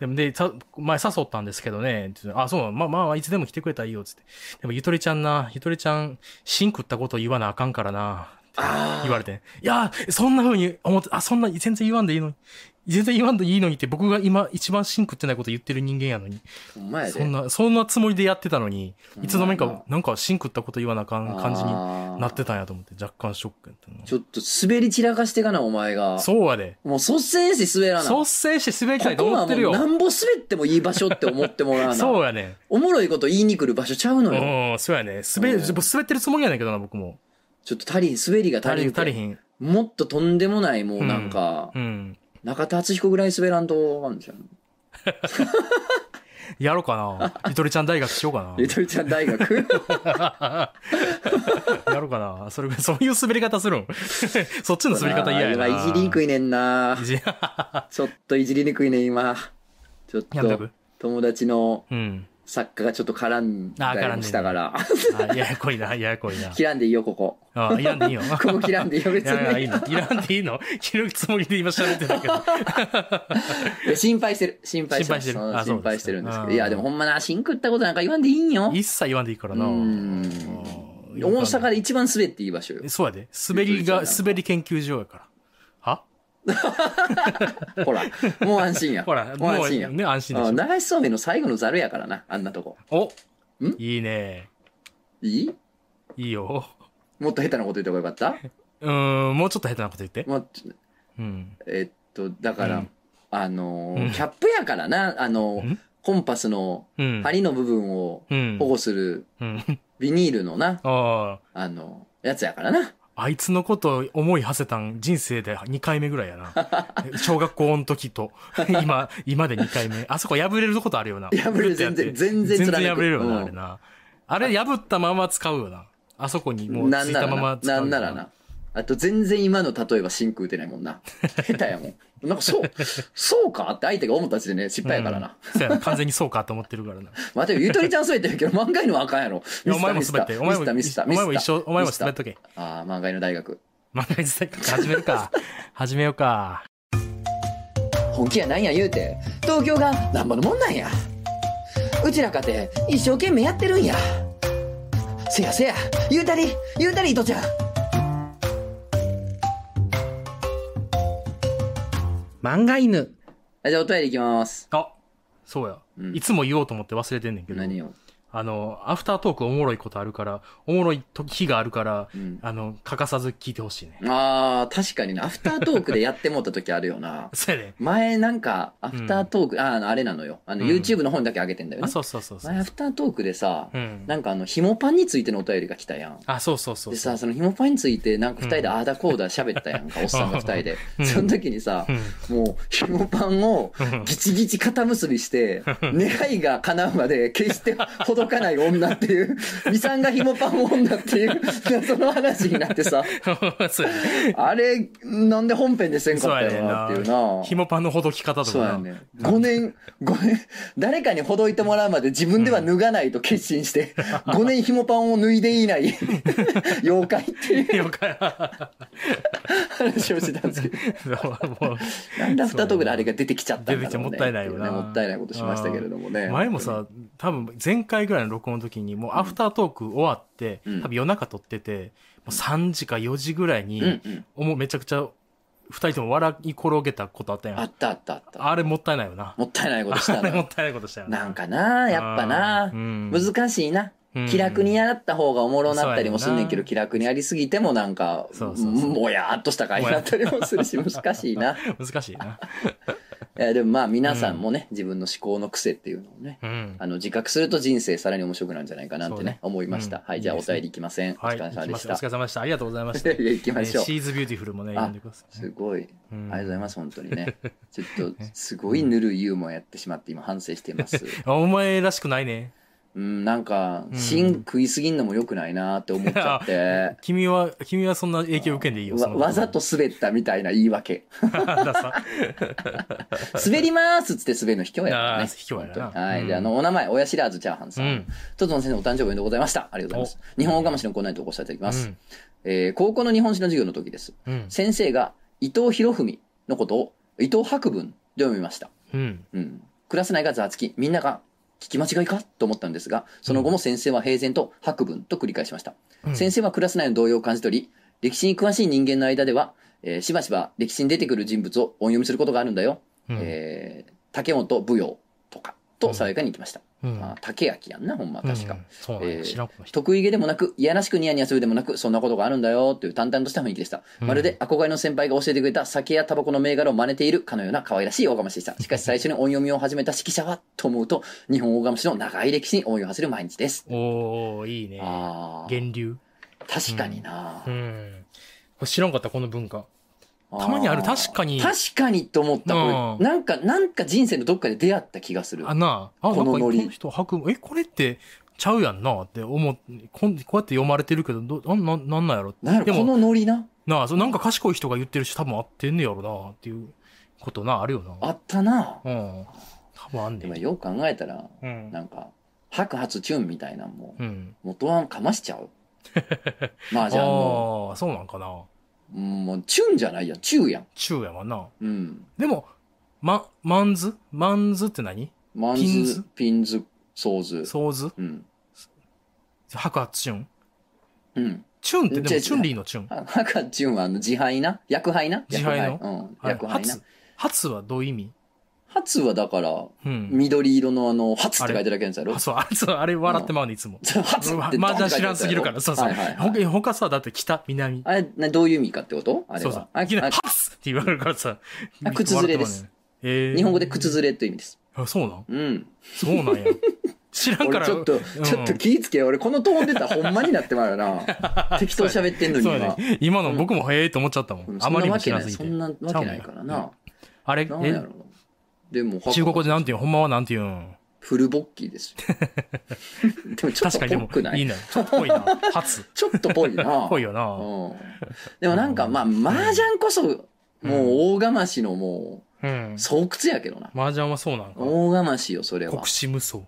[SPEAKER 1] でもで、さ前誘ったんですけどね、って言ってああ、そうなんまあまあ、いつでも来てくれたらいいよ、つって。でもゆとりちゃんな、ゆとりちゃん、芯食ったこと言わなあかんからな、
[SPEAKER 2] ああ。
[SPEAKER 1] 言われて。いやー、そんな風に思って、あ、そんな、全然言わんでいいのに。全然言わんでいいのにって、僕が今、一番シンクってないこと言ってる人間やのに。
[SPEAKER 2] ほんまやで。
[SPEAKER 1] そんな、そんなつもりでやってたのに、いつの間に
[SPEAKER 2] ほんまや
[SPEAKER 1] か、なんかシンクったこと言わなあか
[SPEAKER 2] あ
[SPEAKER 1] ん
[SPEAKER 2] ー
[SPEAKER 1] 感じになってたんやと思って、若干ショックやったな
[SPEAKER 2] ちょっと滑り散らかしてかな、お前が。
[SPEAKER 1] そうやで。
[SPEAKER 2] もう率先して滑らな。
[SPEAKER 1] 率先して滑りたいと
[SPEAKER 2] ここ
[SPEAKER 1] 思
[SPEAKER 2] は
[SPEAKER 1] って
[SPEAKER 2] も
[SPEAKER 1] るよ。
[SPEAKER 2] うなんぼ滑ってもいい場所って思ってもらわな。
[SPEAKER 1] <laughs> そうやね。
[SPEAKER 2] おもろいこと言いに来る場所ちゃうのよ。
[SPEAKER 1] うん、そうやね。滑る、
[SPEAKER 2] うん
[SPEAKER 1] 僕滑ってるつもりやねんけどな、僕も。
[SPEAKER 2] ちょっと足りん、滑りが
[SPEAKER 1] 足
[SPEAKER 2] 足
[SPEAKER 1] り
[SPEAKER 2] り
[SPEAKER 1] ひ
[SPEAKER 2] ん
[SPEAKER 1] ん、
[SPEAKER 2] て。
[SPEAKER 1] 足りひん。
[SPEAKER 2] もっととんでもない、もうなんか、
[SPEAKER 1] うん。
[SPEAKER 2] 中田敦彦ぐらい滑らんとあかんじゃん。
[SPEAKER 1] やろうかな。ゆとりちゃん大学しようかな。
[SPEAKER 2] ゆとりちゃん
[SPEAKER 1] <laughs>
[SPEAKER 2] 大学。
[SPEAKER 1] やろうかな。それ、そういう滑り方する
[SPEAKER 2] <laughs>
[SPEAKER 1] んそっちの滑り方嫌やな。。
[SPEAKER 2] 今いじりにくいねんない
[SPEAKER 1] じり、
[SPEAKER 2] ちょっといじりにくいね、今。ちょっ
[SPEAKER 1] やんだ
[SPEAKER 2] と
[SPEAKER 1] ぶ、
[SPEAKER 2] 友達の
[SPEAKER 1] <laughs> うん。
[SPEAKER 2] 作家がちょっと絡ん
[SPEAKER 1] あー絡んで
[SPEAKER 2] だ
[SPEAKER 1] ん
[SPEAKER 2] り
[SPEAKER 1] ね
[SPEAKER 2] したから。
[SPEAKER 1] あ、ややこいな、ややこいな。
[SPEAKER 2] <laughs> 切らんでいいよ、ここ。
[SPEAKER 1] あいらんでいいよ。
[SPEAKER 2] ここ切らんでいいよ、
[SPEAKER 1] い
[SPEAKER 2] 別
[SPEAKER 1] やいや、いい
[SPEAKER 2] に。
[SPEAKER 1] の。いらんでいいの。着るつもりで今喋ってたけど。
[SPEAKER 2] <laughs> いや心配してる。心配してます
[SPEAKER 1] 心配してる
[SPEAKER 2] うん
[SPEAKER 1] あそうです
[SPEAKER 2] 心配してるんですけ
[SPEAKER 1] あ
[SPEAKER 2] ど。
[SPEAKER 1] ー
[SPEAKER 2] いや、でもほんまな、シンクったことなんか言わんでいいんよ。
[SPEAKER 1] 一切言わんでいいからな。
[SPEAKER 2] う
[SPEAKER 1] うん
[SPEAKER 2] ん大阪で一番滑っていい場所
[SPEAKER 1] <laughs>
[SPEAKER 2] よ。
[SPEAKER 1] そうやで。滑りが、
[SPEAKER 2] ゆとりちゃん
[SPEAKER 1] 滑り研究所やから。は
[SPEAKER 2] ほら、もう安心や。
[SPEAKER 1] ほら、
[SPEAKER 2] もう安心や。
[SPEAKER 1] ね、安心でし
[SPEAKER 2] う
[SPEAKER 1] ょ
[SPEAKER 2] ん。流しそうめんの最後のざるやからな、あんなとこ。
[SPEAKER 1] お
[SPEAKER 2] ん
[SPEAKER 1] いいね。
[SPEAKER 2] いい
[SPEAKER 1] いいよ。
[SPEAKER 2] もっと下手なこと言ってもよかった
[SPEAKER 1] うーん、もうちょっと下手なこと言って。
[SPEAKER 2] もう
[SPEAKER 1] うん。
[SPEAKER 2] えっと、だから、
[SPEAKER 1] うん
[SPEAKER 2] あのー
[SPEAKER 1] うん
[SPEAKER 2] キャップやからな、あのー
[SPEAKER 1] ん
[SPEAKER 2] コンパスの
[SPEAKER 1] うん。
[SPEAKER 2] 針の部分を
[SPEAKER 1] うん
[SPEAKER 2] 保。護する
[SPEAKER 1] うん。
[SPEAKER 2] ビニールのな、
[SPEAKER 1] ああ。
[SPEAKER 2] あのーやつやからな。
[SPEAKER 1] あいつのことを思い馳せたん人生で2回目ぐらいや
[SPEAKER 2] <laughs>
[SPEAKER 1] な。小学校の時と、今、今で2回目。あそこ破れるとことあるよな。
[SPEAKER 2] 破れる全然全然
[SPEAKER 1] 全
[SPEAKER 2] 貫
[SPEAKER 1] 然
[SPEAKER 2] く
[SPEAKER 1] 破れるよな、
[SPEAKER 2] うん
[SPEAKER 1] あれな。あれ破ったまま使うよな。あそこにもう
[SPEAKER 2] な
[SPEAKER 1] つ
[SPEAKER 2] ん
[SPEAKER 1] い
[SPEAKER 2] な
[SPEAKER 1] た
[SPEAKER 2] ら
[SPEAKER 1] まま
[SPEAKER 2] な、
[SPEAKER 1] 使う
[SPEAKER 2] な
[SPEAKER 1] よ
[SPEAKER 2] んならな。。あと全然今の例えば真空打てないもん
[SPEAKER 1] <laughs>
[SPEAKER 2] な。下手やもん。なんかそう、そうかって相手が思った時点で失敗やからな。
[SPEAKER 1] うん。そうやな完全にそうかと思ってる
[SPEAKER 2] <laughs>
[SPEAKER 1] からな。
[SPEAKER 2] まあ、でもゆとりちゃん滑ってるけど、漫画犬はあかんやろ。
[SPEAKER 1] いやお前も滑って、お
[SPEAKER 2] ミ
[SPEAKER 1] 前
[SPEAKER 2] ス
[SPEAKER 1] も、
[SPEAKER 2] ターミスター
[SPEAKER 1] お
[SPEAKER 2] ミスタ
[SPEAKER 1] 前
[SPEAKER 2] ー
[SPEAKER 1] も一緒、お前も滑っとけ。
[SPEAKER 2] ああ、漫画犬大学。
[SPEAKER 1] 漫画一切始める
[SPEAKER 2] <laughs>
[SPEAKER 1] か。始めようか。
[SPEAKER 2] 本気やなんや言うて東京がなんぼのもんなんやうちらかて一生懸命やってるんやせやせや言うたり言うたり糸ちゃん
[SPEAKER 1] 漫画犬。
[SPEAKER 2] じゃあお便りいきます
[SPEAKER 1] あ、そうや
[SPEAKER 2] う。ん
[SPEAKER 1] いつも言おうと思って忘れてんねんけど。
[SPEAKER 2] 何を
[SPEAKER 1] あの、アフタートークおもろいことあるから、おもろい時日があるから、
[SPEAKER 2] うん。
[SPEAKER 1] あの、欠かさず聞いてほしいね。。
[SPEAKER 2] ああ、確かにな。アフタートークでやってもうた時あるよな
[SPEAKER 1] そうやね。
[SPEAKER 2] 前なんか、アフタートーク、あーあの、あれなのよ。あの、
[SPEAKER 1] うん
[SPEAKER 2] YouTube の本だけ上げてんだよ
[SPEAKER 1] あ、
[SPEAKER 2] ね。
[SPEAKER 1] そうそうそうそ
[SPEAKER 2] 前ア
[SPEAKER 1] う。
[SPEAKER 2] フタートークでさ、
[SPEAKER 1] うん。
[SPEAKER 2] なんかあの、ひもパンについてのお便りが来たやん。
[SPEAKER 1] あ、そうそうそう
[SPEAKER 2] で
[SPEAKER 1] そう。
[SPEAKER 2] さ、そのひもパンについてなんか二人
[SPEAKER 1] うん
[SPEAKER 2] であーだこうだ喋ったや
[SPEAKER 1] <laughs>
[SPEAKER 2] んか、おっさんが二人で
[SPEAKER 1] う。ん
[SPEAKER 2] その時にさ、もう、ひもパンを
[SPEAKER 1] うん
[SPEAKER 2] ギチギチ肩結びして、願いが叶うまで決してほどかない女っ
[SPEAKER 1] <laughs>
[SPEAKER 2] ていう、ミサンがひもパン女っていう、その話になってさ、
[SPEAKER 1] うん。そうやね。
[SPEAKER 2] あれ、なんで本編でせ
[SPEAKER 1] <laughs>
[SPEAKER 2] ん
[SPEAKER 1] そ
[SPEAKER 2] か
[SPEAKER 1] う
[SPEAKER 2] った
[SPEAKER 1] やね
[SPEAKER 2] よ
[SPEAKER 1] ん
[SPEAKER 2] なっていう
[SPEAKER 1] な。
[SPEAKER 2] な。
[SPEAKER 1] ひもパンのほどき方と
[SPEAKER 2] そうや
[SPEAKER 1] か
[SPEAKER 2] ね。5年、五年、誰かにほどいてもらうまで自分では脱がないと決心して、5年紐パンを脱いでいない
[SPEAKER 1] <laughs>
[SPEAKER 2] 妖怪っていう
[SPEAKER 1] な。よか
[SPEAKER 2] 話をしてたんですけど、
[SPEAKER 1] もう
[SPEAKER 2] なんでアフタートークであれが出てきちゃったんだろうね
[SPEAKER 1] 出てきちゃもったいないよな
[SPEAKER 2] ってうねもったいないことしましたけれどもね。
[SPEAKER 1] <laughs> 前もさ、多分前回ぐらいの録音の時に、もうアフタートーク終わって、
[SPEAKER 2] うん
[SPEAKER 1] 多分夜中撮ってて、もう3時か4時ぐらいに、
[SPEAKER 2] うんうん。
[SPEAKER 1] もうめちゃくちゃ2人とも笑い転げたことあったやん。
[SPEAKER 2] あ
[SPEAKER 1] あ
[SPEAKER 2] ったあったあった。
[SPEAKER 1] れもったいないよな。
[SPEAKER 2] もったいないことした
[SPEAKER 1] あれも
[SPEAKER 2] な。
[SPEAKER 1] ったいないことしたよ
[SPEAKER 2] なんかな、やっぱな、
[SPEAKER 1] 難
[SPEAKER 2] 難しいな。
[SPEAKER 1] うん
[SPEAKER 2] 気楽にやった方がおもろなったりもすんねんけ
[SPEAKER 1] そうやねんな
[SPEAKER 2] ど、気楽にやりすぎてもなんか、
[SPEAKER 1] そうそうそう
[SPEAKER 2] もやーっとした回になったりもするし、難しいな。
[SPEAKER 1] 難しいな。
[SPEAKER 2] えーでもまあ皆さんもね、自分の思考の癖っていうのをね、
[SPEAKER 1] うん。
[SPEAKER 2] あの自覚すると人生さらに面白くなるんじゃないかなって
[SPEAKER 1] そう
[SPEAKER 2] ね、
[SPEAKER 1] ね
[SPEAKER 2] 思いました。
[SPEAKER 1] うん
[SPEAKER 2] はい、じゃあ
[SPEAKER 1] い
[SPEAKER 2] お
[SPEAKER 1] いですね
[SPEAKER 2] 便りいきません。
[SPEAKER 1] はい。
[SPEAKER 2] <laughs> お疲
[SPEAKER 1] 行
[SPEAKER 2] れ様
[SPEAKER 1] き
[SPEAKER 2] で
[SPEAKER 1] ま
[SPEAKER 2] し
[SPEAKER 1] すお
[SPEAKER 2] た
[SPEAKER 1] 疲。れ様でした。ありがとうございました。
[SPEAKER 2] いや行きましょう
[SPEAKER 1] ね。シーズビューティフルもね、
[SPEAKER 2] あ
[SPEAKER 1] 読んでください
[SPEAKER 2] す
[SPEAKER 1] ね。
[SPEAKER 2] ご
[SPEAKER 1] あ
[SPEAKER 2] い。
[SPEAKER 1] り
[SPEAKER 2] ありがとうございます、本当に
[SPEAKER 1] <laughs>
[SPEAKER 2] ね。ちょっと、すごいぬるいユーモアやってしまって今反省してます。
[SPEAKER 1] お前らしくないね。
[SPEAKER 2] うん、なんか、
[SPEAKER 1] うん
[SPEAKER 2] 芯食いすぎんのも良くないなって思っちゃって。
[SPEAKER 1] 君は、君はそんな影響受けん <laughs> でいいよ。そ
[SPEAKER 2] わ
[SPEAKER 1] んなこ
[SPEAKER 2] わざ。
[SPEAKER 1] <laughs>
[SPEAKER 2] と滑ったみたいな言い訳。
[SPEAKER 1] ださ
[SPEAKER 2] 滑りますっつって滑るの卑怯やから
[SPEAKER 1] ああ
[SPEAKER 2] ね。
[SPEAKER 1] 卑怯やな
[SPEAKER 2] 本当には
[SPEAKER 1] う
[SPEAKER 2] い。
[SPEAKER 1] ん
[SPEAKER 2] じゃあ、あの、お名前、親知らずチャーハン
[SPEAKER 1] う
[SPEAKER 2] さん。
[SPEAKER 1] ん。
[SPEAKER 2] とつの先生のお誕生日おめでとうございました。ありがとうございます。日本語ましのコーナーに投稿していただき
[SPEAKER 1] う
[SPEAKER 2] ます。
[SPEAKER 1] ん。
[SPEAKER 2] えー高校の日本史の授業の時です。
[SPEAKER 1] うん。
[SPEAKER 2] 先生が伊藤博文のことを伊藤博文で読みました。
[SPEAKER 1] うん。
[SPEAKER 2] うん。クラス内がざわつき、みんなが聞き間違いかと思ったんですが、その後も先生は平然と博文と繰り返しました。
[SPEAKER 1] うん
[SPEAKER 2] 先生はクラス内の動揺を感じ取り、歴史に詳しい人間の間では、えーしばしば歴史に出てくる人物を音読みすることがあるんだよ。
[SPEAKER 1] うん
[SPEAKER 2] えー竹本舞踊とか、と爽やかに行きました。
[SPEAKER 1] うん
[SPEAKER 2] あ竹明やんな、ほんま確か。
[SPEAKER 1] うんそうなん
[SPEAKER 2] え
[SPEAKER 1] や
[SPEAKER 2] ー
[SPEAKER 1] 知らんこの人。
[SPEAKER 2] 得意げでもなく、いやらしくニヤニヤするでもなく、そんなことがあるんだよ、という淡々とした雰囲気でした。
[SPEAKER 1] うん
[SPEAKER 2] まるで憧れの先輩が教えてくれた酒やタバコの銘柄を真似ているかのような可愛らしい大釜師でした。しかし最初に音読みを始めた指揮者は、と思うと、日本大釜師の長い歴史に応用をする毎日です。
[SPEAKER 1] おー、いいね。
[SPEAKER 2] あー
[SPEAKER 1] 源流。
[SPEAKER 2] 確かにな
[SPEAKER 1] う、ん。これ知らんかった、この文化。
[SPEAKER 2] ー
[SPEAKER 1] たまにある確かに
[SPEAKER 2] 確かにと思った。
[SPEAKER 1] う
[SPEAKER 2] こ
[SPEAKER 1] ん
[SPEAKER 2] れなんか、なんか人生のどっかで出会った気がする。
[SPEAKER 1] あ、なあ、あ、
[SPEAKER 2] この
[SPEAKER 1] なんか
[SPEAKER 2] ノリ
[SPEAKER 1] この人白文、え、これってちゃうやんなって思う、こんこうやって読まれてるけど、ど、あんなん、なんなんやろ
[SPEAKER 2] なんやろ
[SPEAKER 1] で
[SPEAKER 2] こ
[SPEAKER 1] も、
[SPEAKER 2] のノリな。
[SPEAKER 1] なあ、そうなんか賢い人が言ってるし、多分合ってんねやろなっていうことな、あるよな。
[SPEAKER 2] あったな
[SPEAKER 1] うん。多分あん
[SPEAKER 2] で
[SPEAKER 1] ね
[SPEAKER 2] も
[SPEAKER 1] ん。
[SPEAKER 2] よく考えたら、
[SPEAKER 1] うん。
[SPEAKER 2] なんか、白髪チュンみたいなんも、
[SPEAKER 1] うん。
[SPEAKER 2] 元はかましち
[SPEAKER 1] <laughs>
[SPEAKER 2] ゃう。ま
[SPEAKER 1] あ
[SPEAKER 2] あじゃあも
[SPEAKER 1] あー、そうなんかな。
[SPEAKER 2] う、もう、チュンじゃないやん、チューやん。
[SPEAKER 1] 中やわな。
[SPEAKER 2] うん。
[SPEAKER 1] でも、ま、マンズマンズって何
[SPEAKER 2] マン
[SPEAKER 1] ピンズ
[SPEAKER 2] ズ、ピンズ、ソーズ。
[SPEAKER 1] ソーズ
[SPEAKER 2] うん。
[SPEAKER 1] 白髪チュン
[SPEAKER 2] うん。
[SPEAKER 1] チュンって、でも
[SPEAKER 2] 違う違う
[SPEAKER 1] チュンリーのチュン。
[SPEAKER 2] あ白髪チュンは、あの、自敗な薬敗な
[SPEAKER 1] 自敗の
[SPEAKER 2] 薬うん。
[SPEAKER 1] はい
[SPEAKER 2] 薬敗な
[SPEAKER 1] 初。。初はどういう意味
[SPEAKER 2] 初はだから、
[SPEAKER 1] うん。
[SPEAKER 2] 緑色のあの、初って書いてるだけなんですよ。
[SPEAKER 1] あ、 <laughs> そう、あれ、そうあれ笑ってまうね、いつも。
[SPEAKER 2] <laughs> 初
[SPEAKER 1] ま
[SPEAKER 2] って
[SPEAKER 1] マージャン知らんすぎるから、そうそう。
[SPEAKER 2] はいはいはい
[SPEAKER 1] 他他さ、だって北、南、
[SPEAKER 2] あれ、などういう意味かってことあれ
[SPEAKER 1] そうそう
[SPEAKER 2] は。。あ
[SPEAKER 1] いきな
[SPEAKER 2] あ
[SPEAKER 1] り、ハスって言われるからさ。
[SPEAKER 2] あ靴ずれです
[SPEAKER 1] 笑ってまうね。えー
[SPEAKER 2] 日本語で靴ずれという意味です。
[SPEAKER 1] あ、そうなん
[SPEAKER 2] うん。
[SPEAKER 1] そうなん
[SPEAKER 2] <laughs>
[SPEAKER 1] や。知らんか
[SPEAKER 2] 俺
[SPEAKER 1] ら。
[SPEAKER 2] ちょっと、
[SPEAKER 1] うん
[SPEAKER 2] ちょっと気ぃつけよ。俺このトーン出たらほんまになってまう
[SPEAKER 1] <laughs>
[SPEAKER 2] よな。適当喋ってんのに
[SPEAKER 1] そうや
[SPEAKER 2] 今。
[SPEAKER 1] ね。今の僕もへえと思っちゃったも。
[SPEAKER 2] うんん
[SPEAKER 1] あまりにも知らんすぎ
[SPEAKER 2] そ
[SPEAKER 1] て。
[SPEAKER 2] んなわけないから
[SPEAKER 1] ちゃう
[SPEAKER 2] な。
[SPEAKER 1] あれ、え
[SPEAKER 2] なんやろう。でも、
[SPEAKER 1] 中国語でなんて言うんほんまはなんて言うん
[SPEAKER 2] フルボッキーです
[SPEAKER 1] <laughs>
[SPEAKER 2] よ。でもちょっ
[SPEAKER 1] 確
[SPEAKER 2] と
[SPEAKER 1] かにでも
[SPEAKER 2] ぽく、ない
[SPEAKER 1] い
[SPEAKER 2] い
[SPEAKER 1] な。ちょっとぽいな。初。
[SPEAKER 2] <laughs> ちょっとぽいな。
[SPEAKER 1] <laughs> ぽいよ
[SPEAKER 2] う
[SPEAKER 1] な。
[SPEAKER 2] ん。でもなんか、まあ、麻雀こそ、もう大釜師のも
[SPEAKER 1] うん
[SPEAKER 2] う、。巣窟やけどな。
[SPEAKER 1] 麻雀はそうなんか。
[SPEAKER 2] 大釜師よ、それは
[SPEAKER 1] 国。士無双。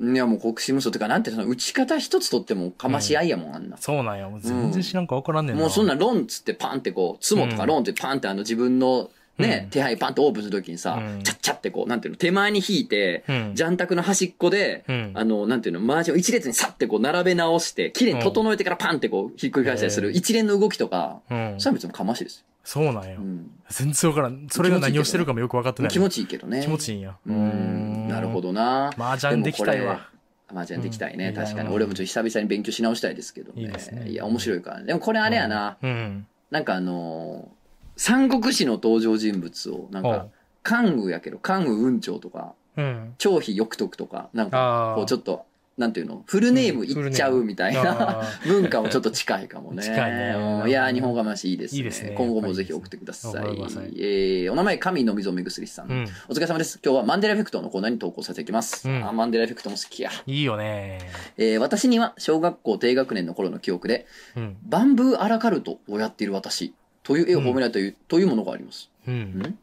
[SPEAKER 2] いや、もう国士無双ってか、なんてその、打ち方一つとってもかまし合いやもん、あんな。
[SPEAKER 1] そうなんや。もう全然知らんかわからんねんな。
[SPEAKER 2] もうそんなロンっつってパンってこう、ツモと
[SPEAKER 1] う
[SPEAKER 2] か
[SPEAKER 1] ん
[SPEAKER 2] ロンってパンってあの自分のね、
[SPEAKER 1] うん
[SPEAKER 2] 手配パンってオープンするときにさ、
[SPEAKER 1] うん
[SPEAKER 2] チャッチャってこう、なんていうの、手前に引いて、
[SPEAKER 1] うん
[SPEAKER 2] ジャン卓の端っこで、
[SPEAKER 1] うん
[SPEAKER 2] あの、なんていうの、マージンを一列にさってこう並べ直して、綺麗に整えてからパンってこう、ひっくり返したりす
[SPEAKER 1] へ
[SPEAKER 2] る、
[SPEAKER 1] ー
[SPEAKER 2] 一連の動きとか、
[SPEAKER 1] うん
[SPEAKER 2] それは別にかましいです
[SPEAKER 1] そうなんや
[SPEAKER 2] よ。う。ん。
[SPEAKER 1] 全然わからん。それが何をしてるかもよく分かってない。
[SPEAKER 2] 気持ちいいけどね。
[SPEAKER 1] 気持ち
[SPEAKER 2] いい。
[SPEAKER 1] いいんや。
[SPEAKER 2] うん。なるほ
[SPEAKER 1] ど。
[SPEAKER 2] どな。
[SPEAKER 1] 麻雀できたいわ。
[SPEAKER 2] 麻雀できたいね、
[SPEAKER 1] うん
[SPEAKER 2] 確かに
[SPEAKER 1] うん
[SPEAKER 2] 俺もちょっと久々に勉強し直したいですけどね
[SPEAKER 1] いいですね
[SPEAKER 2] や面白いからねでもこれあれやな、
[SPEAKER 1] うん。
[SPEAKER 2] なんかあのー三国志の登場人物をなんか関羽やけど関羽雲長とか
[SPEAKER 1] おううん。
[SPEAKER 2] 張飛翼徳とかなんか
[SPEAKER 1] ああ。
[SPEAKER 2] こうち
[SPEAKER 1] ょっ
[SPEAKER 2] ょっとなんていうのフルネームいっちゃうみたいな、文化もちょっと近いかもね
[SPEAKER 1] 近いね
[SPEAKER 2] うんいやー日本がましいいですね
[SPEAKER 1] いいですね
[SPEAKER 2] 今後もぜひ送ってください
[SPEAKER 1] やっぱりいいですね
[SPEAKER 2] えーお名前神のみぞめぐすりさん、
[SPEAKER 1] うん。
[SPEAKER 2] お疲れ様です今日はマンデラエフェクトのコーナーに投稿させていきます、
[SPEAKER 1] うん
[SPEAKER 2] あマンデラエフェクトも好きや
[SPEAKER 1] いいよね。
[SPEAKER 2] えー私には小学校低学年の頃の記憶で、
[SPEAKER 1] うん。
[SPEAKER 2] バンブーアラカルトをやっている私という絵を褒められたという,、というものがあります。
[SPEAKER 1] うん。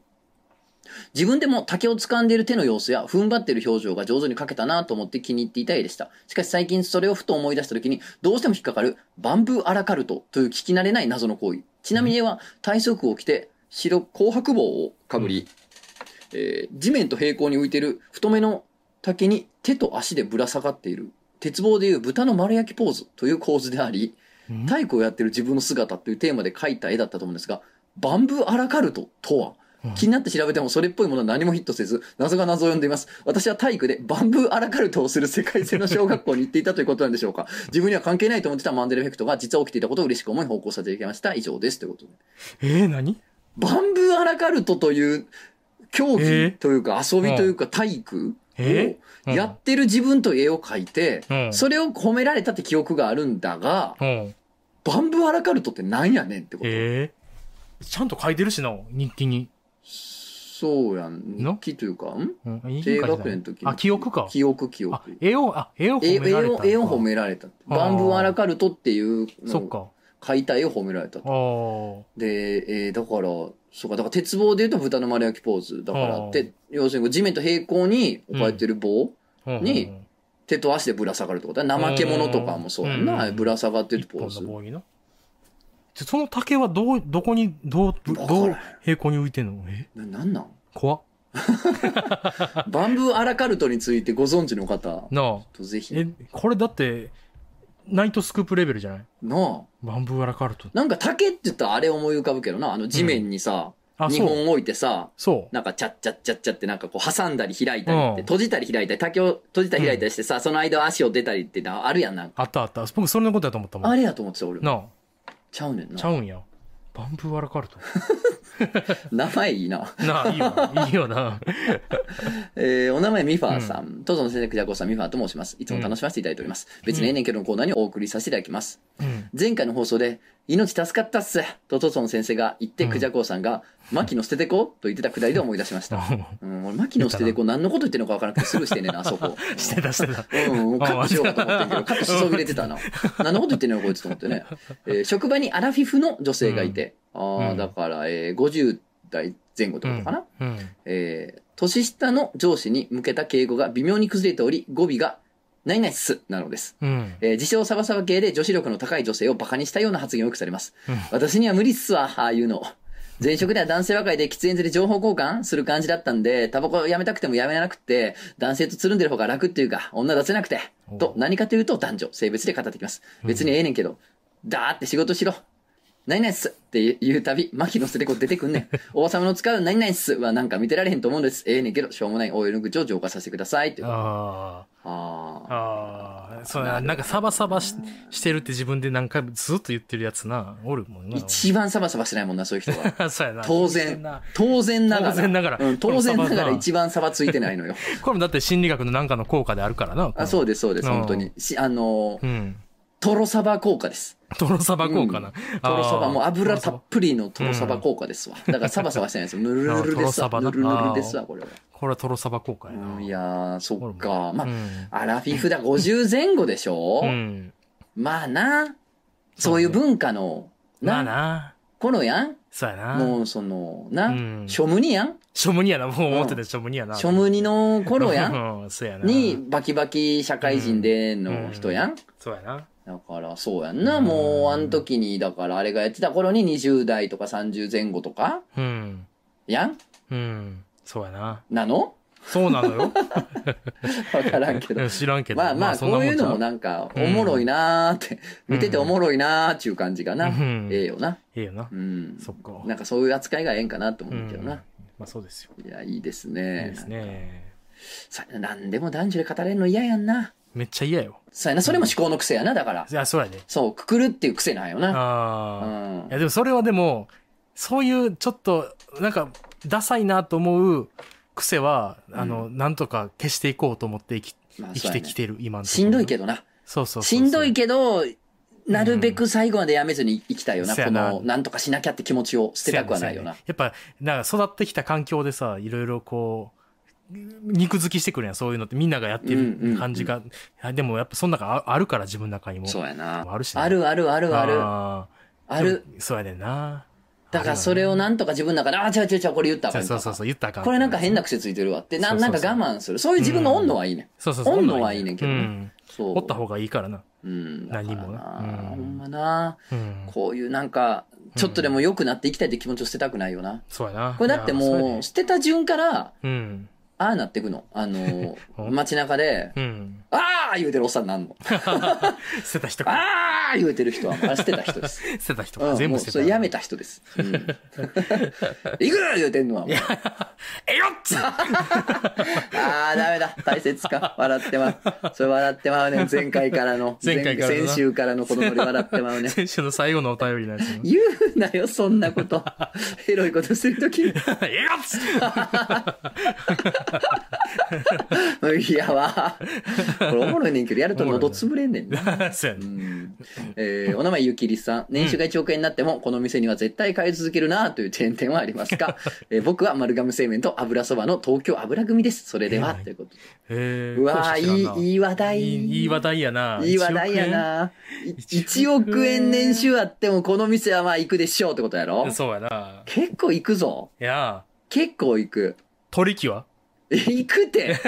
[SPEAKER 2] 自分でも竹を掴んでいる手の様子や踏ん張っている表情が上手に描けたなと思って気に入っていた絵でした。しかし最近それをふと思い出した時にどうしても引っかかるバンブーアラカルトという聞き慣れない謎の行為。ちなみに絵は体側を着て白紅白帽をかぶり、えー地面と平行に浮いている太めの竹に手と足でぶら下がっている鉄棒でいう豚の丸焼きポーズという構図であり、
[SPEAKER 1] うん
[SPEAKER 2] 体育をやってる自分の姿っていうテーマで描いた絵だったと思うんですが、バンブーアラカルトとは
[SPEAKER 1] うん
[SPEAKER 2] 気になって調べてもそれっぽいものは何もヒットせず、謎が謎を呼んでいます。私は体育でバンブーアラカルトをする世界線の小学校に行っていたということなんでしょうか。自分には関係ないと思ってたマンデルエフェクトが実は起きていたことを嬉しく思い報告させていただきました。以上です。ということで。
[SPEAKER 1] えー、何
[SPEAKER 2] バンブーアラカルトという競技というか遊びというか体育
[SPEAKER 1] え
[SPEAKER 2] をやってる自分と絵を描いて、
[SPEAKER 1] うん。
[SPEAKER 2] それを褒められたって記憶があるんだが、
[SPEAKER 1] うん。
[SPEAKER 2] バンブーアラカルトってなんやねんってこと。
[SPEAKER 1] えー。ちゃんと書いてるしな、日記に。
[SPEAKER 2] そうやん。
[SPEAKER 1] の
[SPEAKER 2] 日記というか、ん
[SPEAKER 1] うん。日記に
[SPEAKER 2] 低
[SPEAKER 1] 書いてた
[SPEAKER 2] 学
[SPEAKER 1] ね
[SPEAKER 2] 年の時
[SPEAKER 1] あ、記憶か。
[SPEAKER 2] 記憶、記
[SPEAKER 1] あ
[SPEAKER 2] 憶。、
[SPEAKER 1] 絵を、あ、絵を
[SPEAKER 2] 絵
[SPEAKER 1] 褒められた
[SPEAKER 2] を
[SPEAKER 1] のか。
[SPEAKER 2] 絵を褒められた。
[SPEAKER 1] あー
[SPEAKER 2] バンブーアラカルトっていうの
[SPEAKER 1] そっ
[SPEAKER 2] を
[SPEAKER 1] か。
[SPEAKER 2] 書いた絵を褒められたと。
[SPEAKER 1] ああ。
[SPEAKER 2] で、えーだから、そうか、だから鉄棒で言うと豚の丸焼きポーズ。だか
[SPEAKER 1] あ
[SPEAKER 2] ら、
[SPEAKER 1] ー
[SPEAKER 2] て要するに地面と平行に置かれてる棒、
[SPEAKER 1] うんうん
[SPEAKER 2] に手と足でぶら下がるってことだ。怠け者とかもそうやんな。
[SPEAKER 1] うん
[SPEAKER 2] ぶら下がってる
[SPEAKER 1] 一
[SPEAKER 2] ポー
[SPEAKER 1] 本の
[SPEAKER 2] ズ。
[SPEAKER 1] 棒にな。ちょその竹はどう、どこに、どう、
[SPEAKER 2] わ
[SPEAKER 1] ど
[SPEAKER 2] から
[SPEAKER 1] う
[SPEAKER 2] ん
[SPEAKER 1] 平行に浮いてんのえ
[SPEAKER 2] な、なんなん
[SPEAKER 1] 怖っ
[SPEAKER 2] バンブーアラカルトについてご存知
[SPEAKER 1] <laughs>
[SPEAKER 2] の方、
[SPEAKER 1] なあ。
[SPEAKER 2] とぜひ、
[SPEAKER 1] え、これだって、ナイトスクープレベルじゃない
[SPEAKER 2] なあ。
[SPEAKER 1] バンブーアラカルト。
[SPEAKER 2] なんか竹って言ったらあれ思い浮かぶけどな、あの地面にさ、
[SPEAKER 1] あ、
[SPEAKER 2] 日
[SPEAKER 1] そう。
[SPEAKER 2] 本置いてさ、
[SPEAKER 1] そ
[SPEAKER 2] なんかチャッチャッチャッチャってなんかこう挟んだり開いたりっ
[SPEAKER 1] うん
[SPEAKER 2] て、閉じたり開いたり、竹を閉じたり開いたりしてさ、その間足を出たりってなあるやんなんか。
[SPEAKER 1] う。あったあった。僕、それのことだと思ったも
[SPEAKER 2] あ
[SPEAKER 1] ん。
[SPEAKER 2] れやと思ってた俺。
[SPEAKER 1] なあ。
[SPEAKER 2] ちゃうねん
[SPEAKER 1] ちゃ
[SPEAKER 2] な。
[SPEAKER 1] うんや。バンブーアラカルト。
[SPEAKER 2] 名前いいな。
[SPEAKER 1] なあ、いいよ。いいよな。
[SPEAKER 2] えー、お名前ミファーさん。とぞの先生、クジャコさん、ミファーと申します。いつも楽しませていただいております。別にええねんけどのコーナーにお送りさせていただきます。
[SPEAKER 1] うん。
[SPEAKER 2] 前回の放送で、命助かったっすとトソン先生が言って、
[SPEAKER 1] うん
[SPEAKER 2] クジャコさんが、牧野捨ててこうと言ってたくだりで思い出しました。うん、俺、牧野捨ててこう何のこと言ってるのか分からなくてすぐしてんね
[SPEAKER 1] <laughs>
[SPEAKER 2] んな、あそこ。
[SPEAKER 1] してた、してた。
[SPEAKER 2] うん、もうカットしようかと思ってんけど、カットしそびれてたな。何のこと言ってんのよ、こいつと思ってね。えー職場にアラフィフの女性がいて、あ
[SPEAKER 1] う
[SPEAKER 2] あ、
[SPEAKER 1] ん
[SPEAKER 2] だから、えー、50代前後ってことかな。
[SPEAKER 1] うん。
[SPEAKER 2] えー年下の上司に向けた敬語が微妙に崩れており、語尾が、何々っす、なのです。
[SPEAKER 1] うん。
[SPEAKER 2] えー自称サバサバ系で女子力の高い女性をバカにしたような発言をよくされます。
[SPEAKER 1] うん
[SPEAKER 2] 私には無理っすわ、ああいうの。前職では男性和解で喫煙所で情報交換する感じだったんで、タバコやめたくてもやめなくて、男性とつるんでる方が楽っていうか、女出せなくて
[SPEAKER 1] おう、
[SPEAKER 2] と何かというと男女、性別で語ってきます。別にええねんけど、だーって仕事しろ。何々っすって言うたび、牧野捨ててこ出てくんね
[SPEAKER 1] <laughs>
[SPEAKER 2] ん。王様の使う何々っすはなんか見てられへんと思うんです。ええねんけど、しょうもない OL の口を浄化させてください。っていうあ
[SPEAKER 1] ああ。
[SPEAKER 2] あ。
[SPEAKER 1] ああ。そうやな。なんかサバサバししてるって自分で何回もずっと言ってるやつな。おるもんな。
[SPEAKER 2] 一番サバサバしてないもんな、そういう人
[SPEAKER 1] <laughs>
[SPEAKER 2] が。
[SPEAKER 1] そうやな。
[SPEAKER 2] 当
[SPEAKER 1] して
[SPEAKER 2] 然
[SPEAKER 1] んな。
[SPEAKER 2] 当然ながら。
[SPEAKER 1] 当然ながら
[SPEAKER 2] うん、当然な
[SPEAKER 1] これ
[SPEAKER 2] が
[SPEAKER 1] サバ
[SPEAKER 2] ら
[SPEAKER 1] な
[SPEAKER 2] 一番差はついてないのよ。
[SPEAKER 1] これもだって心理学のなんかの効果であるからな。
[SPEAKER 2] あそうです、そうです、
[SPEAKER 1] うん
[SPEAKER 2] 本当に。しあのー
[SPEAKER 1] う。うん。
[SPEAKER 2] トロサバ効果です。
[SPEAKER 1] トロサバ効果な。
[SPEAKER 2] トロサバ、
[SPEAKER 1] あー
[SPEAKER 2] もう油
[SPEAKER 1] ト
[SPEAKER 2] た
[SPEAKER 1] ロ
[SPEAKER 2] っぷりのトロサバ効果ですわ。だからサバサバしてないですよ。ぬるるるですわ。
[SPEAKER 1] あートロサバ
[SPEAKER 2] ぬ
[SPEAKER 1] な
[SPEAKER 2] るるるですわ、これは。
[SPEAKER 1] サバこれはトロサバ効果や
[SPEAKER 2] う
[SPEAKER 1] な。
[SPEAKER 2] んいやー、そっか。ま
[SPEAKER 1] う
[SPEAKER 2] あ、
[SPEAKER 1] ん。
[SPEAKER 2] アラフィフだ、50前後でしょ
[SPEAKER 1] うん。
[SPEAKER 2] まあな。そういう文化の、
[SPEAKER 1] まあ
[SPEAKER 2] な、
[SPEAKER 1] な。
[SPEAKER 2] 頃やん。
[SPEAKER 1] そうやな。
[SPEAKER 2] もうその、な、
[SPEAKER 1] うん
[SPEAKER 2] ショムニやん。
[SPEAKER 1] ショムニやな。もう思ってたショムニやな。
[SPEAKER 2] ショムニの頃やん。
[SPEAKER 1] ん。 <laughs> うん、そうやな。
[SPEAKER 2] に、バキバキ社会人での人やん。
[SPEAKER 1] そうやな。
[SPEAKER 2] だから、そうやんな。
[SPEAKER 1] うん
[SPEAKER 2] もう、あの時に、だから、あれがやってた頃に20代とか30前後とか、
[SPEAKER 1] うん。
[SPEAKER 2] やん
[SPEAKER 1] うん。そうやな。
[SPEAKER 2] なの <laughs>
[SPEAKER 1] そうなのよ。
[SPEAKER 2] わからんけ
[SPEAKER 1] い
[SPEAKER 2] ど
[SPEAKER 1] や。知らんけど。
[SPEAKER 2] まあまあ、
[SPEAKER 1] そん
[SPEAKER 2] こ
[SPEAKER 1] な
[SPEAKER 2] ういうの
[SPEAKER 1] ん
[SPEAKER 2] も
[SPEAKER 1] ちゃ
[SPEAKER 2] なんか、おもろいなーって、
[SPEAKER 1] うん
[SPEAKER 2] 見てておもろいなーっていう感じがな。
[SPEAKER 1] うん
[SPEAKER 2] ええよな。
[SPEAKER 1] ええよな
[SPEAKER 2] う。ん。
[SPEAKER 1] そっか。
[SPEAKER 2] なんかそういう扱いがええんかなと
[SPEAKER 1] う
[SPEAKER 2] 思うんけどな。
[SPEAKER 1] まあそうですよ。
[SPEAKER 2] いや、いいです
[SPEAKER 1] いい
[SPEAKER 2] ね。
[SPEAKER 1] ですね。
[SPEAKER 2] さなんでも男女で語れるの嫌やんな。
[SPEAKER 1] めっちゃ嫌よ。
[SPEAKER 2] そうやな、それも思考の癖やな、だから。
[SPEAKER 1] いや、そうやね。
[SPEAKER 2] そう、くくるっていう癖なんよな。う
[SPEAKER 1] ああ。
[SPEAKER 2] ん
[SPEAKER 1] い。や、でもそれはでも、そういうちょっと、なんか、ダサいなと思う癖は、あの、なんとか消していこうと思って生き
[SPEAKER 2] まあ
[SPEAKER 1] 生きてきてる、今のところ
[SPEAKER 2] しんどいけどな。
[SPEAKER 1] そうそうそう
[SPEAKER 2] しんどいけど、なるべく最後までやめずに生きたいよな。
[SPEAKER 1] せや
[SPEAKER 2] こ
[SPEAKER 1] な
[SPEAKER 2] の、なんとかしなきゃって気持ちを捨てたくはないよな
[SPEAKER 1] せ。やねやっぱ、なんか育ってきた環境でさ、いろいろこう、肉付きしてくるやん、そういうのって。みんながやって
[SPEAKER 2] うんうんう
[SPEAKER 1] る
[SPEAKER 2] ん
[SPEAKER 1] 感じが。いやでもやっぱその中ああるから、自分の中にも。
[SPEAKER 2] そうやな。
[SPEAKER 1] あるしね
[SPEAKER 2] あるあるあるある。
[SPEAKER 1] あー
[SPEAKER 2] ある。。
[SPEAKER 1] でもそうやねんな。
[SPEAKER 2] だからそれをなんとか自分の中で、ああ、違う違う違う、これ言ったらあ
[SPEAKER 1] そ
[SPEAKER 2] か
[SPEAKER 1] うんそうそうそう、言ったらあかん。
[SPEAKER 2] これなんか変な癖ついてるわって、ななんか我慢する。そういう自分がおんのはいいね。
[SPEAKER 1] そうそうそう。
[SPEAKER 2] おんのはいいねんけどね
[SPEAKER 1] うん
[SPEAKER 2] そう。
[SPEAKER 1] おった方がいいからな。
[SPEAKER 2] うん。だから
[SPEAKER 1] 何もな
[SPEAKER 2] な。
[SPEAKER 1] うん
[SPEAKER 2] ほんまな。
[SPEAKER 1] うん。
[SPEAKER 2] こういうなんか、ちょっとでも良くなっていきたいって気持ちを捨てたくないよな。
[SPEAKER 1] そうやな。
[SPEAKER 2] これだって
[SPEAKER 1] いやそうや
[SPEAKER 2] も
[SPEAKER 1] ね
[SPEAKER 2] う、捨てた順から、
[SPEAKER 1] うん。、
[SPEAKER 2] ああなっていくの。あの
[SPEAKER 1] <laughs> ほん
[SPEAKER 2] 街中で、
[SPEAKER 1] うん。
[SPEAKER 2] ああ言うてるおっさんなんの。
[SPEAKER 1] 捨てた人か。
[SPEAKER 2] ああ言うてる人は、あれ捨てた人です。
[SPEAKER 1] 捨てた人
[SPEAKER 2] う
[SPEAKER 1] か。<laughs>
[SPEAKER 2] ん、
[SPEAKER 1] 全部
[SPEAKER 2] もう
[SPEAKER 1] 捨て
[SPEAKER 2] そ
[SPEAKER 1] た。
[SPEAKER 2] れやめた人です。
[SPEAKER 1] <laughs>
[SPEAKER 2] うんいくら言うてんのはもう。
[SPEAKER 1] えよっつ
[SPEAKER 2] ああ、ダメだ。大切か。笑ってまう。それ笑ってまうね。前回からの。
[SPEAKER 1] <laughs> 前回からな
[SPEAKER 2] 前先週からのこのノリ笑ってまうね。
[SPEAKER 1] <laughs> 先週の最後のお便りなんですけど。
[SPEAKER 2] 言うなよ、そんなこと。エロいことするとき。い
[SPEAKER 1] <laughs> えよっつ <laughs>
[SPEAKER 2] やわ。これおもろいねんけど、やると喉潰れんねんな。
[SPEAKER 1] そうやね
[SPEAKER 2] うんえーお名前ゆきりさん。年収が1億円になっても、この店には絶対通い続けるなというチェーン店はありま
[SPEAKER 1] <laughs>
[SPEAKER 2] すか、えー僕は丸亀製麺と油そばの東京油組です。それでは、
[SPEAKER 1] えー
[SPEAKER 2] ということで。
[SPEAKER 1] へー
[SPEAKER 2] うわー
[SPEAKER 1] 後者知らんない
[SPEAKER 2] いいい話題
[SPEAKER 1] いいいい話題やな。
[SPEAKER 2] いい話題やな1
[SPEAKER 1] 1
[SPEAKER 2] 億
[SPEAKER 1] 億円
[SPEAKER 2] 円年収あっても、この店はまあ行くでしょうってこと
[SPEAKER 1] <laughs> 1
[SPEAKER 2] や
[SPEAKER 1] 億
[SPEAKER 2] ろ
[SPEAKER 1] 円。そうやな。
[SPEAKER 2] 結構行くぞ。
[SPEAKER 1] いや
[SPEAKER 2] 結構行く。
[SPEAKER 1] ー、取り木は
[SPEAKER 2] え行
[SPEAKER 1] <laughs>
[SPEAKER 2] くて。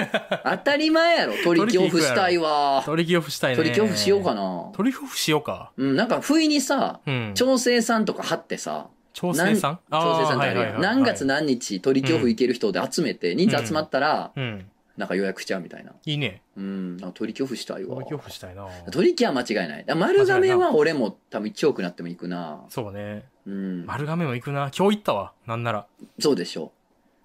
[SPEAKER 2] 当たり前やろ。取りオフしたいわ。
[SPEAKER 1] 取り木オフしたいね。
[SPEAKER 2] 取りオフしようか
[SPEAKER 1] な。
[SPEAKER 2] な。
[SPEAKER 1] 取り木オフしようか。
[SPEAKER 2] うん、なんか不意にさ、
[SPEAKER 1] うん。
[SPEAKER 2] 調整さんとか貼ってさ、
[SPEAKER 1] 調整さん
[SPEAKER 2] 調整さんってあ
[SPEAKER 1] ー
[SPEAKER 2] るやん。何月何日取りオフ行ける人で集めて、人数集まったら、
[SPEAKER 1] うん。
[SPEAKER 2] なんか予約しちゃうみたいな。
[SPEAKER 1] いいね。
[SPEAKER 2] うん、なんか取りオフしたいわ
[SPEAKER 1] 取。り木オフしたいな。
[SPEAKER 2] 取りは間違いない。だから丸亀は俺も多分1億になっても行くな。
[SPEAKER 1] そうね。
[SPEAKER 2] うん。
[SPEAKER 1] 丸亀も行くな。今日行ったわ。なんなら。
[SPEAKER 2] そうでしょ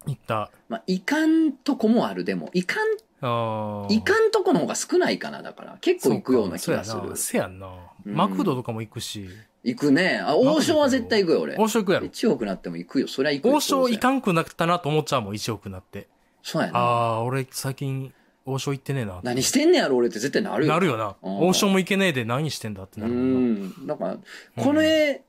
[SPEAKER 2] う。
[SPEAKER 1] 行った。
[SPEAKER 2] まあ、いかんとこもある、でも。いかん、
[SPEAKER 1] あー
[SPEAKER 2] いかんとこの方が少ないかな、だから。結構行くような気がす
[SPEAKER 1] そう
[SPEAKER 2] る
[SPEAKER 1] か。そうやな。せ
[SPEAKER 2] う
[SPEAKER 1] やん
[SPEAKER 2] ん
[SPEAKER 1] な。マクドとかも行くし。
[SPEAKER 2] 行くね。あ、王将は絶対行くよ、俺。
[SPEAKER 1] 王将行くやろ。
[SPEAKER 2] 1億なっても行くよ。そりゃ行くよ
[SPEAKER 1] 王将行
[SPEAKER 2] ん。
[SPEAKER 1] かんくなったなと思っちゃうもん、1億なって。
[SPEAKER 2] そうや
[SPEAKER 1] あ
[SPEAKER 2] な。
[SPEAKER 1] あ、俺最近王将行ってねえな。
[SPEAKER 2] 何してんねやろ、俺って絶対なるよ。
[SPEAKER 1] なるよな。
[SPEAKER 2] うん
[SPEAKER 1] 王将も行けねえで何してんだってな
[SPEAKER 2] う
[SPEAKER 1] るもんな。
[SPEAKER 2] ん。だから、これ、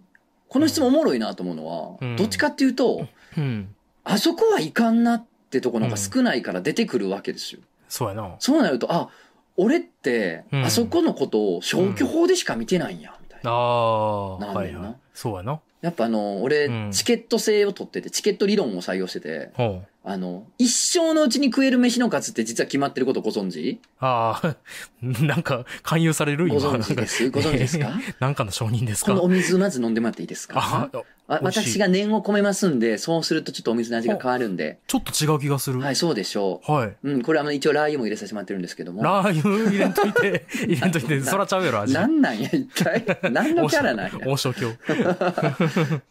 [SPEAKER 2] この質問おもろいなと思うのは、
[SPEAKER 1] うん
[SPEAKER 2] どっちかっていうと、
[SPEAKER 1] うん。
[SPEAKER 2] あそこはいかんなってとこの方が少ないから出てくるわけですよ。
[SPEAKER 1] そうやな。
[SPEAKER 2] そうなると、あ、俺って、
[SPEAKER 1] うん
[SPEAKER 2] あそこのことを消去法でしか見てないんや、みたいな
[SPEAKER 1] あ。あ、
[SPEAKER 2] なん
[SPEAKER 1] は
[SPEAKER 2] だ
[SPEAKER 1] い
[SPEAKER 2] よな
[SPEAKER 1] はい。そうやな。
[SPEAKER 2] やっぱあの、俺
[SPEAKER 1] うん、
[SPEAKER 2] チケット制を取ってて、チケット理論を採用してて、
[SPEAKER 1] ほう。
[SPEAKER 2] あの、一生のうちに食える飯の数って実は決まってることご存知
[SPEAKER 1] ああ、 <laughs> なんか勧誘される
[SPEAKER 2] ご
[SPEAKER 1] 今。
[SPEAKER 2] 存知
[SPEAKER 1] <laughs>
[SPEAKER 2] ですご存知ですか
[SPEAKER 1] なんかの承認です
[SPEAKER 2] こ
[SPEAKER 1] か
[SPEAKER 2] のお水まず飲んでもらっていいです
[SPEAKER 1] あ
[SPEAKER 2] か
[SPEAKER 1] ー、
[SPEAKER 2] あ
[SPEAKER 1] 美味しい
[SPEAKER 2] 私が念を込めますんで、そうするとちょっとお水の味が変わるんで。
[SPEAKER 1] ちょっと違う気がする。
[SPEAKER 2] は
[SPEAKER 1] はい
[SPEAKER 2] い、そうでしょ
[SPEAKER 1] はい。
[SPEAKER 2] う。うん、これあの、一応ラー油も入れさせてもらってるんですけども。
[SPEAKER 1] ラー油入れんとい
[SPEAKER 2] <laughs>
[SPEAKER 1] て、入れんといて、
[SPEAKER 2] な
[SPEAKER 1] そらちゃうやろ、味。
[SPEAKER 2] なんなんや、一
[SPEAKER 1] <laughs>
[SPEAKER 2] 体。何のキャラなんや。い
[SPEAKER 1] 王将郷。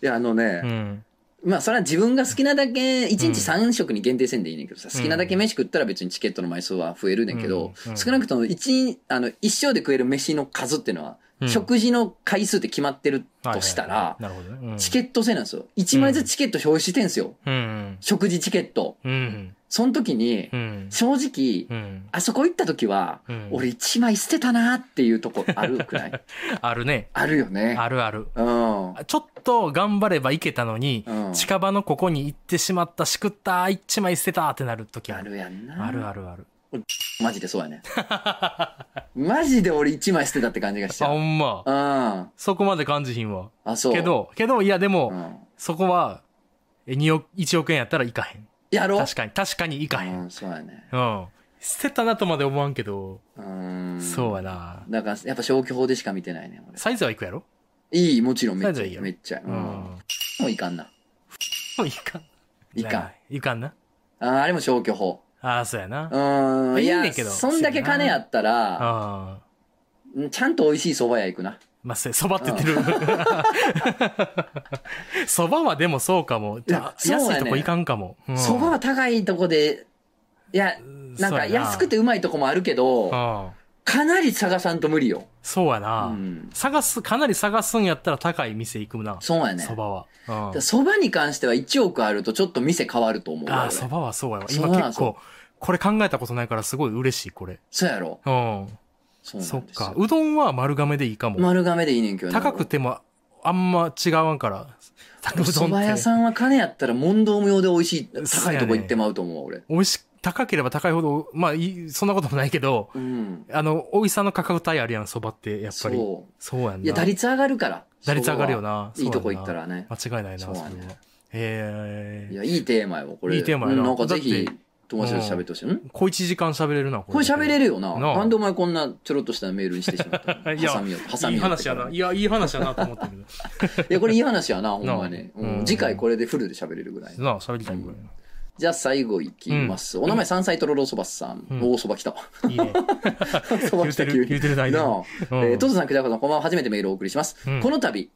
[SPEAKER 2] や、あの
[SPEAKER 1] う
[SPEAKER 2] ね、
[SPEAKER 1] ん。
[SPEAKER 2] まあ、それは自分が好きなだけ、1日
[SPEAKER 1] うん
[SPEAKER 2] 3食に限定せんでいいねんけどさ、好きなだけ飯食ったら別にチケットの枚数は増えるねんけど、
[SPEAKER 1] うんうん
[SPEAKER 2] 少なくとも一、あの、一生で食える飯の数っていうのは、
[SPEAKER 1] うん
[SPEAKER 2] 食事の回数って決まってる
[SPEAKER 1] はいはいはい
[SPEAKER 2] としたら、
[SPEAKER 1] なるほどね。うん
[SPEAKER 2] チケット制なんですよ。1枚ずつチケット表示してんすよ。
[SPEAKER 1] うん。
[SPEAKER 2] 食事チケット。
[SPEAKER 1] うん。
[SPEAKER 2] その時に
[SPEAKER 1] う、ん。
[SPEAKER 2] 正直、
[SPEAKER 1] うん。
[SPEAKER 2] あそこ行った時は、
[SPEAKER 1] うん
[SPEAKER 2] 俺1枚捨てたなっていうとこあるくらい
[SPEAKER 1] あるね。
[SPEAKER 2] あるよね。
[SPEAKER 1] あるある。
[SPEAKER 2] うん。
[SPEAKER 1] ちょっと頑張ればいけたのに、
[SPEAKER 2] うん
[SPEAKER 1] 近場のここに行ってしまった、しくった、一枚捨てたってなる時
[SPEAKER 2] あ
[SPEAKER 1] ある。
[SPEAKER 2] るやんな。
[SPEAKER 1] あるあるある。
[SPEAKER 2] マジでそうやね。 <laughs> マジで俺1枚捨てたって感じがしち
[SPEAKER 1] あ、
[SPEAKER 2] ゃう。
[SPEAKER 1] ほ
[SPEAKER 2] うん。
[SPEAKER 1] んま。
[SPEAKER 2] あ、
[SPEAKER 1] そこまで感じひんわ。
[SPEAKER 2] そう。
[SPEAKER 1] けど、けど、いやでも、
[SPEAKER 2] うん、
[SPEAKER 1] そこは、え2億、1億円やったらいかへん。
[SPEAKER 2] やろう
[SPEAKER 1] 確かに、確かにいかへん。
[SPEAKER 2] うん、そうやね。
[SPEAKER 1] うん。捨てたなとまで思わんけど、
[SPEAKER 2] うん。
[SPEAKER 1] そうや。な。
[SPEAKER 2] だから、やっぱ消去法でしか見てないね、俺
[SPEAKER 1] サイズはいくやろ
[SPEAKER 2] いい、もちろんめっ
[SPEAKER 1] サ
[SPEAKER 2] ち
[SPEAKER 1] イズ
[SPEAKER 2] ゃ
[SPEAKER 1] はい
[SPEAKER 2] い
[SPEAKER 1] い
[SPEAKER 2] い。
[SPEAKER 1] よ
[SPEAKER 2] めっちゃいい。
[SPEAKER 1] う。
[SPEAKER 2] うんん。もういかんな。
[SPEAKER 1] もういかん。 <laughs>
[SPEAKER 2] いかん。
[SPEAKER 1] いかんな。
[SPEAKER 2] あーあれも消去法。
[SPEAKER 1] ああ、そうやな。
[SPEAKER 2] うん。
[SPEAKER 1] いい
[SPEAKER 2] や
[SPEAKER 1] ねんけど
[SPEAKER 2] そんだけ金あったら、
[SPEAKER 1] ああ。
[SPEAKER 2] うんちゃんと美味しい蕎麦屋行くな。
[SPEAKER 1] まあ、せそばって言ってる。 <laughs> そばはでもそうかも。
[SPEAKER 2] いやそうやね
[SPEAKER 1] 安いとこいかんかも。うん
[SPEAKER 2] 蕎麦は高いとこで、いや、なんか安くてうまいとこもあるけど、
[SPEAKER 1] うん
[SPEAKER 2] かなり探さんと無理よ。
[SPEAKER 1] そうや
[SPEAKER 2] う
[SPEAKER 1] な。
[SPEAKER 2] ん。
[SPEAKER 1] 探す、かなり探すんやったら高い店行くな。
[SPEAKER 2] そうやね。
[SPEAKER 1] そばは。うん、あ
[SPEAKER 2] そばに関しては1億あるとちょっと店変わると思う
[SPEAKER 1] あ、
[SPEAKER 2] わ。俺
[SPEAKER 1] そばはそうやわ。
[SPEAKER 2] そう
[SPEAKER 1] 今
[SPEAKER 2] なん
[SPEAKER 1] 結構、これ考えたことないからすごい嬉しい、これ。
[SPEAKER 2] そうやろ。
[SPEAKER 1] うん。
[SPEAKER 2] そうなんです
[SPEAKER 1] そ
[SPEAKER 2] よ
[SPEAKER 1] っか。。うどんは丸亀でいいかも。
[SPEAKER 2] 丸亀でいいねんけどな
[SPEAKER 1] 高くてもあんま違わんから。高うど
[SPEAKER 2] 蕎
[SPEAKER 1] んっ
[SPEAKER 2] 麦屋
[SPEAKER 1] て。
[SPEAKER 2] さんは金やったら問答無用で美味しい、
[SPEAKER 1] そ
[SPEAKER 2] 高
[SPEAKER 1] う
[SPEAKER 2] い
[SPEAKER 1] やね
[SPEAKER 2] とこ行ってまうと思う、俺。
[SPEAKER 1] 美味し、高ければ高いほど、まあいい、そんなこともないけど、
[SPEAKER 2] うん。
[SPEAKER 1] あの、美味しさの価格帯あるやん、そばって、やっぱり。そう
[SPEAKER 2] そ
[SPEAKER 1] やんな。
[SPEAKER 2] う。いや、打率上がるから。
[SPEAKER 1] 打率上がるよ
[SPEAKER 2] な。
[SPEAKER 1] な。
[SPEAKER 2] いいとこ行っ
[SPEAKER 1] そう
[SPEAKER 2] た
[SPEAKER 1] やんな。
[SPEAKER 2] らね。
[SPEAKER 1] 間違いないな、そ
[SPEAKER 2] そう
[SPEAKER 1] れ
[SPEAKER 2] や
[SPEAKER 1] は
[SPEAKER 2] ね。
[SPEAKER 1] へ
[SPEAKER 2] い
[SPEAKER 1] え。
[SPEAKER 2] や、いいテーマよ、これ。
[SPEAKER 1] いいテーマやな
[SPEAKER 2] うんなんかぜひ
[SPEAKER 1] だって、
[SPEAKER 2] 友達と喋ってほしい。ん
[SPEAKER 1] 小一時間喋れるな、こ
[SPEAKER 2] これ喋れるよな。
[SPEAKER 1] なあ
[SPEAKER 2] なんでお前こんなちょろっとしたメールにしてしまった
[SPEAKER 1] <laughs>
[SPEAKER 2] の
[SPEAKER 1] いや
[SPEAKER 2] 挟みよう。挟み
[SPEAKER 1] い
[SPEAKER 2] よ。
[SPEAKER 1] いう話やな。いや、いい話やなと思ったけど。 <laughs>
[SPEAKER 2] いや、これいい話やな、ほんまね。
[SPEAKER 1] なあ
[SPEAKER 2] うん
[SPEAKER 1] うん
[SPEAKER 2] 次回これでフルで喋れるぐらい。
[SPEAKER 1] なあ、喋りたいぐらい
[SPEAKER 2] じゃあ最後いきます。お名前山菜とろろそばさん。
[SPEAKER 1] うん
[SPEAKER 2] おお、そば来た。
[SPEAKER 1] な。いい
[SPEAKER 2] <laughs>
[SPEAKER 1] ね。
[SPEAKER 2] そば
[SPEAKER 1] 言う
[SPEAKER 2] 来
[SPEAKER 1] て
[SPEAKER 2] た
[SPEAKER 1] る、
[SPEAKER 2] 急
[SPEAKER 1] 言う
[SPEAKER 2] に。
[SPEAKER 1] てる
[SPEAKER 2] な
[SPEAKER 1] 大丈
[SPEAKER 2] あ。
[SPEAKER 1] 夫。
[SPEAKER 2] えー、トズさん、クダカさん、こんばんは。初めてメールをお送りします。
[SPEAKER 1] うん
[SPEAKER 2] この度、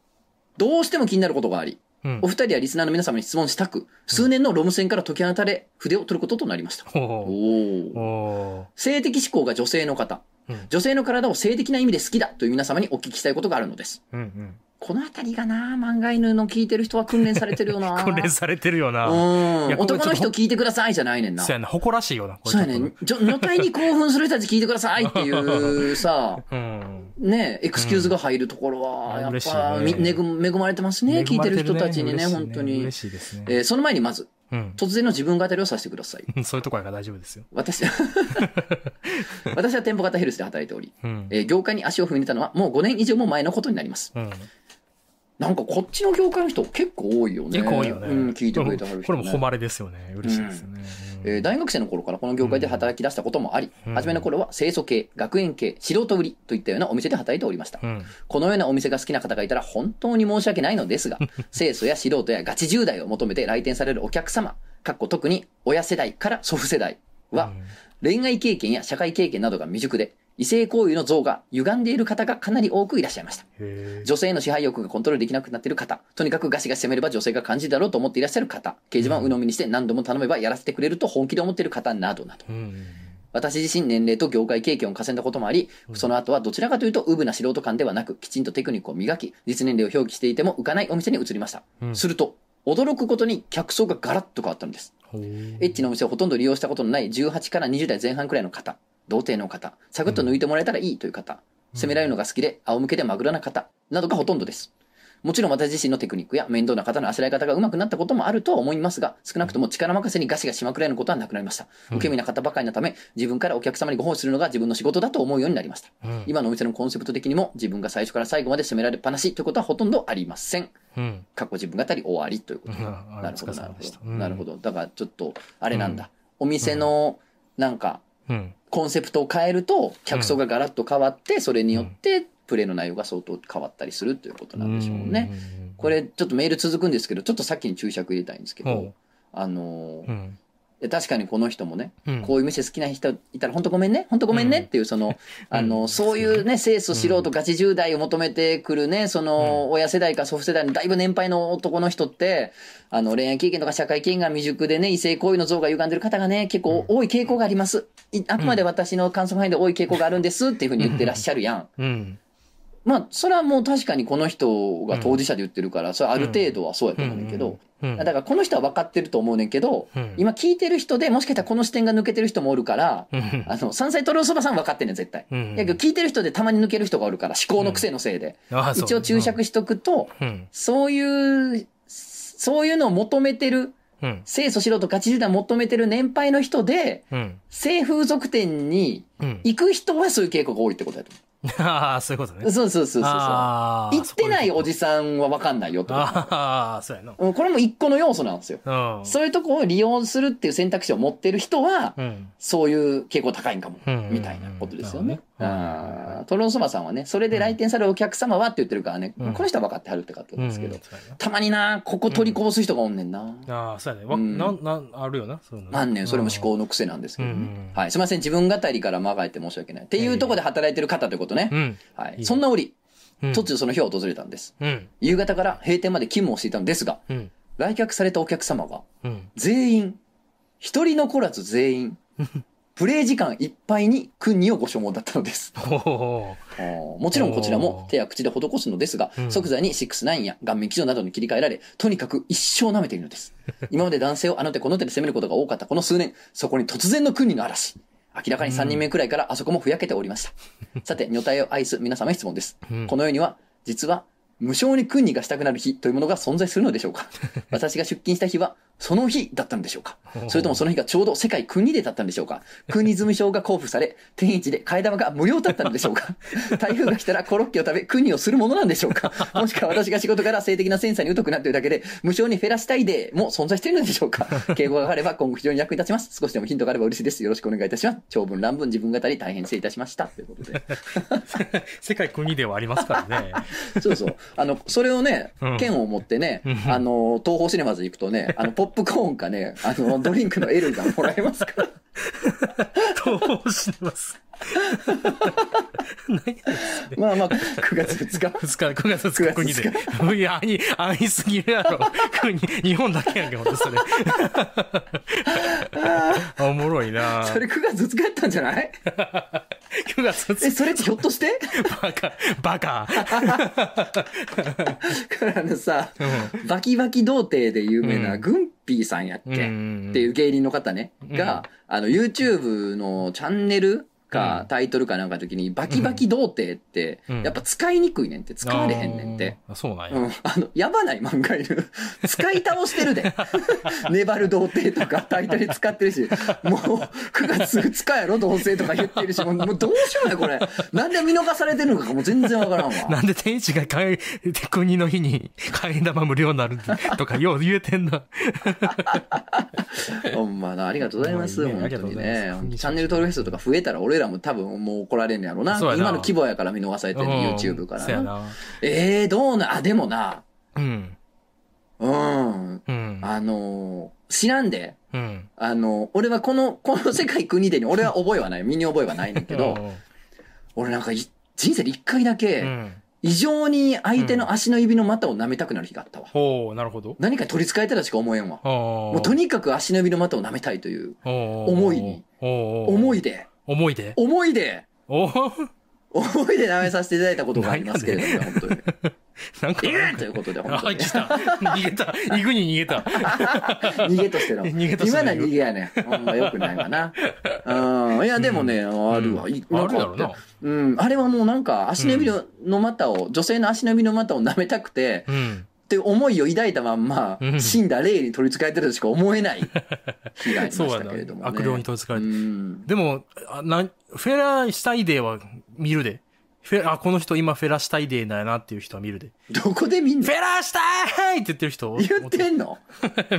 [SPEAKER 2] どうしても気になることがあり、
[SPEAKER 1] うん
[SPEAKER 2] お二人はリスナーの皆様に質問したく、数年のロム線から解き放たれ、筆を取ることとなりました。
[SPEAKER 1] ほうほう
[SPEAKER 2] おお。
[SPEAKER 1] お
[SPEAKER 2] 性的指向が女性の方、
[SPEAKER 1] ーうん
[SPEAKER 2] 女性の体を性的な意味で好きだという皆様にお聞きしたいことがあるのです。
[SPEAKER 1] うん
[SPEAKER 2] このあたりがな、漫画犬の聞いてる人は訓練されてるよ
[SPEAKER 1] う
[SPEAKER 2] な。
[SPEAKER 1] <laughs> ん。訓練されてるよ
[SPEAKER 2] う
[SPEAKER 1] な。い
[SPEAKER 2] ん。
[SPEAKER 1] やこれちょっと
[SPEAKER 2] 男の人聞いてくださいじゃないねんな。
[SPEAKER 1] そうやな、誇らしいよな、これ
[SPEAKER 2] そうや
[SPEAKER 1] ちょ
[SPEAKER 2] ね
[SPEAKER 1] っと
[SPEAKER 2] ん。ちょ、のたいに興奮する人たち聞いてくださいっ
[SPEAKER 1] <laughs>
[SPEAKER 2] ていうさ、
[SPEAKER 1] うん。
[SPEAKER 2] ねえ、エクスキューズが入るところは、
[SPEAKER 1] うん
[SPEAKER 2] やっ
[SPEAKER 1] 嬉し
[SPEAKER 2] ぱ、
[SPEAKER 1] い
[SPEAKER 2] み
[SPEAKER 1] ね
[SPEAKER 2] 恵む恵まれてますね、聞いてる人たちにね、
[SPEAKER 1] 恵まれてる
[SPEAKER 2] 本当に。
[SPEAKER 1] 嬉しいですね。
[SPEAKER 2] えーその前にまず、
[SPEAKER 1] うん。
[SPEAKER 2] 突然の自分語りをさせてください。
[SPEAKER 1] うんそういうとこやから大丈夫ですよ。
[SPEAKER 2] 私、
[SPEAKER 1] <laughs>
[SPEAKER 2] 私は店舗型ヘルスで働いており、
[SPEAKER 1] うん。
[SPEAKER 2] えー業界に足を踏み入れたのはもう5年以上も前のことになります。
[SPEAKER 1] うん。
[SPEAKER 2] なんかこっちの業界の人結構多いよね。
[SPEAKER 1] 結構多いよね。
[SPEAKER 2] うん、聞いてくれてはる人、ね。
[SPEAKER 1] これも誉れですよね。嬉しいですよね。うん
[SPEAKER 2] えー大学生の頃からこの業界で働き出したこともあり、
[SPEAKER 1] うん
[SPEAKER 2] 初めの頃は清楚系、学園系、素人売りといったようなお店で働いておりました。
[SPEAKER 1] うん。
[SPEAKER 2] このようなお店が好きな方がいたら本当に申し訳ないのですが、 <laughs> 清楚や素人やガチ10代を求めて来店されるお客様、かっこ特に親世代から祖父世代は、恋愛経験や社会経験などが未熟で、異性行為の像が歪んでいる方がかなり多くいらっしゃいました。
[SPEAKER 1] へー
[SPEAKER 2] 女性の支配欲がコントロールできなくなっている方、とにかくガシガシ攻めれば女性が感じるだろうと思っていらっしゃる方、掲示板を鵜呑みにして何度も頼めばやらせてくれると本気で思っている方などなど。
[SPEAKER 1] うん。
[SPEAKER 2] 私自身年齢と業界経験を重ねたこともあり、その後はどちらかというとウブな素人感ではなく、きちんとテクニックを磨き、実年齢を表記していても浮かないお店に移りました。
[SPEAKER 1] うん
[SPEAKER 2] すると、驚くことに客層がガラッと変わったのです。
[SPEAKER 1] ほう
[SPEAKER 2] エッチのお店をほとんど利用したことのない18から20代前半くらいの方、童貞の方、サクッと抜いてもらえたらいいという方、
[SPEAKER 1] うん
[SPEAKER 2] 責められるのが好きで仰向けでまぐらな方などがほとんどです。もちろん私自身のテクニックや面倒な方のあしらい方が上手くなったこともあるとは思いますが、少なくとも力任せにガシガシまくられることはなくなりました。
[SPEAKER 1] うん
[SPEAKER 2] 受け身な方ばかりなため、自分からお客様にご奉仕するのが自分の仕事だと思うようになりました。
[SPEAKER 1] うん
[SPEAKER 2] 今のお店のコンセプト的にも、自分が最初から最後まで責められっぱなしということはほとんどありません。
[SPEAKER 1] うん。
[SPEAKER 2] 過去自分語り終わりということで
[SPEAKER 1] うん
[SPEAKER 2] なるほど、
[SPEAKER 1] お疲れ
[SPEAKER 2] なる
[SPEAKER 1] 様でし
[SPEAKER 2] ほ
[SPEAKER 1] た
[SPEAKER 2] ど。
[SPEAKER 1] うん
[SPEAKER 2] なるほど。だからちょっと、あれなんだ。お店の、なんか、
[SPEAKER 1] うん。
[SPEAKER 2] コンセプトを変えると、客層がガラッと変わって、それによって、プレイの内容が相当変わったりするということなんでしょうね。
[SPEAKER 1] うん
[SPEAKER 2] これ、ちょっとメール続くんですけど、ちょっとさっきに注釈入れたいんですけ
[SPEAKER 1] ほ
[SPEAKER 2] ど
[SPEAKER 1] う、
[SPEAKER 2] あの
[SPEAKER 1] う
[SPEAKER 2] ー、
[SPEAKER 1] ん。
[SPEAKER 2] で確かにこの人もね、
[SPEAKER 1] うん
[SPEAKER 2] こういう店好きな人いたら、本当ごめんね、本当ごめんね
[SPEAKER 1] うん
[SPEAKER 2] っていう、その、あの、そういうね、清楚素人ガチ10代を求めてくるね、その、親世代か祖父世代のだいぶ年配の男の人って、あの、恋愛経験とか社会経験が未熟でね、異性行為の像が歪んでる方がね、結構多い傾向があります。いあくまで私の観測範囲で多い傾向があるんですっていうふうに言ってらっしゃるやん。
[SPEAKER 1] うん。
[SPEAKER 2] まあ、それはもう確かにこの人が当事者で言ってるから、それはある程度はそうやと思うねんだけど、
[SPEAKER 1] うん。
[SPEAKER 2] だからこの人は分かってると思うねんけど、
[SPEAKER 1] うん
[SPEAKER 2] 今聞いてる人でもしかしたらこの視点が抜けてる人もおるから、
[SPEAKER 1] うん
[SPEAKER 2] あの、山菜とろそばさん分かってんねん、絶対。
[SPEAKER 1] うん
[SPEAKER 2] いやけど聞いてる人でたまに抜ける人がおるから、思考の癖のせいで。
[SPEAKER 1] ああそう
[SPEAKER 2] 一応注釈しとくと、
[SPEAKER 1] うん。
[SPEAKER 2] そういう、そういうのを求めてる、
[SPEAKER 1] うん。
[SPEAKER 2] 清楚素人ガチ時代求めてる年配の人で、
[SPEAKER 1] うん。
[SPEAKER 2] 性風俗店に
[SPEAKER 1] うん。
[SPEAKER 2] 行く人はそういう傾向が多いってことだと
[SPEAKER 1] ああ、そういうことね
[SPEAKER 2] 思う。。そうそうそうそうそう。行
[SPEAKER 1] ああ
[SPEAKER 2] ってないおじさんは分かんないよってこと
[SPEAKER 1] ああ、そうやな。
[SPEAKER 2] うんこれも一個の要素なんですよ。
[SPEAKER 1] うん。
[SPEAKER 2] そういうとこを利用するっていう選択肢を持ってる人は、
[SPEAKER 1] うん。
[SPEAKER 2] そういう傾向高いんかも
[SPEAKER 1] うんうんう、ん
[SPEAKER 2] みたいなことですよ
[SPEAKER 1] なるほど
[SPEAKER 2] ね。
[SPEAKER 1] ねうん
[SPEAKER 2] あートロンそばさんはね、それで来店されるお客様はって言ってるからね、
[SPEAKER 1] うん
[SPEAKER 2] この人は分かってはるって方
[SPEAKER 1] うん。
[SPEAKER 2] ですけど、
[SPEAKER 1] そうや
[SPEAKER 2] たまにな、ここ取りこぼす人がおんねんな。
[SPEAKER 1] なああ、そうやね。わ、
[SPEAKER 2] うん
[SPEAKER 1] なん、なん、あるよな、そういうの。
[SPEAKER 2] あんねん、それも思
[SPEAKER 1] 考。
[SPEAKER 2] 考の癖なんですけど
[SPEAKER 1] うん
[SPEAKER 2] ね
[SPEAKER 1] う。ん
[SPEAKER 2] はい、すいません、自分語りから間が空いて申し訳ない。っていうところで働いてる方ってことね
[SPEAKER 1] う。ん。
[SPEAKER 2] はい
[SPEAKER 1] いい
[SPEAKER 2] そんな折、
[SPEAKER 1] うん
[SPEAKER 2] 突如その日を訪れたんです。
[SPEAKER 1] うん。
[SPEAKER 2] 夕方から閉店まで勤務をしていたのですが、
[SPEAKER 1] うん。
[SPEAKER 2] 来客されたお客様が
[SPEAKER 1] うん。 <laughs>
[SPEAKER 2] 全員、一人残らず全員、プレイ時間いっぱいに国をご所望だったのです。
[SPEAKER 1] おお
[SPEAKER 2] あーもちろんこちらも手や口で施すのですが、
[SPEAKER 1] うん
[SPEAKER 2] 即座に69や顔面基準などに切り替えられ、とにかく一生舐めているの
[SPEAKER 1] <laughs>
[SPEAKER 2] です。今まで男性をあの手この手で攻めることが多かったこの数年、そこに突然の国の嵐。明らかに3人目くらいからあそこもふやけておりました。
[SPEAKER 1] <laughs>
[SPEAKER 2] さて、女体を愛す皆様へ質問です。
[SPEAKER 1] うん
[SPEAKER 2] この世には、実は、無償に君にがしたくなる日というものが存在するのでしょう
[SPEAKER 1] <laughs>
[SPEAKER 2] か私が出勤した日は、その日だったのでしょうかそれともその日がちょうど世界国でだったんでしょうか国済み証が交付され、天一で替え玉が無料だったのでしょう
[SPEAKER 1] <laughs>
[SPEAKER 2] か台風が来たらコロッケを食べ、国をするものなんでしょうかもしくは私が仕事から性的なセンサーに疎くなっているだけで、無償にフェラしたいでも存在しているのでしょう
[SPEAKER 1] <laughs>
[SPEAKER 2] か敬語があれば今後非常に役に立ちます。少しでもヒントがあれば嬉しいです。よろしくお願いいたします。長文乱文自分語り大変失礼いたしました。ということで。
[SPEAKER 1] <laughs> 世界国ではありますから
[SPEAKER 2] <laughs>
[SPEAKER 1] ね。
[SPEAKER 2] そうそう。あの、それをね
[SPEAKER 1] うん、
[SPEAKER 2] 剣を持ってね
[SPEAKER 1] うん、
[SPEAKER 2] あの、東方シネマズ行くとね、あの、ポップコーンかね、あの、ドリンクの L がもらえますから。
[SPEAKER 1] どうしてます。何や
[SPEAKER 2] まあまあ、9月2日。
[SPEAKER 1] 2日、9月2日国
[SPEAKER 2] 9月
[SPEAKER 1] で。 <laughs> いや、安易、安易すぎるやろ。国、日本だけやんけ、ほんとそ
[SPEAKER 2] <laughs>
[SPEAKER 1] れ。あおもろいな
[SPEAKER 2] それ9月2日やったんじゃない
[SPEAKER 1] <laughs> 9月
[SPEAKER 2] え、
[SPEAKER 1] 2
[SPEAKER 2] それってひょっとして
[SPEAKER 1] 日、バカ、バカ。
[SPEAKER 2] からのさ、
[SPEAKER 1] う
[SPEAKER 2] バキバキ童貞で有名な
[SPEAKER 1] うん
[SPEAKER 2] グンピーさんやっけ、
[SPEAKER 1] ん
[SPEAKER 2] っていう芸人の方ね、が、あの、YouTube のチャンネルか、
[SPEAKER 1] うん
[SPEAKER 2] タイトルかなんかの時に、バキバキ童貞って、
[SPEAKER 1] うん
[SPEAKER 2] やっぱ使いにくいねんって、使われへんねんって。
[SPEAKER 1] あー。あそうなん
[SPEAKER 2] う
[SPEAKER 1] や。
[SPEAKER 2] ん、あの、やばない漫画いる。使い倒して
[SPEAKER 1] <laughs>
[SPEAKER 2] るで。粘る童貞とかタイトル使ってるし、もう9月2日やろ、同性とか言ってるし、もうもうどうしようね、これ。なんで見逃されてるのかもう全然わからんわ。
[SPEAKER 1] <laughs> なんで天一が帰国の日に替え玉無料になるとかよう言えてんな。
[SPEAKER 2] ほんまな、ありがとうございます、
[SPEAKER 1] ほんま
[SPEAKER 2] 本
[SPEAKER 1] にね
[SPEAKER 2] 当に
[SPEAKER 1] ありが
[SPEAKER 2] ね
[SPEAKER 1] とうございま。す
[SPEAKER 2] チャンネル登録者数とか増えたら俺らも多分もう怒られんねやろな。
[SPEAKER 1] そうやな
[SPEAKER 2] 今の規模やから見逃されてる、
[SPEAKER 1] う
[SPEAKER 2] YouTube
[SPEAKER 1] ん
[SPEAKER 2] か
[SPEAKER 1] そうや
[SPEAKER 2] らな。
[SPEAKER 1] な。
[SPEAKER 2] えー、どうな、あ、でもな、
[SPEAKER 1] うん。
[SPEAKER 2] うん、
[SPEAKER 1] うん。
[SPEAKER 2] あのー知らんで。
[SPEAKER 1] うん。
[SPEAKER 2] あの、俺はこの、この世界
[SPEAKER 1] <laughs>
[SPEAKER 2] 国でに俺は覚えはない、身に覚えはないねんだけど、俺なんかい人生で一回だ
[SPEAKER 1] う
[SPEAKER 2] け、
[SPEAKER 1] ん。
[SPEAKER 2] 異常に相手の足の指の股を舐めたくなる日があったわ。
[SPEAKER 1] ほう、なるほど。
[SPEAKER 2] 何か取り憑かれたらしか思えんわ。
[SPEAKER 1] も
[SPEAKER 2] もうとにかく足の指の股を舐めたいという、
[SPEAKER 1] 思
[SPEAKER 2] いに。
[SPEAKER 1] 思
[SPEAKER 2] 思い。で、
[SPEAKER 1] 思いで。
[SPEAKER 2] 思いで、
[SPEAKER 1] おー
[SPEAKER 2] 思いで舐めさせていただいたことがありますけれ
[SPEAKER 1] <laughs>
[SPEAKER 2] ども、本当に。
[SPEAKER 1] なんか
[SPEAKER 2] 逃。げということで、本
[SPEAKER 1] あ
[SPEAKER 2] 当、に。
[SPEAKER 1] 来た。逃げた。行くに逃げた。
[SPEAKER 2] 逃げとしての。
[SPEAKER 1] 逃げとして
[SPEAKER 2] 今
[SPEAKER 1] の
[SPEAKER 2] のは逃げやねん。ほんまよくないわな。うん。いや、でもね、あるわ。いい
[SPEAKER 1] あ
[SPEAKER 2] な
[SPEAKER 1] る
[SPEAKER 2] ん
[SPEAKER 1] や
[SPEAKER 2] か
[SPEAKER 1] ろな。
[SPEAKER 2] うん、あれはもうなんか足の指のの股を、女性の足の指の股を舐めたくて、
[SPEAKER 1] うん。
[SPEAKER 2] って思いを抱いたまんま、
[SPEAKER 1] うん
[SPEAKER 2] 死んだ霊に取り憑かれてるとしか思えない気がありま
[SPEAKER 1] そう
[SPEAKER 2] し
[SPEAKER 1] や
[SPEAKER 2] たけれども、ね。
[SPEAKER 1] な。悪霊に取り憑かれて。
[SPEAKER 2] うん。
[SPEAKER 1] でも、あなんフェラしたいデーは見るで。フェあ、この人今フェラしたいデーだよなっていう人は見るで。
[SPEAKER 2] どこでみん
[SPEAKER 1] フ
[SPEAKER 2] な
[SPEAKER 1] ェラしたーいって言ってる人
[SPEAKER 2] 言ってんの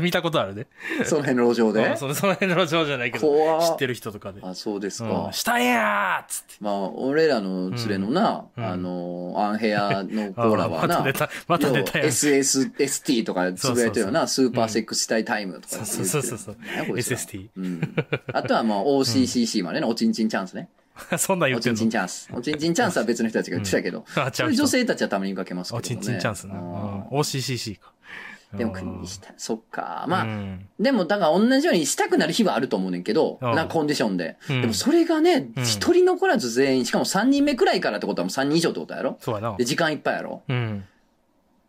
[SPEAKER 1] 見たことあるで。
[SPEAKER 2] その辺の路上
[SPEAKER 1] う
[SPEAKER 2] で
[SPEAKER 1] ん。そのその辺の路上じゃないけど、
[SPEAKER 2] 怖
[SPEAKER 1] 知ってる人とかで。
[SPEAKER 2] あ、そうですか。
[SPEAKER 1] うんしたんやーっつって。
[SPEAKER 2] まあ、俺らの連れのな、
[SPEAKER 1] うん
[SPEAKER 2] あの、アンヘアのコーラ
[SPEAKER 1] <laughs>
[SPEAKER 2] は
[SPEAKER 1] あまた
[SPEAKER 2] な
[SPEAKER 1] 出、た。また出たやん。
[SPEAKER 2] SSST とかつぶやいてるよな、スーパーセックスしたいタイムとか言ってる
[SPEAKER 1] そうそうそうそう
[SPEAKER 2] なんやこいつら
[SPEAKER 1] SST。
[SPEAKER 2] うん。あとはまあ OCCC までね、おちんちんチャンスね。
[SPEAKER 1] <laughs> そんなん言
[SPEAKER 2] お
[SPEAKER 1] って
[SPEAKER 2] ち
[SPEAKER 1] ん
[SPEAKER 2] んちん
[SPEAKER 1] の
[SPEAKER 2] チャンス。おちんちんチャンスは別の人たちが言ってたけど、
[SPEAKER 1] あ、ち
[SPEAKER 2] そ
[SPEAKER 1] ゃ
[SPEAKER 2] う
[SPEAKER 1] う
[SPEAKER 2] いう
[SPEAKER 1] 人
[SPEAKER 2] 女。性たちはたまに見かけますけど
[SPEAKER 1] お
[SPEAKER 2] ね。
[SPEAKER 1] ちんちんチャンスな。うん OCCC か。
[SPEAKER 2] うんでも
[SPEAKER 1] う
[SPEAKER 2] 国
[SPEAKER 1] ん
[SPEAKER 2] にした、そっか。まあ、
[SPEAKER 1] うん
[SPEAKER 2] でもだから同じようにしたくなる日はあると思うねんけど、
[SPEAKER 1] うん
[SPEAKER 2] なコンディションで。
[SPEAKER 1] うん
[SPEAKER 2] でもそれがね、
[SPEAKER 1] うん
[SPEAKER 2] 一人残らず全員、しかも3人目くらいからってことはもう3人以上ってことやろ
[SPEAKER 1] そうやな
[SPEAKER 2] で、。時間いっぱいやろ <laughs>
[SPEAKER 1] うん。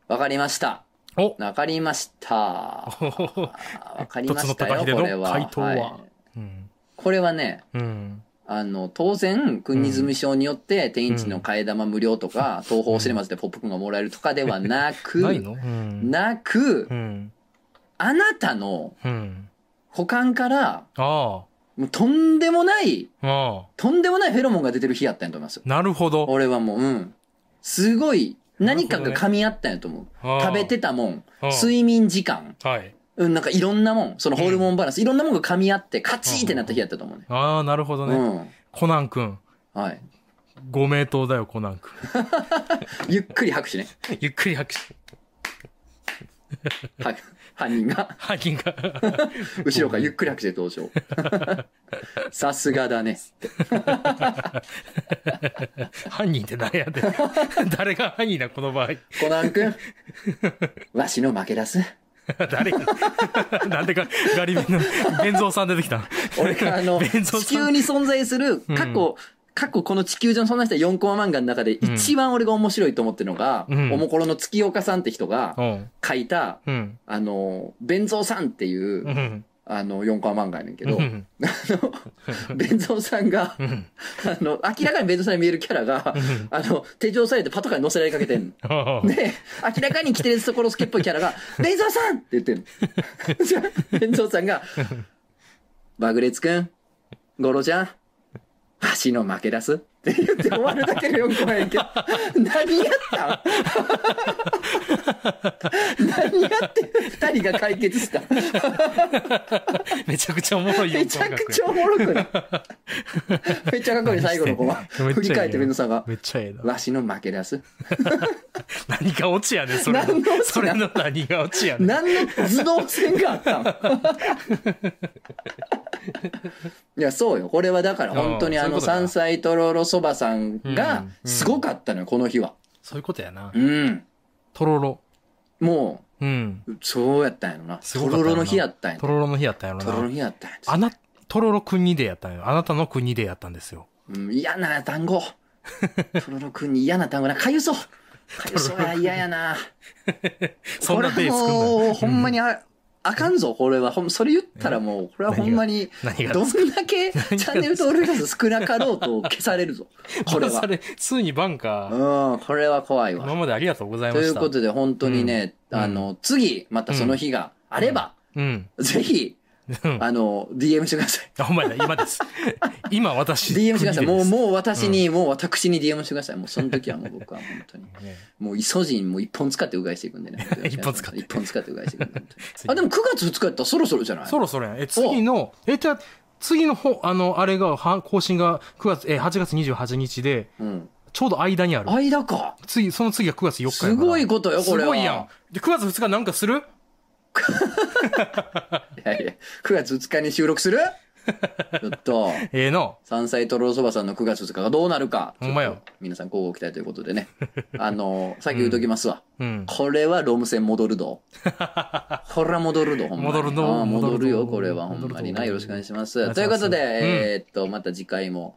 [SPEAKER 2] わかりました。
[SPEAKER 1] お
[SPEAKER 2] わかりました。わかりました
[SPEAKER 1] 一つの高
[SPEAKER 2] よ、これ
[SPEAKER 1] 秀の
[SPEAKER 2] は。
[SPEAKER 1] 回答は
[SPEAKER 2] はい
[SPEAKER 1] うん。
[SPEAKER 2] これはね、
[SPEAKER 1] うん。
[SPEAKER 2] あの、当然、国住症によって、天一の替え玉無料とか、東宝シネマズでポップコーンがもらえるとかではなく、
[SPEAKER 1] ないのうん。
[SPEAKER 2] なく、
[SPEAKER 1] うん。
[SPEAKER 2] あなたの
[SPEAKER 1] うん。
[SPEAKER 2] 股間から、
[SPEAKER 1] あ
[SPEAKER 2] もうとんでもない、
[SPEAKER 1] あ。ああ。
[SPEAKER 2] とんでもないフェロモンが出てる日やったんやと思いますよ。
[SPEAKER 1] なるほど。
[SPEAKER 2] 俺はもう、うん。すごい、何かが噛み合ったんやと思う。
[SPEAKER 1] ああ
[SPEAKER 2] 食べてたもん、
[SPEAKER 1] ああ
[SPEAKER 2] 睡眠時間、
[SPEAKER 1] はい。
[SPEAKER 2] うん、なんかいろんなもん、そのホルモンバランス、いろんなもんが噛み合って、カチーってなった日やったと思うね。
[SPEAKER 1] ああ、なるほど
[SPEAKER 2] う
[SPEAKER 1] ね。
[SPEAKER 2] ん。
[SPEAKER 1] コナン君。
[SPEAKER 2] はい。
[SPEAKER 1] ご名答だよ、コナン君。 <laughs>
[SPEAKER 2] ゆっくり拍手ね。
[SPEAKER 1] ゆっくり拍手。
[SPEAKER 2] は <laughs> 犯人が。
[SPEAKER 1] ハキンが。 <laughs>
[SPEAKER 2] 後ろからゆっくり拍手で登場。 <laughs> さすがだね。
[SPEAKER 1] 犯人って誰やで <laughs> 誰が犯人だこの場合 <laughs>
[SPEAKER 2] コナン君、わしの負けだす。
[SPEAKER 1] 誰 <laughs> なんでか、ガリビンの、弁蔵さん出てきた。
[SPEAKER 2] 俺があの、
[SPEAKER 1] <laughs> 弁蔵
[SPEAKER 2] 地
[SPEAKER 1] さ
[SPEAKER 2] 球
[SPEAKER 1] ん。
[SPEAKER 2] に存在する過去、過去この地球上に存在した4コマ漫画の中で
[SPEAKER 1] うん
[SPEAKER 2] 一番俺が面白いと思ってるのが、
[SPEAKER 1] うん
[SPEAKER 2] おもころの月岡さんって人が
[SPEAKER 1] うん。
[SPEAKER 2] 書いた、
[SPEAKER 1] うん。
[SPEAKER 2] あの、弁蔵さんっていう、
[SPEAKER 1] うん。
[SPEAKER 2] あの、4コマ漫画やねんけ
[SPEAKER 1] う
[SPEAKER 2] ど、
[SPEAKER 1] ん。
[SPEAKER 2] 弁蔵さんが、
[SPEAKER 1] うん。
[SPEAKER 2] あの、明らかに弁蔵さんに見えるキャラが、あの、手錠されてパトカーに乗せられかけてんの。で、明らかに着てるところスケっぽいキャ
[SPEAKER 1] <laughs>
[SPEAKER 2] ラが、弁蔵さんって言ってんの。じゃあ弁蔵さんが、バグレツくん、ゴロちゃん、橋の負け出すって言って終わるだけの4個前やけど、何やったん何やって二人が解決した。
[SPEAKER 1] めちゃくちゃおもろいよ。
[SPEAKER 2] <laughs> めちゃくちゃおもろく
[SPEAKER 1] <laughs>
[SPEAKER 2] ないめっちゃかっこいい最後の子は。
[SPEAKER 1] めっちゃいい
[SPEAKER 2] 振り返って弁蔵さんが、
[SPEAKER 1] めっちゃええな。
[SPEAKER 2] わしの負け出す。
[SPEAKER 1] 何がオチやねん、それの
[SPEAKER 2] 何のオチな。ん
[SPEAKER 1] それの何がオチやねん。
[SPEAKER 2] 何の頭脳戦があったん <laughs> いやそうよこれはだから本当に
[SPEAKER 1] ああ
[SPEAKER 2] あ
[SPEAKER 1] そういう
[SPEAKER 2] の
[SPEAKER 1] ことだ
[SPEAKER 2] 山菜とろろそばさん
[SPEAKER 1] う
[SPEAKER 2] が
[SPEAKER 1] ん
[SPEAKER 2] すごかったのよこの日は
[SPEAKER 1] そういうことやな
[SPEAKER 2] う。ん
[SPEAKER 1] とろろ。
[SPEAKER 2] も
[SPEAKER 1] うん。
[SPEAKER 2] うそうやったんやろな
[SPEAKER 1] す
[SPEAKER 2] と
[SPEAKER 1] ごかったよ
[SPEAKER 2] ろ
[SPEAKER 1] な
[SPEAKER 2] ろの日やったんや
[SPEAKER 1] と
[SPEAKER 2] と
[SPEAKER 1] ろろの日やったんやろ
[SPEAKER 2] ろろの
[SPEAKER 1] な。
[SPEAKER 2] 日やったんや
[SPEAKER 1] あな、とろろくんにでやったんよ。あなたの国でやったんですよ。
[SPEAKER 2] うん嫌な
[SPEAKER 1] <laughs>
[SPEAKER 2] 単語とろろくんに嫌な単語なかゆそうかゆそうが嫌やな
[SPEAKER 1] そんな
[SPEAKER 2] こ
[SPEAKER 1] 手
[SPEAKER 2] れは
[SPEAKER 1] 作んな
[SPEAKER 2] もう
[SPEAKER 1] よ。
[SPEAKER 2] ほんまにああかんぞこれはほんそれ言ったらもうこれはほんまに
[SPEAKER 1] 何が <laughs>
[SPEAKER 2] どんだけチャンネル登録者数少なかろうと消さ
[SPEAKER 1] <laughs>
[SPEAKER 2] れるぞ。これは
[SPEAKER 1] そ。れ、ついにバンカ
[SPEAKER 2] うん、これは怖い
[SPEAKER 1] ー。
[SPEAKER 2] わ
[SPEAKER 1] 今。までありがとうござい
[SPEAKER 2] と
[SPEAKER 1] ま
[SPEAKER 2] い
[SPEAKER 1] し
[SPEAKER 2] う
[SPEAKER 1] た。
[SPEAKER 2] ことで、本当にね、
[SPEAKER 1] うん
[SPEAKER 2] あの、次、またその日があれば、
[SPEAKER 1] うん。 <laughs>
[SPEAKER 2] ぜひ、
[SPEAKER 1] うん
[SPEAKER 2] あの、DM してくだ
[SPEAKER 1] <laughs>
[SPEAKER 2] さい。
[SPEAKER 1] あ、ほんまや、今
[SPEAKER 2] <laughs>
[SPEAKER 1] です。今私。
[SPEAKER 2] DM してください。もう、
[SPEAKER 1] う。
[SPEAKER 2] もう私に、もう私に DM してください。もうその時はもう僕は本
[SPEAKER 1] <laughs>
[SPEAKER 2] 当に。
[SPEAKER 1] ね
[SPEAKER 2] もう、イソジンもう一本使ってうがいしていくんでね。
[SPEAKER 1] <laughs> 一本使って
[SPEAKER 2] 一本使ってうがいしていくんで。本当にあ、でも9月2日やったらそろそろじゃない
[SPEAKER 1] そろそろやん。え、次の、え、じゃあ次のほ、あの、あれが、は更新が9月、え、8月28日で、
[SPEAKER 2] うん。
[SPEAKER 1] ちょうど間にある。
[SPEAKER 2] 間か。
[SPEAKER 1] 次、その次が9月4日やから
[SPEAKER 2] すごいことよこれは
[SPEAKER 1] すごいやん。で、9月2日なんかする
[SPEAKER 2] いやいや、9月2日に収録する
[SPEAKER 1] <laughs>
[SPEAKER 2] ちょっと。
[SPEAKER 1] ええの。
[SPEAKER 2] 山菜とろろそばさんの9月2日がどうなるか。
[SPEAKER 1] ほんまよ。
[SPEAKER 2] 皆さん交互期待ということでね。 <laughs> あの、先言うときますわ。
[SPEAKER 1] うん。
[SPEAKER 2] これはロム線戻
[SPEAKER 1] <laughs>
[SPEAKER 2] るど。これは戻るど、ほんまに。
[SPEAKER 1] 戻るど
[SPEAKER 2] ああ戻る
[SPEAKER 1] 戻る
[SPEAKER 2] よ、
[SPEAKER 1] ど
[SPEAKER 2] これは。ほんまに
[SPEAKER 1] 戻
[SPEAKER 2] な。
[SPEAKER 1] るど
[SPEAKER 2] よろしくお願いし
[SPEAKER 1] お
[SPEAKER 2] ま
[SPEAKER 1] 願
[SPEAKER 2] す。
[SPEAKER 1] いします
[SPEAKER 2] ということで、
[SPEAKER 1] うん
[SPEAKER 2] えーっと、また次回も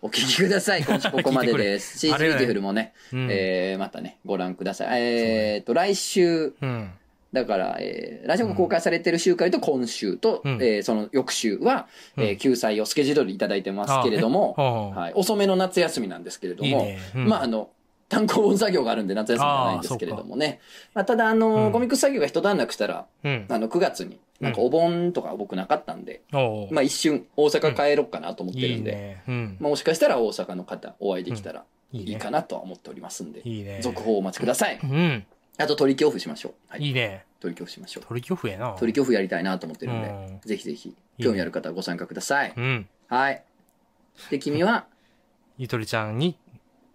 [SPEAKER 2] お聞きくだ
[SPEAKER 1] <laughs>
[SPEAKER 2] さい。今週ここまでです。シ
[SPEAKER 1] 聞い
[SPEAKER 2] ー
[SPEAKER 1] て
[SPEAKER 2] ズ
[SPEAKER 1] くれ
[SPEAKER 2] ビーティフルもね、
[SPEAKER 1] うん。
[SPEAKER 2] えーまたね、ご覧ください。えーっと、来週、
[SPEAKER 1] うん。
[SPEAKER 2] だから、えーラジオが公開されてる週から言うと今週と、
[SPEAKER 1] うん
[SPEAKER 2] えーその翌週は、えー
[SPEAKER 1] うん
[SPEAKER 2] 救済をスケジュールいただいてますけれども、
[SPEAKER 1] ああ
[SPEAKER 2] はい、遅めの夏休みなんですけれども、
[SPEAKER 1] いいねうん
[SPEAKER 2] まああの、単行本作業があるんで夏休みじゃないんですけれどもね。まあ、ただ、あの、
[SPEAKER 1] うん
[SPEAKER 2] コミックス作業が一段落したら、
[SPEAKER 1] うん。
[SPEAKER 2] あの、9月に、なんかお盆とか僕なかったんで、
[SPEAKER 1] おう
[SPEAKER 2] まあ一瞬大阪帰ろうかなと思って
[SPEAKER 1] い
[SPEAKER 2] る
[SPEAKER 1] い
[SPEAKER 2] んで、
[SPEAKER 1] ね。うん。
[SPEAKER 2] まあ、もしかしたら大阪の方お会いできたら
[SPEAKER 1] うんいいね
[SPEAKER 2] いいかなとは思っておりますんで、
[SPEAKER 1] いいね。
[SPEAKER 2] 続報をお待ちください。
[SPEAKER 1] うん。
[SPEAKER 2] あと鳥恐怖しましょう。はい、
[SPEAKER 1] いいね。
[SPEAKER 2] 鳥恐怖しましょう。
[SPEAKER 1] 鳥恐怖やな。
[SPEAKER 2] 鳥恐怖やりたいなと思ってるんで、
[SPEAKER 1] うん
[SPEAKER 2] ぜひぜひ興味ある方はご参加ください。
[SPEAKER 1] うん。
[SPEAKER 2] はい。で、
[SPEAKER 1] <laughs>
[SPEAKER 2] 君は、
[SPEAKER 1] ゆとりちゃんに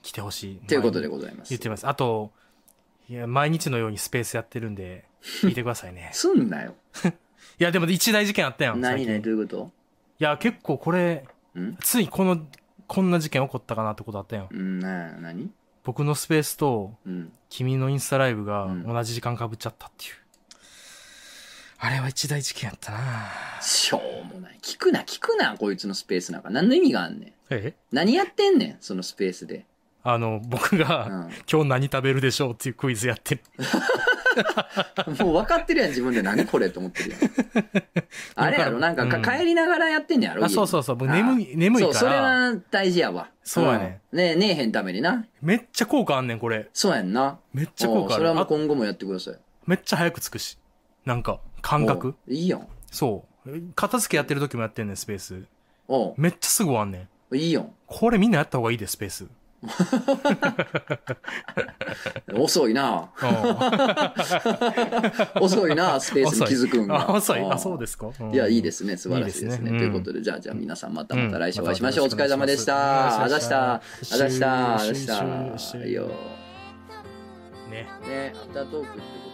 [SPEAKER 1] 来てほしい。
[SPEAKER 2] ということで
[SPEAKER 1] まあ
[SPEAKER 2] ございます
[SPEAKER 1] 言っ。てます。あと、いや毎日のようにスペースやってるんで、聞いてください
[SPEAKER 2] <laughs>。
[SPEAKER 1] ね
[SPEAKER 2] すんなよ。
[SPEAKER 1] いや、でも一大事件あったやん。最
[SPEAKER 2] 何
[SPEAKER 1] 近
[SPEAKER 2] 々どういうこ
[SPEAKER 1] いや、結構これ、
[SPEAKER 2] とん
[SPEAKER 1] ついこの、こんな事件起こったかなってことあったやん。
[SPEAKER 2] うん、な、何
[SPEAKER 1] 僕のスペースと、
[SPEAKER 2] うん。
[SPEAKER 1] 君のインスタライブが
[SPEAKER 2] うん
[SPEAKER 1] 同じ時間かぶっちゃったっていう。あれは一大事件やったな
[SPEAKER 2] しょうもない。聞くな、聞くな、こいつのスペースなんか。何の意味があんねん。
[SPEAKER 1] え
[SPEAKER 2] 何やってんねん、そのスペースで。
[SPEAKER 1] あの、僕
[SPEAKER 2] う
[SPEAKER 1] が、
[SPEAKER 2] ん。
[SPEAKER 1] 今日何食べるでしょうっていうクイズやってる。
[SPEAKER 2] もう分かってるやん、自分で。何これと思ってるやん。
[SPEAKER 1] <laughs>
[SPEAKER 2] あれやろ、なんかか、
[SPEAKER 1] うん
[SPEAKER 2] 帰りながらやってんねやろ。
[SPEAKER 1] あ、そう
[SPEAKER 2] う。
[SPEAKER 1] そうそう。僕
[SPEAKER 2] あー
[SPEAKER 1] 眠い、眠い
[SPEAKER 2] そ
[SPEAKER 1] か
[SPEAKER 2] う、
[SPEAKER 1] ら。
[SPEAKER 2] それは大事やわ。
[SPEAKER 1] そうやね
[SPEAKER 2] うん。ねえ、ねえへんためにな。
[SPEAKER 1] めっちゃ効果あんねん、これ。
[SPEAKER 2] そうやんな。
[SPEAKER 1] めっちゃ効
[SPEAKER 2] おう
[SPEAKER 1] 果あ
[SPEAKER 2] そ
[SPEAKER 1] る。
[SPEAKER 2] れはもう
[SPEAKER 1] あ
[SPEAKER 2] 今後もやってください。
[SPEAKER 1] めっちゃ早く着くし。なんか、感覚
[SPEAKER 2] おういいやん。
[SPEAKER 1] そう。片付けやってる時もやってんねん、スペース。
[SPEAKER 2] お
[SPEAKER 1] めっちゃすぐ終わんねん。
[SPEAKER 2] うい
[SPEAKER 1] <laughs>
[SPEAKER 2] いやん。
[SPEAKER 1] これみんなやった方がいいで、スペース。
[SPEAKER 2] 遅いな。
[SPEAKER 1] うん
[SPEAKER 2] 遅いな、スペースに気づくんが。
[SPEAKER 1] あ、遅い。あ、
[SPEAKER 2] ん
[SPEAKER 1] そうですか。
[SPEAKER 2] いや、いいですすね。素晴らしいです
[SPEAKER 1] いい
[SPEAKER 2] ね。
[SPEAKER 1] ですねうん
[SPEAKER 2] ということで、じゃあ、じゃあ皆さんまた
[SPEAKER 1] うん
[SPEAKER 2] また来週お会いしましょう。
[SPEAKER 1] ま
[SPEAKER 2] お
[SPEAKER 1] た
[SPEAKER 2] 疲
[SPEAKER 1] ま
[SPEAKER 2] れ
[SPEAKER 1] た
[SPEAKER 2] 様でした。あざした。あざした。あざした。あ
[SPEAKER 1] し
[SPEAKER 2] ざ
[SPEAKER 1] ゅ
[SPEAKER 2] し。
[SPEAKER 1] したゅ
[SPEAKER 2] よ。
[SPEAKER 1] ね。
[SPEAKER 2] ね、アフタートークってこと